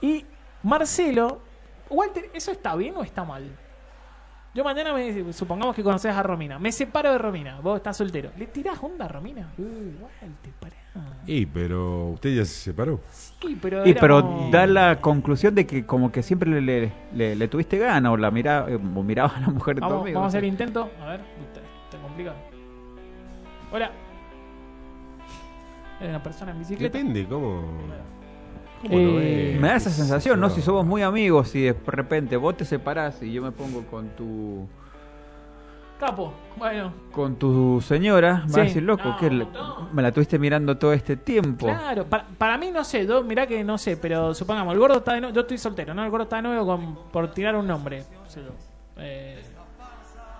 Y Marcelo, Walter, ¿eso está bien o está mal? Yo mañana, me, supongamos que conoces a Romina. Me separo de Romina. Vos estás soltero. ¿Le tirás onda a Romina? Uy, Walter, pará. Y pero usted ya se separó. Sí, pero Y pero éramos- da la conclusión de que como que siempre le, le- le- le tuviste gana o la mira, eh, o mirabas a la mujer de tu Vamos, amigo. vamos a no hacer sé. intento. A ver, te, te complica. Hola. Era una persona en bicicleta. Depende, ¿cómo? ¿Cómo lo Eh, ves? me da esa sensación, ¿no? Si somos muy amigos y de repente vos te separás y yo me pongo con tu Capo, bueno. con tu señora, me Sí. vas a decir, loco, No, que un la- me la tuviste mirando todo este tiempo. Claro, para, para mí no sé, yo, mirá que no sé, pero supongamos, el gordo está de novio, yo estoy soltero, ¿no? El gordo está de novio con, por tirar un nombre. no sé yo. Eh,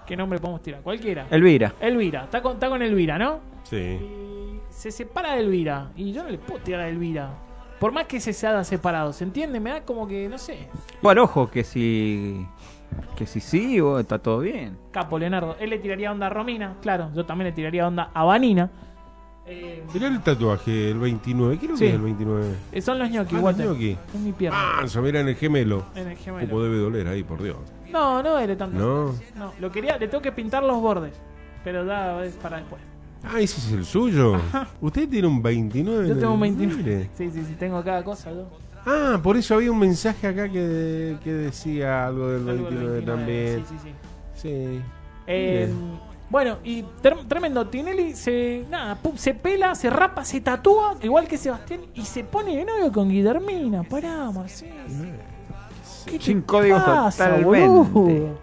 ¿Qué nombre podemos tirar? Cualquiera. Elvira. Elvira, está con, está con Elvira, ¿no? Sí. Se separa de Elvira y yo no le puedo tirar a Elvira. Por más que se sea separado, ¿se entiende? Me da como que, no sé. Bueno, ojo, que si que si sí, vos, está todo bien. Capo, Leonardo. Él le tiraría onda a Romina, claro. Yo también le tiraría onda a Vanina. Mirá el tatuaje, el 29. ¿Qué es lo Sí. que es el 29? Eh, son los ñoquis, Ah, los Walter. ñoquis. Es mi pierna. Manso, mira en el gemelo. En el gemelo. ¿Cómo debe doler ahí, por Dios? No, no duele tanto. No. No, lo quería, le tengo que pintar los bordes. Pero ya es para después. Ah, ese es el suyo. Usted tiene un 29. Yo tengo un 29. Mire. Sí, sí, sí, tengo cada cosa. Yo. Ah, por eso había un mensaje acá que, que decía algo del Algo 29, del 29, también. sí, sí, sí. Sí. Eh, bueno, y ter- tremendo. Tinelli se, nada, pum, se pela, se rapa, se tatúa, igual que Sebastián, y se pone de novio con Guillermina. Pará, Marcelo. ¿Qué te Sin códigos pasa, totalmente. boludo?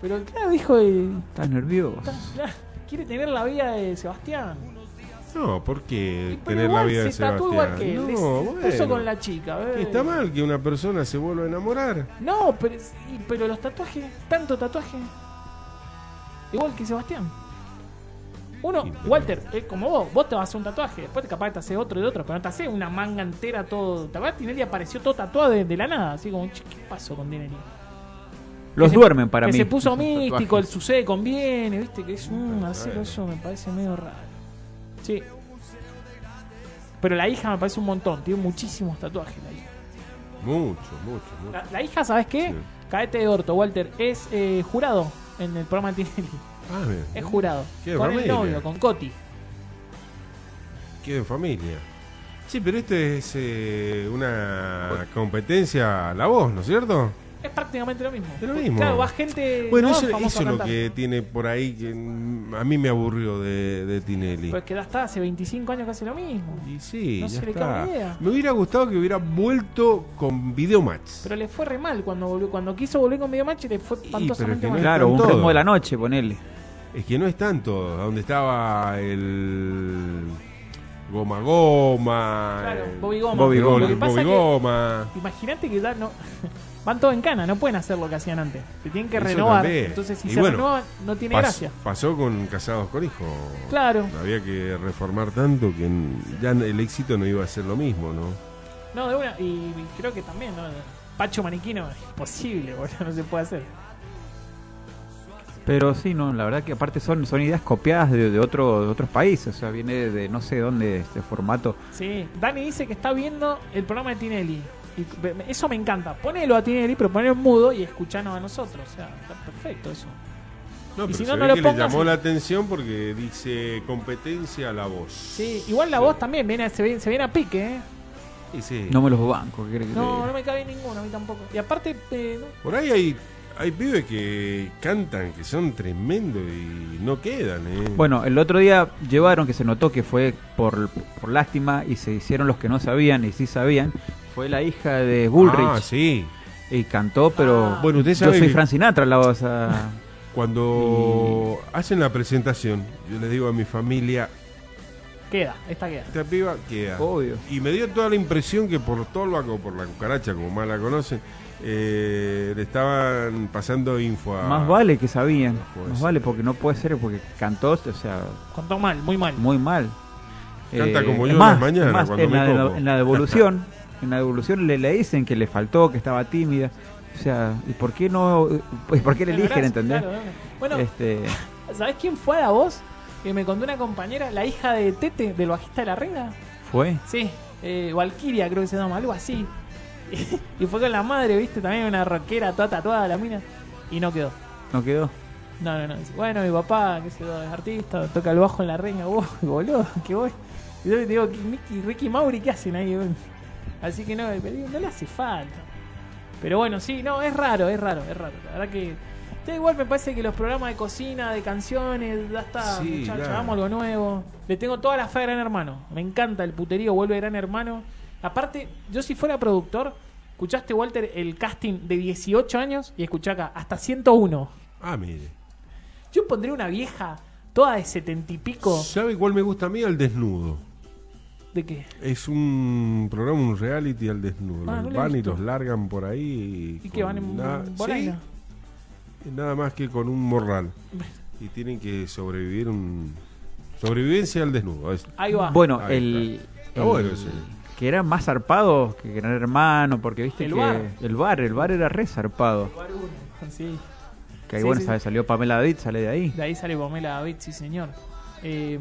Pero claro, hijo de... Estás nervioso. Claro, Quiere tener la vida de Sebastián. No, ¿por qué Pero Eh, tener la igual vida de se tatuó igual que Sebastián? él. No, le- se puso con bueno. la chica. Que bebé. Está mal que una persona se vuelva a enamorar. No, pero, y- pero los tatuajes, tanto tatuaje. Igual que Sebastián. Uno, Walter, es como vos, vos te vas a hacer un tatuaje, después capaz te haces otro y otro, pero no te haces una manga entera todo. ¿Te acuerdas? Tinelli apareció todo tatuado de, de la nada, así como, "Che, ¿qué pasó con Tinelli? Los Que se- duermen para que mí. Se puso esos tatuajes. místico, el sucede conviene, viste, que es un así, eso me parece medio raro. Sí. Pero la hija me parece un montón, tiene muchísimos tatuajes la hija. Mucho, mucho, mucho. La, la hija, ¿sabes qué? Sí. Caete de orto, Walter, es eh, jurado en el programa de Tinelli. Ah, bien. Es jurado. Qué con el familia. novio, con Coti. Qué de familia. Sí, pero esto es eh, una competencia a la voz, ¿no es cierto? Es prácticamente lo mismo. lo mismo. Claro, va gente. Bueno, no, eso, famosa eso a es lo cantar. que tiene por ahí que mm, a mí me aburrió de, de Tinelli. Pues que ya está, hace 25 años que hace lo mismo. y sí, no ya se le está. cabe idea. Me hubiera gustado que hubiera vuelto con Videomatch. Pero le fue re mal cuando volvió. Cuando quiso volver con medio match, le fue espantosamente no mal. Claro, están un todos. ritmo de la noche, ponele. Es que no es tanto. Donde estaba el. Goma Goma. Claro, el- Bobby Goma. Bobby, Lo Gol- que pasa Bobby es que- Goma. Imagínate que ya no. Van todos en cana, no pueden hacer lo que hacían antes. Se tienen que Eso renovar. también. Entonces, si Y se bueno, renovan, no tiene pas- gracia. Pasó con Casados con Hijos. Claro. Había que reformar tanto que n- ya el éxito no iba a ser lo mismo, ¿no? No, de una. Y, y creo que también, ¿no? Pacho Maniquino, imposible, boludo, no se puede hacer. Pero sí, no, la verdad que aparte son, son ideas copiadas de, de, otro- de otros países, o sea, viene de, de no sé dónde este formato. Sí, Dani dice que está viendo el programa de Tinelli. Y ve- me- eso me encanta. Ponelo a Tinelli, pero ponelo en mudo y escuchanos a nosotros. O sea, está perfecto eso. No, y pero si se no, ve no lo que le pongas. llamó la atención porque dice competencia a la voz. Sí, igual la voz también viene, a- se, viene, se viene a pique, ¿eh? Y sí. No me los banco, ¿qué crees que te No, diga? no me cabe ninguno, a mí tampoco. Y aparte, eh, no- Por ahí hay, hay pibes que cantan, que son tremendos y no quedan, ¿eh? Bueno, el otro día llevaron, que se notó que fue por, por lástima y se hicieron los que no sabían y sí sabían, fue la hija de Bullrich. Ah, sí. Y cantó, pero Ah. Bueno, usted yo sabe soy que- Frank Sinatra, la voz. ah, a- Cuando Mm. hacen la presentación, yo les digo a mi familia, queda, esta queda. esta piba queda. Obvio. Y me dio toda la impresión que por Tolvaco, por la cucaracha, como más la conocen, eh, le estaban pasando info a... Más vale que sabían, Ah, puede más ser. vale porque no puede ser, porque cantó, o sea, Contó mal, muy mal. muy mal. Eh, Canta como yo es en más- las mañanas, es más, cuando en, me la, en la- copo. en la devolución, en la devolución le, le dicen que le faltó, que estaba tímida. O sea, ¿y por qué no? ¿Y por qué le Bueno, eligen, gracias, entendés? claro, bueno. Bueno, Este, ¿sabés quién fue a la voz? Que me contó una compañera, la hija de Tete, del bajista de la reina. fue. Sí, eh, Valkyria creo que se llama, algo así. y fue con la madre, viste, también una rockera toda tatuada la mina. Y no quedó. No quedó. No, no, no. Dice, bueno, mi papá, que se es artista, toca el bajo en la reina, vos, boludo, que voy. Y yo le digo, ¿qué- Mickey, Ricky Mauri, ¿qué hacen ahí? boludo? Así que no, le digo, no le hace falta. Pero bueno, sí, no, es raro, es raro, es raro. La verdad que. Ya igual me parece que los programas de cocina, de canciones, ya está, Sí, muchachos, claro. hagamos algo nuevo. Le tengo toda la fe a Gran Hermano. Me encanta el puterío, vuelve Gran Hermano. Aparte, yo si fuera productor, escuchaste, Walter, el casting de 18 años y escuchá acá, hasta 101. Ah, mire. Yo pondría una vieja, toda de setenta y pico. ¿Sabe cuál me gusta a mí? Al desnudo. ¿De qué? Es un programa, un reality al desnudo. Ah, Los no lo he van y visto. los largan por ahí. ¿Y que con van en na- Boraina? Sí, nada más que con un morral. Y tienen que sobrevivir un... Sobrevivencia al desnudo. es- Ahí va. Bueno, Ahí el, está. Está el- bueno ese. que era más zarpado que Gran Hermano, porque viste El que bar. el bar, el bar era re zarpado. Sí. Que ahí Sí, bueno, sí, sale- sí. salió Pamela David, sale de ahí. De ahí sale Pamela David, sí señor. Eh,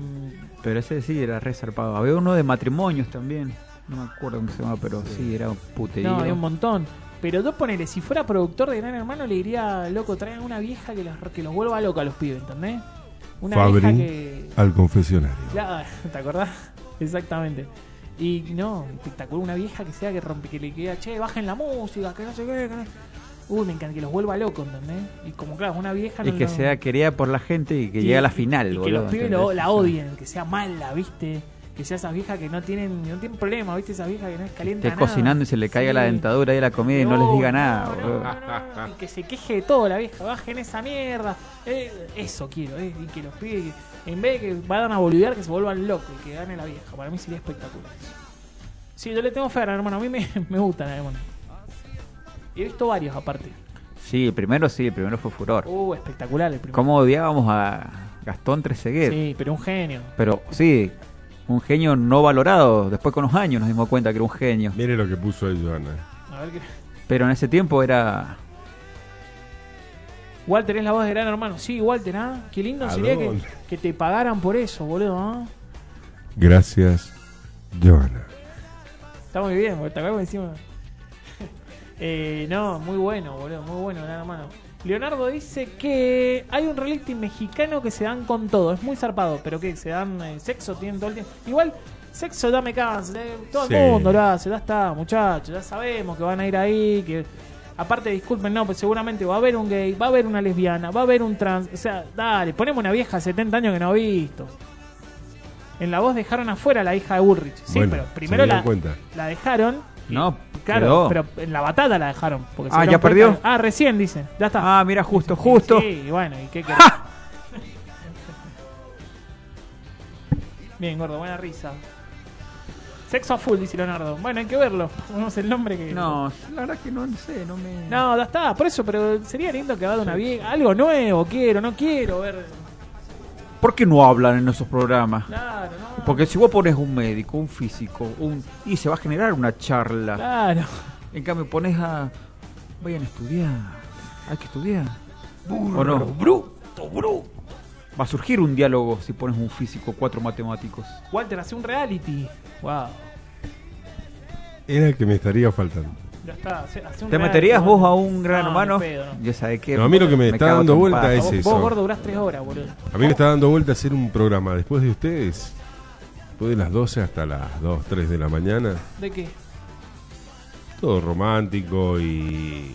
Pero ese sí era re zarpado. Había uno de matrimonios también. No me acuerdo cómo se llama, pero sí, era un puterío. no, hay un montón. Pero yo ponele, si fuera productor de Gran Hermano, le diría, loco, traigan una vieja que los, que los vuelva loca a los pibes, ¿entendés? Una Fabri vieja que. al confesionario. Claro, ¿te acordás? Exactamente. Y no, espectacular, una vieja que sea que rompe, que le queda, che, bajen la música, que no sé qué, que no- Uy, me encanta que los vuelva locos, ¿entendés? Y como claro, una vieja Y no- que no- sea querida por la gente y que Y- llegue a la y- final, y boludo. que los pibes lo- ¿entendés? la odien, que sea mala, ¿viste? Que sea esas viejas que no tienen no tienen problema, ¿viste? Esas viejas que no es caliente. Esté cocinando y se le caiga la dentadura y la comida y no, les diga nada, boludo. Y que se queje de todo la vieja, bajen esa mierda. Eh, eso quiero, eh, y que los pibes, que- en vez de que vayan a boludear, que se vuelvan locos y que gane la vieja. Para mí sería espectacular. Sí, yo le tengo fe a Gran hermano, a mí me, me gustan, hermano. He visto varios aparte. Sí, el primero sí, el primero fue furor. Uh, espectacular el primero. ¿Cómo odiábamos a Gastón Treseguet? Sí, pero un genio. Pero sí, un genio no valorado. Después con los años nos dimos cuenta que era un genio. Mire lo que puso ahí, Joana. A ver qué. Pero en ese tiempo era... Walter es la voz de Gran Hermano. Sí, Walter, ¿ah? Qué lindo ¿A sería que, dónde? que te pagaran por eso, boludo, ¿ah? Gracias, Joana. Está muy bien, boludo. Te acabo encima. eh, no, muy bueno, boludo, muy bueno, Gran Hermano. Leonardo dice que hay un reality mexicano que se dan con todo, es muy zarpado, pero que se dan eh, sexo, tienen todo el tiempo. Igual, sexo ya me cansa, eh, todo Sí. el mundo lo hace, ya está, muchachos, ya sabemos que van a ir ahí, que aparte disculpen, no, pues seguramente va a haber un gay, va a haber una lesbiana, va a haber un trans, o sea, dale, ponemos una vieja de 70 años que no ha visto. En la voz dejaron afuera a la hija de Ulrich, sí, Bueno, pero se primero dieron la, cuenta. la dejaron No, Claro, quedó. pero en la batata la dejaron. porque se Ah, dieron ¿ya cuenta- perdió? Ah, recién dice. Ya está. Ah, mira, justo, justo. Sí, y bueno, ¿y qué querés? Bien, gordo, buena risa. Sexo a full, dice Leonardo. Bueno, hay que verlo. Ponemos el nombre que. No, la verdad que no sé, no me. No, ya está, por eso, pero sería lindo que haga de una vieja. Algo nuevo, quiero, no quiero ver. ¿Por qué no hablan en esos programas? Claro, no. Porque si vos pones un médico, un físico, un y se va a generar una charla. Claro. En cambio pones a vayan a estudiar, hay que estudiar. Burro, ¿O no? bruto, bruto. Va a surgir un diálogo si pones un físico, cuatro matemáticos. Walter, hace un reality. Wow, Era el que me estaría faltando. ya está. hace- hace un reality, ¿Te meterías Walter. vos a un gran No, ni hermano? pedo, no. Ya sabes que No, a mí lo que me está cago dando a vuelta trompadas. es Vos, eso. gordo, durás tres horas, boludo. A mí me está dando vuelta hacer un programa después de ustedes. Después de las 12 hasta las 2, 3 de la mañana. ¿De qué? Todo romántico y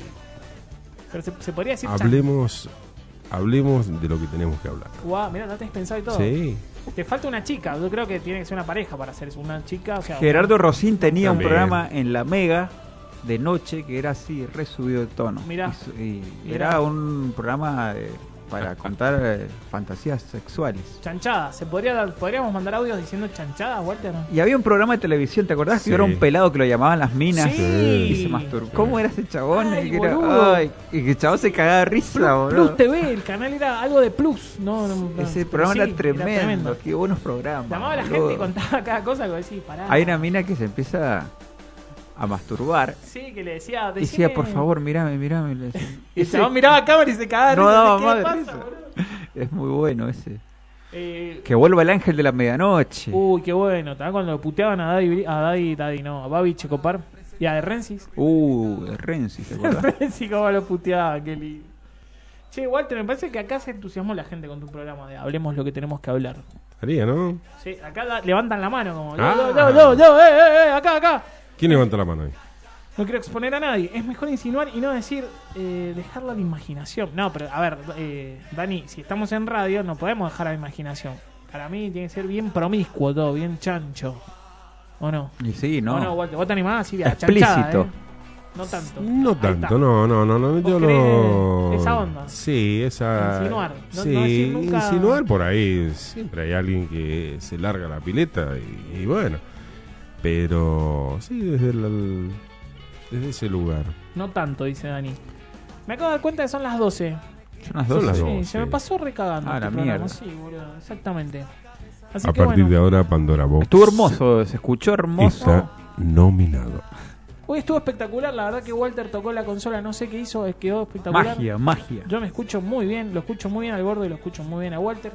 Pero se, se podría decir hablemos hablemos de lo que tenemos que hablar. Wow, mirá, no tenés pensado y todo. Sí. Te falta una chica. Yo creo que tiene que ser una pareja para hacer eso, una chica. O sea, Gerardo Rosín tenía También. un programa en la Mega de noche que era así, resubido de tono. Mirá. Y su- y Mirá. Era un programa eh, para contar eh, fantasías sexuales. Chanchada. ¿Se podría, dar- podríamos mandar audios diciendo chanchada, Walter? Y había un programa de televisión, ¿te acordás? Sí. Que era un pelado que lo llamaban las minas Sí. y se masturbó. ¿Cómo era ese chabón? Ay, que era- boludo. ay, y que el chabón se cagaba de risa, boludo. Plus TV, el canal era algo de Plus. No, no, no. Ese programa Sí, era, tremendo, qué buenos programas. Llamaba a la boludo. gente y contaba cada cosa que decía, pará. Hay una mina que se empieza a masturbar Sí, que le decía. y decía, "Decime". por favor, mirame, mirame. le decía. Y el Ese- chabón miraba a cámara y se cagaba. de No risa, daba ¿qué más de pasa, risa. boludo? Es muy bueno ese. Eh, Que vuelva el ángel de la medianoche. Uy, qué bueno. ¿Te acordás cuando lo puteaban a Daddy, Bri- a Daddy, Daddy, no, a Babi Checopar y a De Rensis? Uh, de Renzi, ¿te acordás? Renzi, cómo lo puteaba, qué lindo. Che, Walter, me parece que acá se entusiasmó la gente con tu programa de Hablemos lo que tenemos que hablar. Estaría, ¿no? Sí, acá da- levantan la mano como, yo, Ah. yo, yo, yo, yo, eh, eh, eh, acá, acá. ¿Quién levanta la mano ahí? No quiero exponer a nadie. Es mejor insinuar y no decir, eh, dejarlo a la imaginación. No, pero a ver, eh, Dani, si estamos en radio, no podemos dejar a la imaginación. Para mí tiene que ser bien promiscuo todo, bien chancho. ¿O no? Y sí, ¿O no, ¿no? Walter? ¿Vos te animás? Sí, a chanchada, Explícito. ¿eh? No tanto. No tanto, no, no, no, no, yo ¿Vos querés no. esa onda? Sí, esa. Insinuar, no- no sí, decir nunca- insinuar por ahí. Siempre hay alguien que se larga la pileta y, y bueno. Pero sí, desde, el- desde ese lugar. No tanto, dice Dani. Me acabo de dar cuenta que son las 12. Son las Son doce. las Sí, doce. se me pasó recagando. Ah, este la programa, mierda. Sí, boludo, exactamente. Así A que partir bueno, de ahora, Pandora Box. Estuvo hermoso, se escuchó hermoso. Está nominado. hoy estuvo espectacular. La verdad que Walter tocó la consola, no sé qué hizo, es- quedó espectacular. Magia, magia. Yo me escucho muy bien, lo escucho muy bien al gordo y lo escucho muy bien a Walter.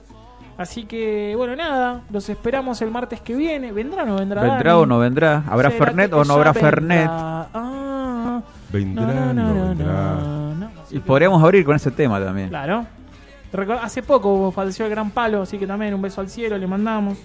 Así que, bueno, nada, los esperamos el martes que viene. ¿Vendrá o no vendrá? ¿Vendrá Dani? o no vendrá? ¿Habrá ¿Será Fernet que o no habrá ella Fernet? vendrá? Ah, Vendrá, no, vendrá. Y podríamos abrir con ese tema también. Claro. Reco- Hace poco falleció el gran palo, así que también un beso al cielo le mandamos.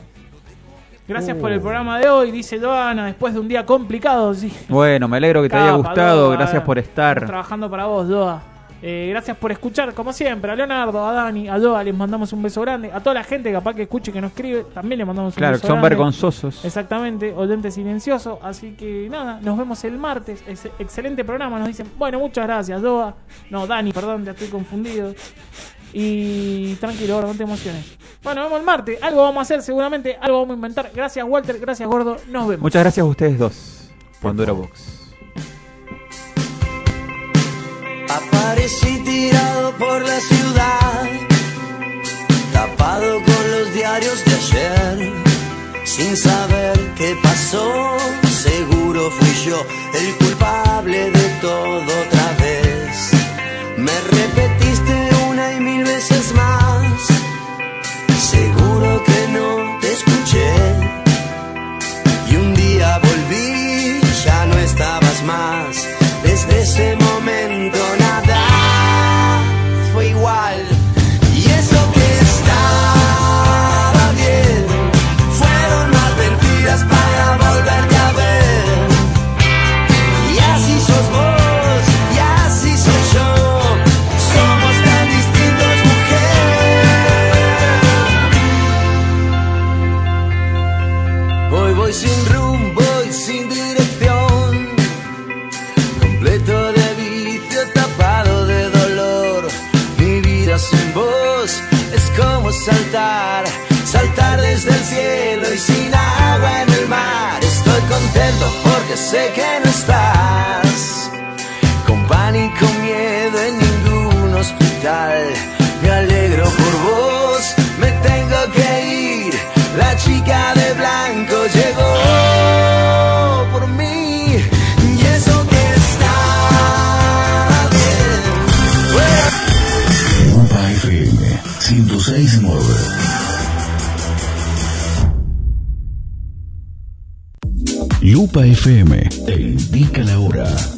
Gracias por el Oh. programa de hoy, dice Doana, después de un día complicado. Sí. Bueno, me alegro que te haya Capa, gustado. Doa. Gracias por Estamos estar. trabajando para vos, Doa. Eh, gracias por escuchar, como siempre, a Leonardo, a Dani, a Doa, les mandamos un beso grande. A toda la gente capaz que escuche y que nos escribe, también le mandamos un Claro, beso son grande. vergonzosos. Exactamente, oyente silencioso. Así que nada, nos vemos el martes. Ex- excelente programa, nos dicen. Bueno, muchas gracias, Doa. No, Dani, perdón, ya estoy confundido. Y tranquilo, gordo, no te emociones. Bueno, nos vemos el martes. Algo vamos a hacer, seguramente. Algo vamos a inventar. Gracias, Walter. Gracias, gordo. Nos vemos. Muchas gracias a ustedes dos. Pandora Box. Aparecí tirado por la ciudad, tapado con los diarios de ayer, sin saber qué pasó. Seguro fui yo el culpable de todo otra vez. Me repetiste una y mil veces más, seguro que no te escuché. Y un día volví, ya no estabas más. Desde ese momento nada voy sin rumbo y sin dirección, completo de vicio, tapado de dolor. Mi vida sin voz es como saltar, saltar desde el cielo y sin agua en el mar. Estoy contento porque sé que no estás, con pánico, miedo en ningún hospital. Me alegro por vos, me tengo que ir. La chica de blanco llegó por mí y eso que está bien. Bueno, Upa FM 1069. Lupa FM te indica la hora.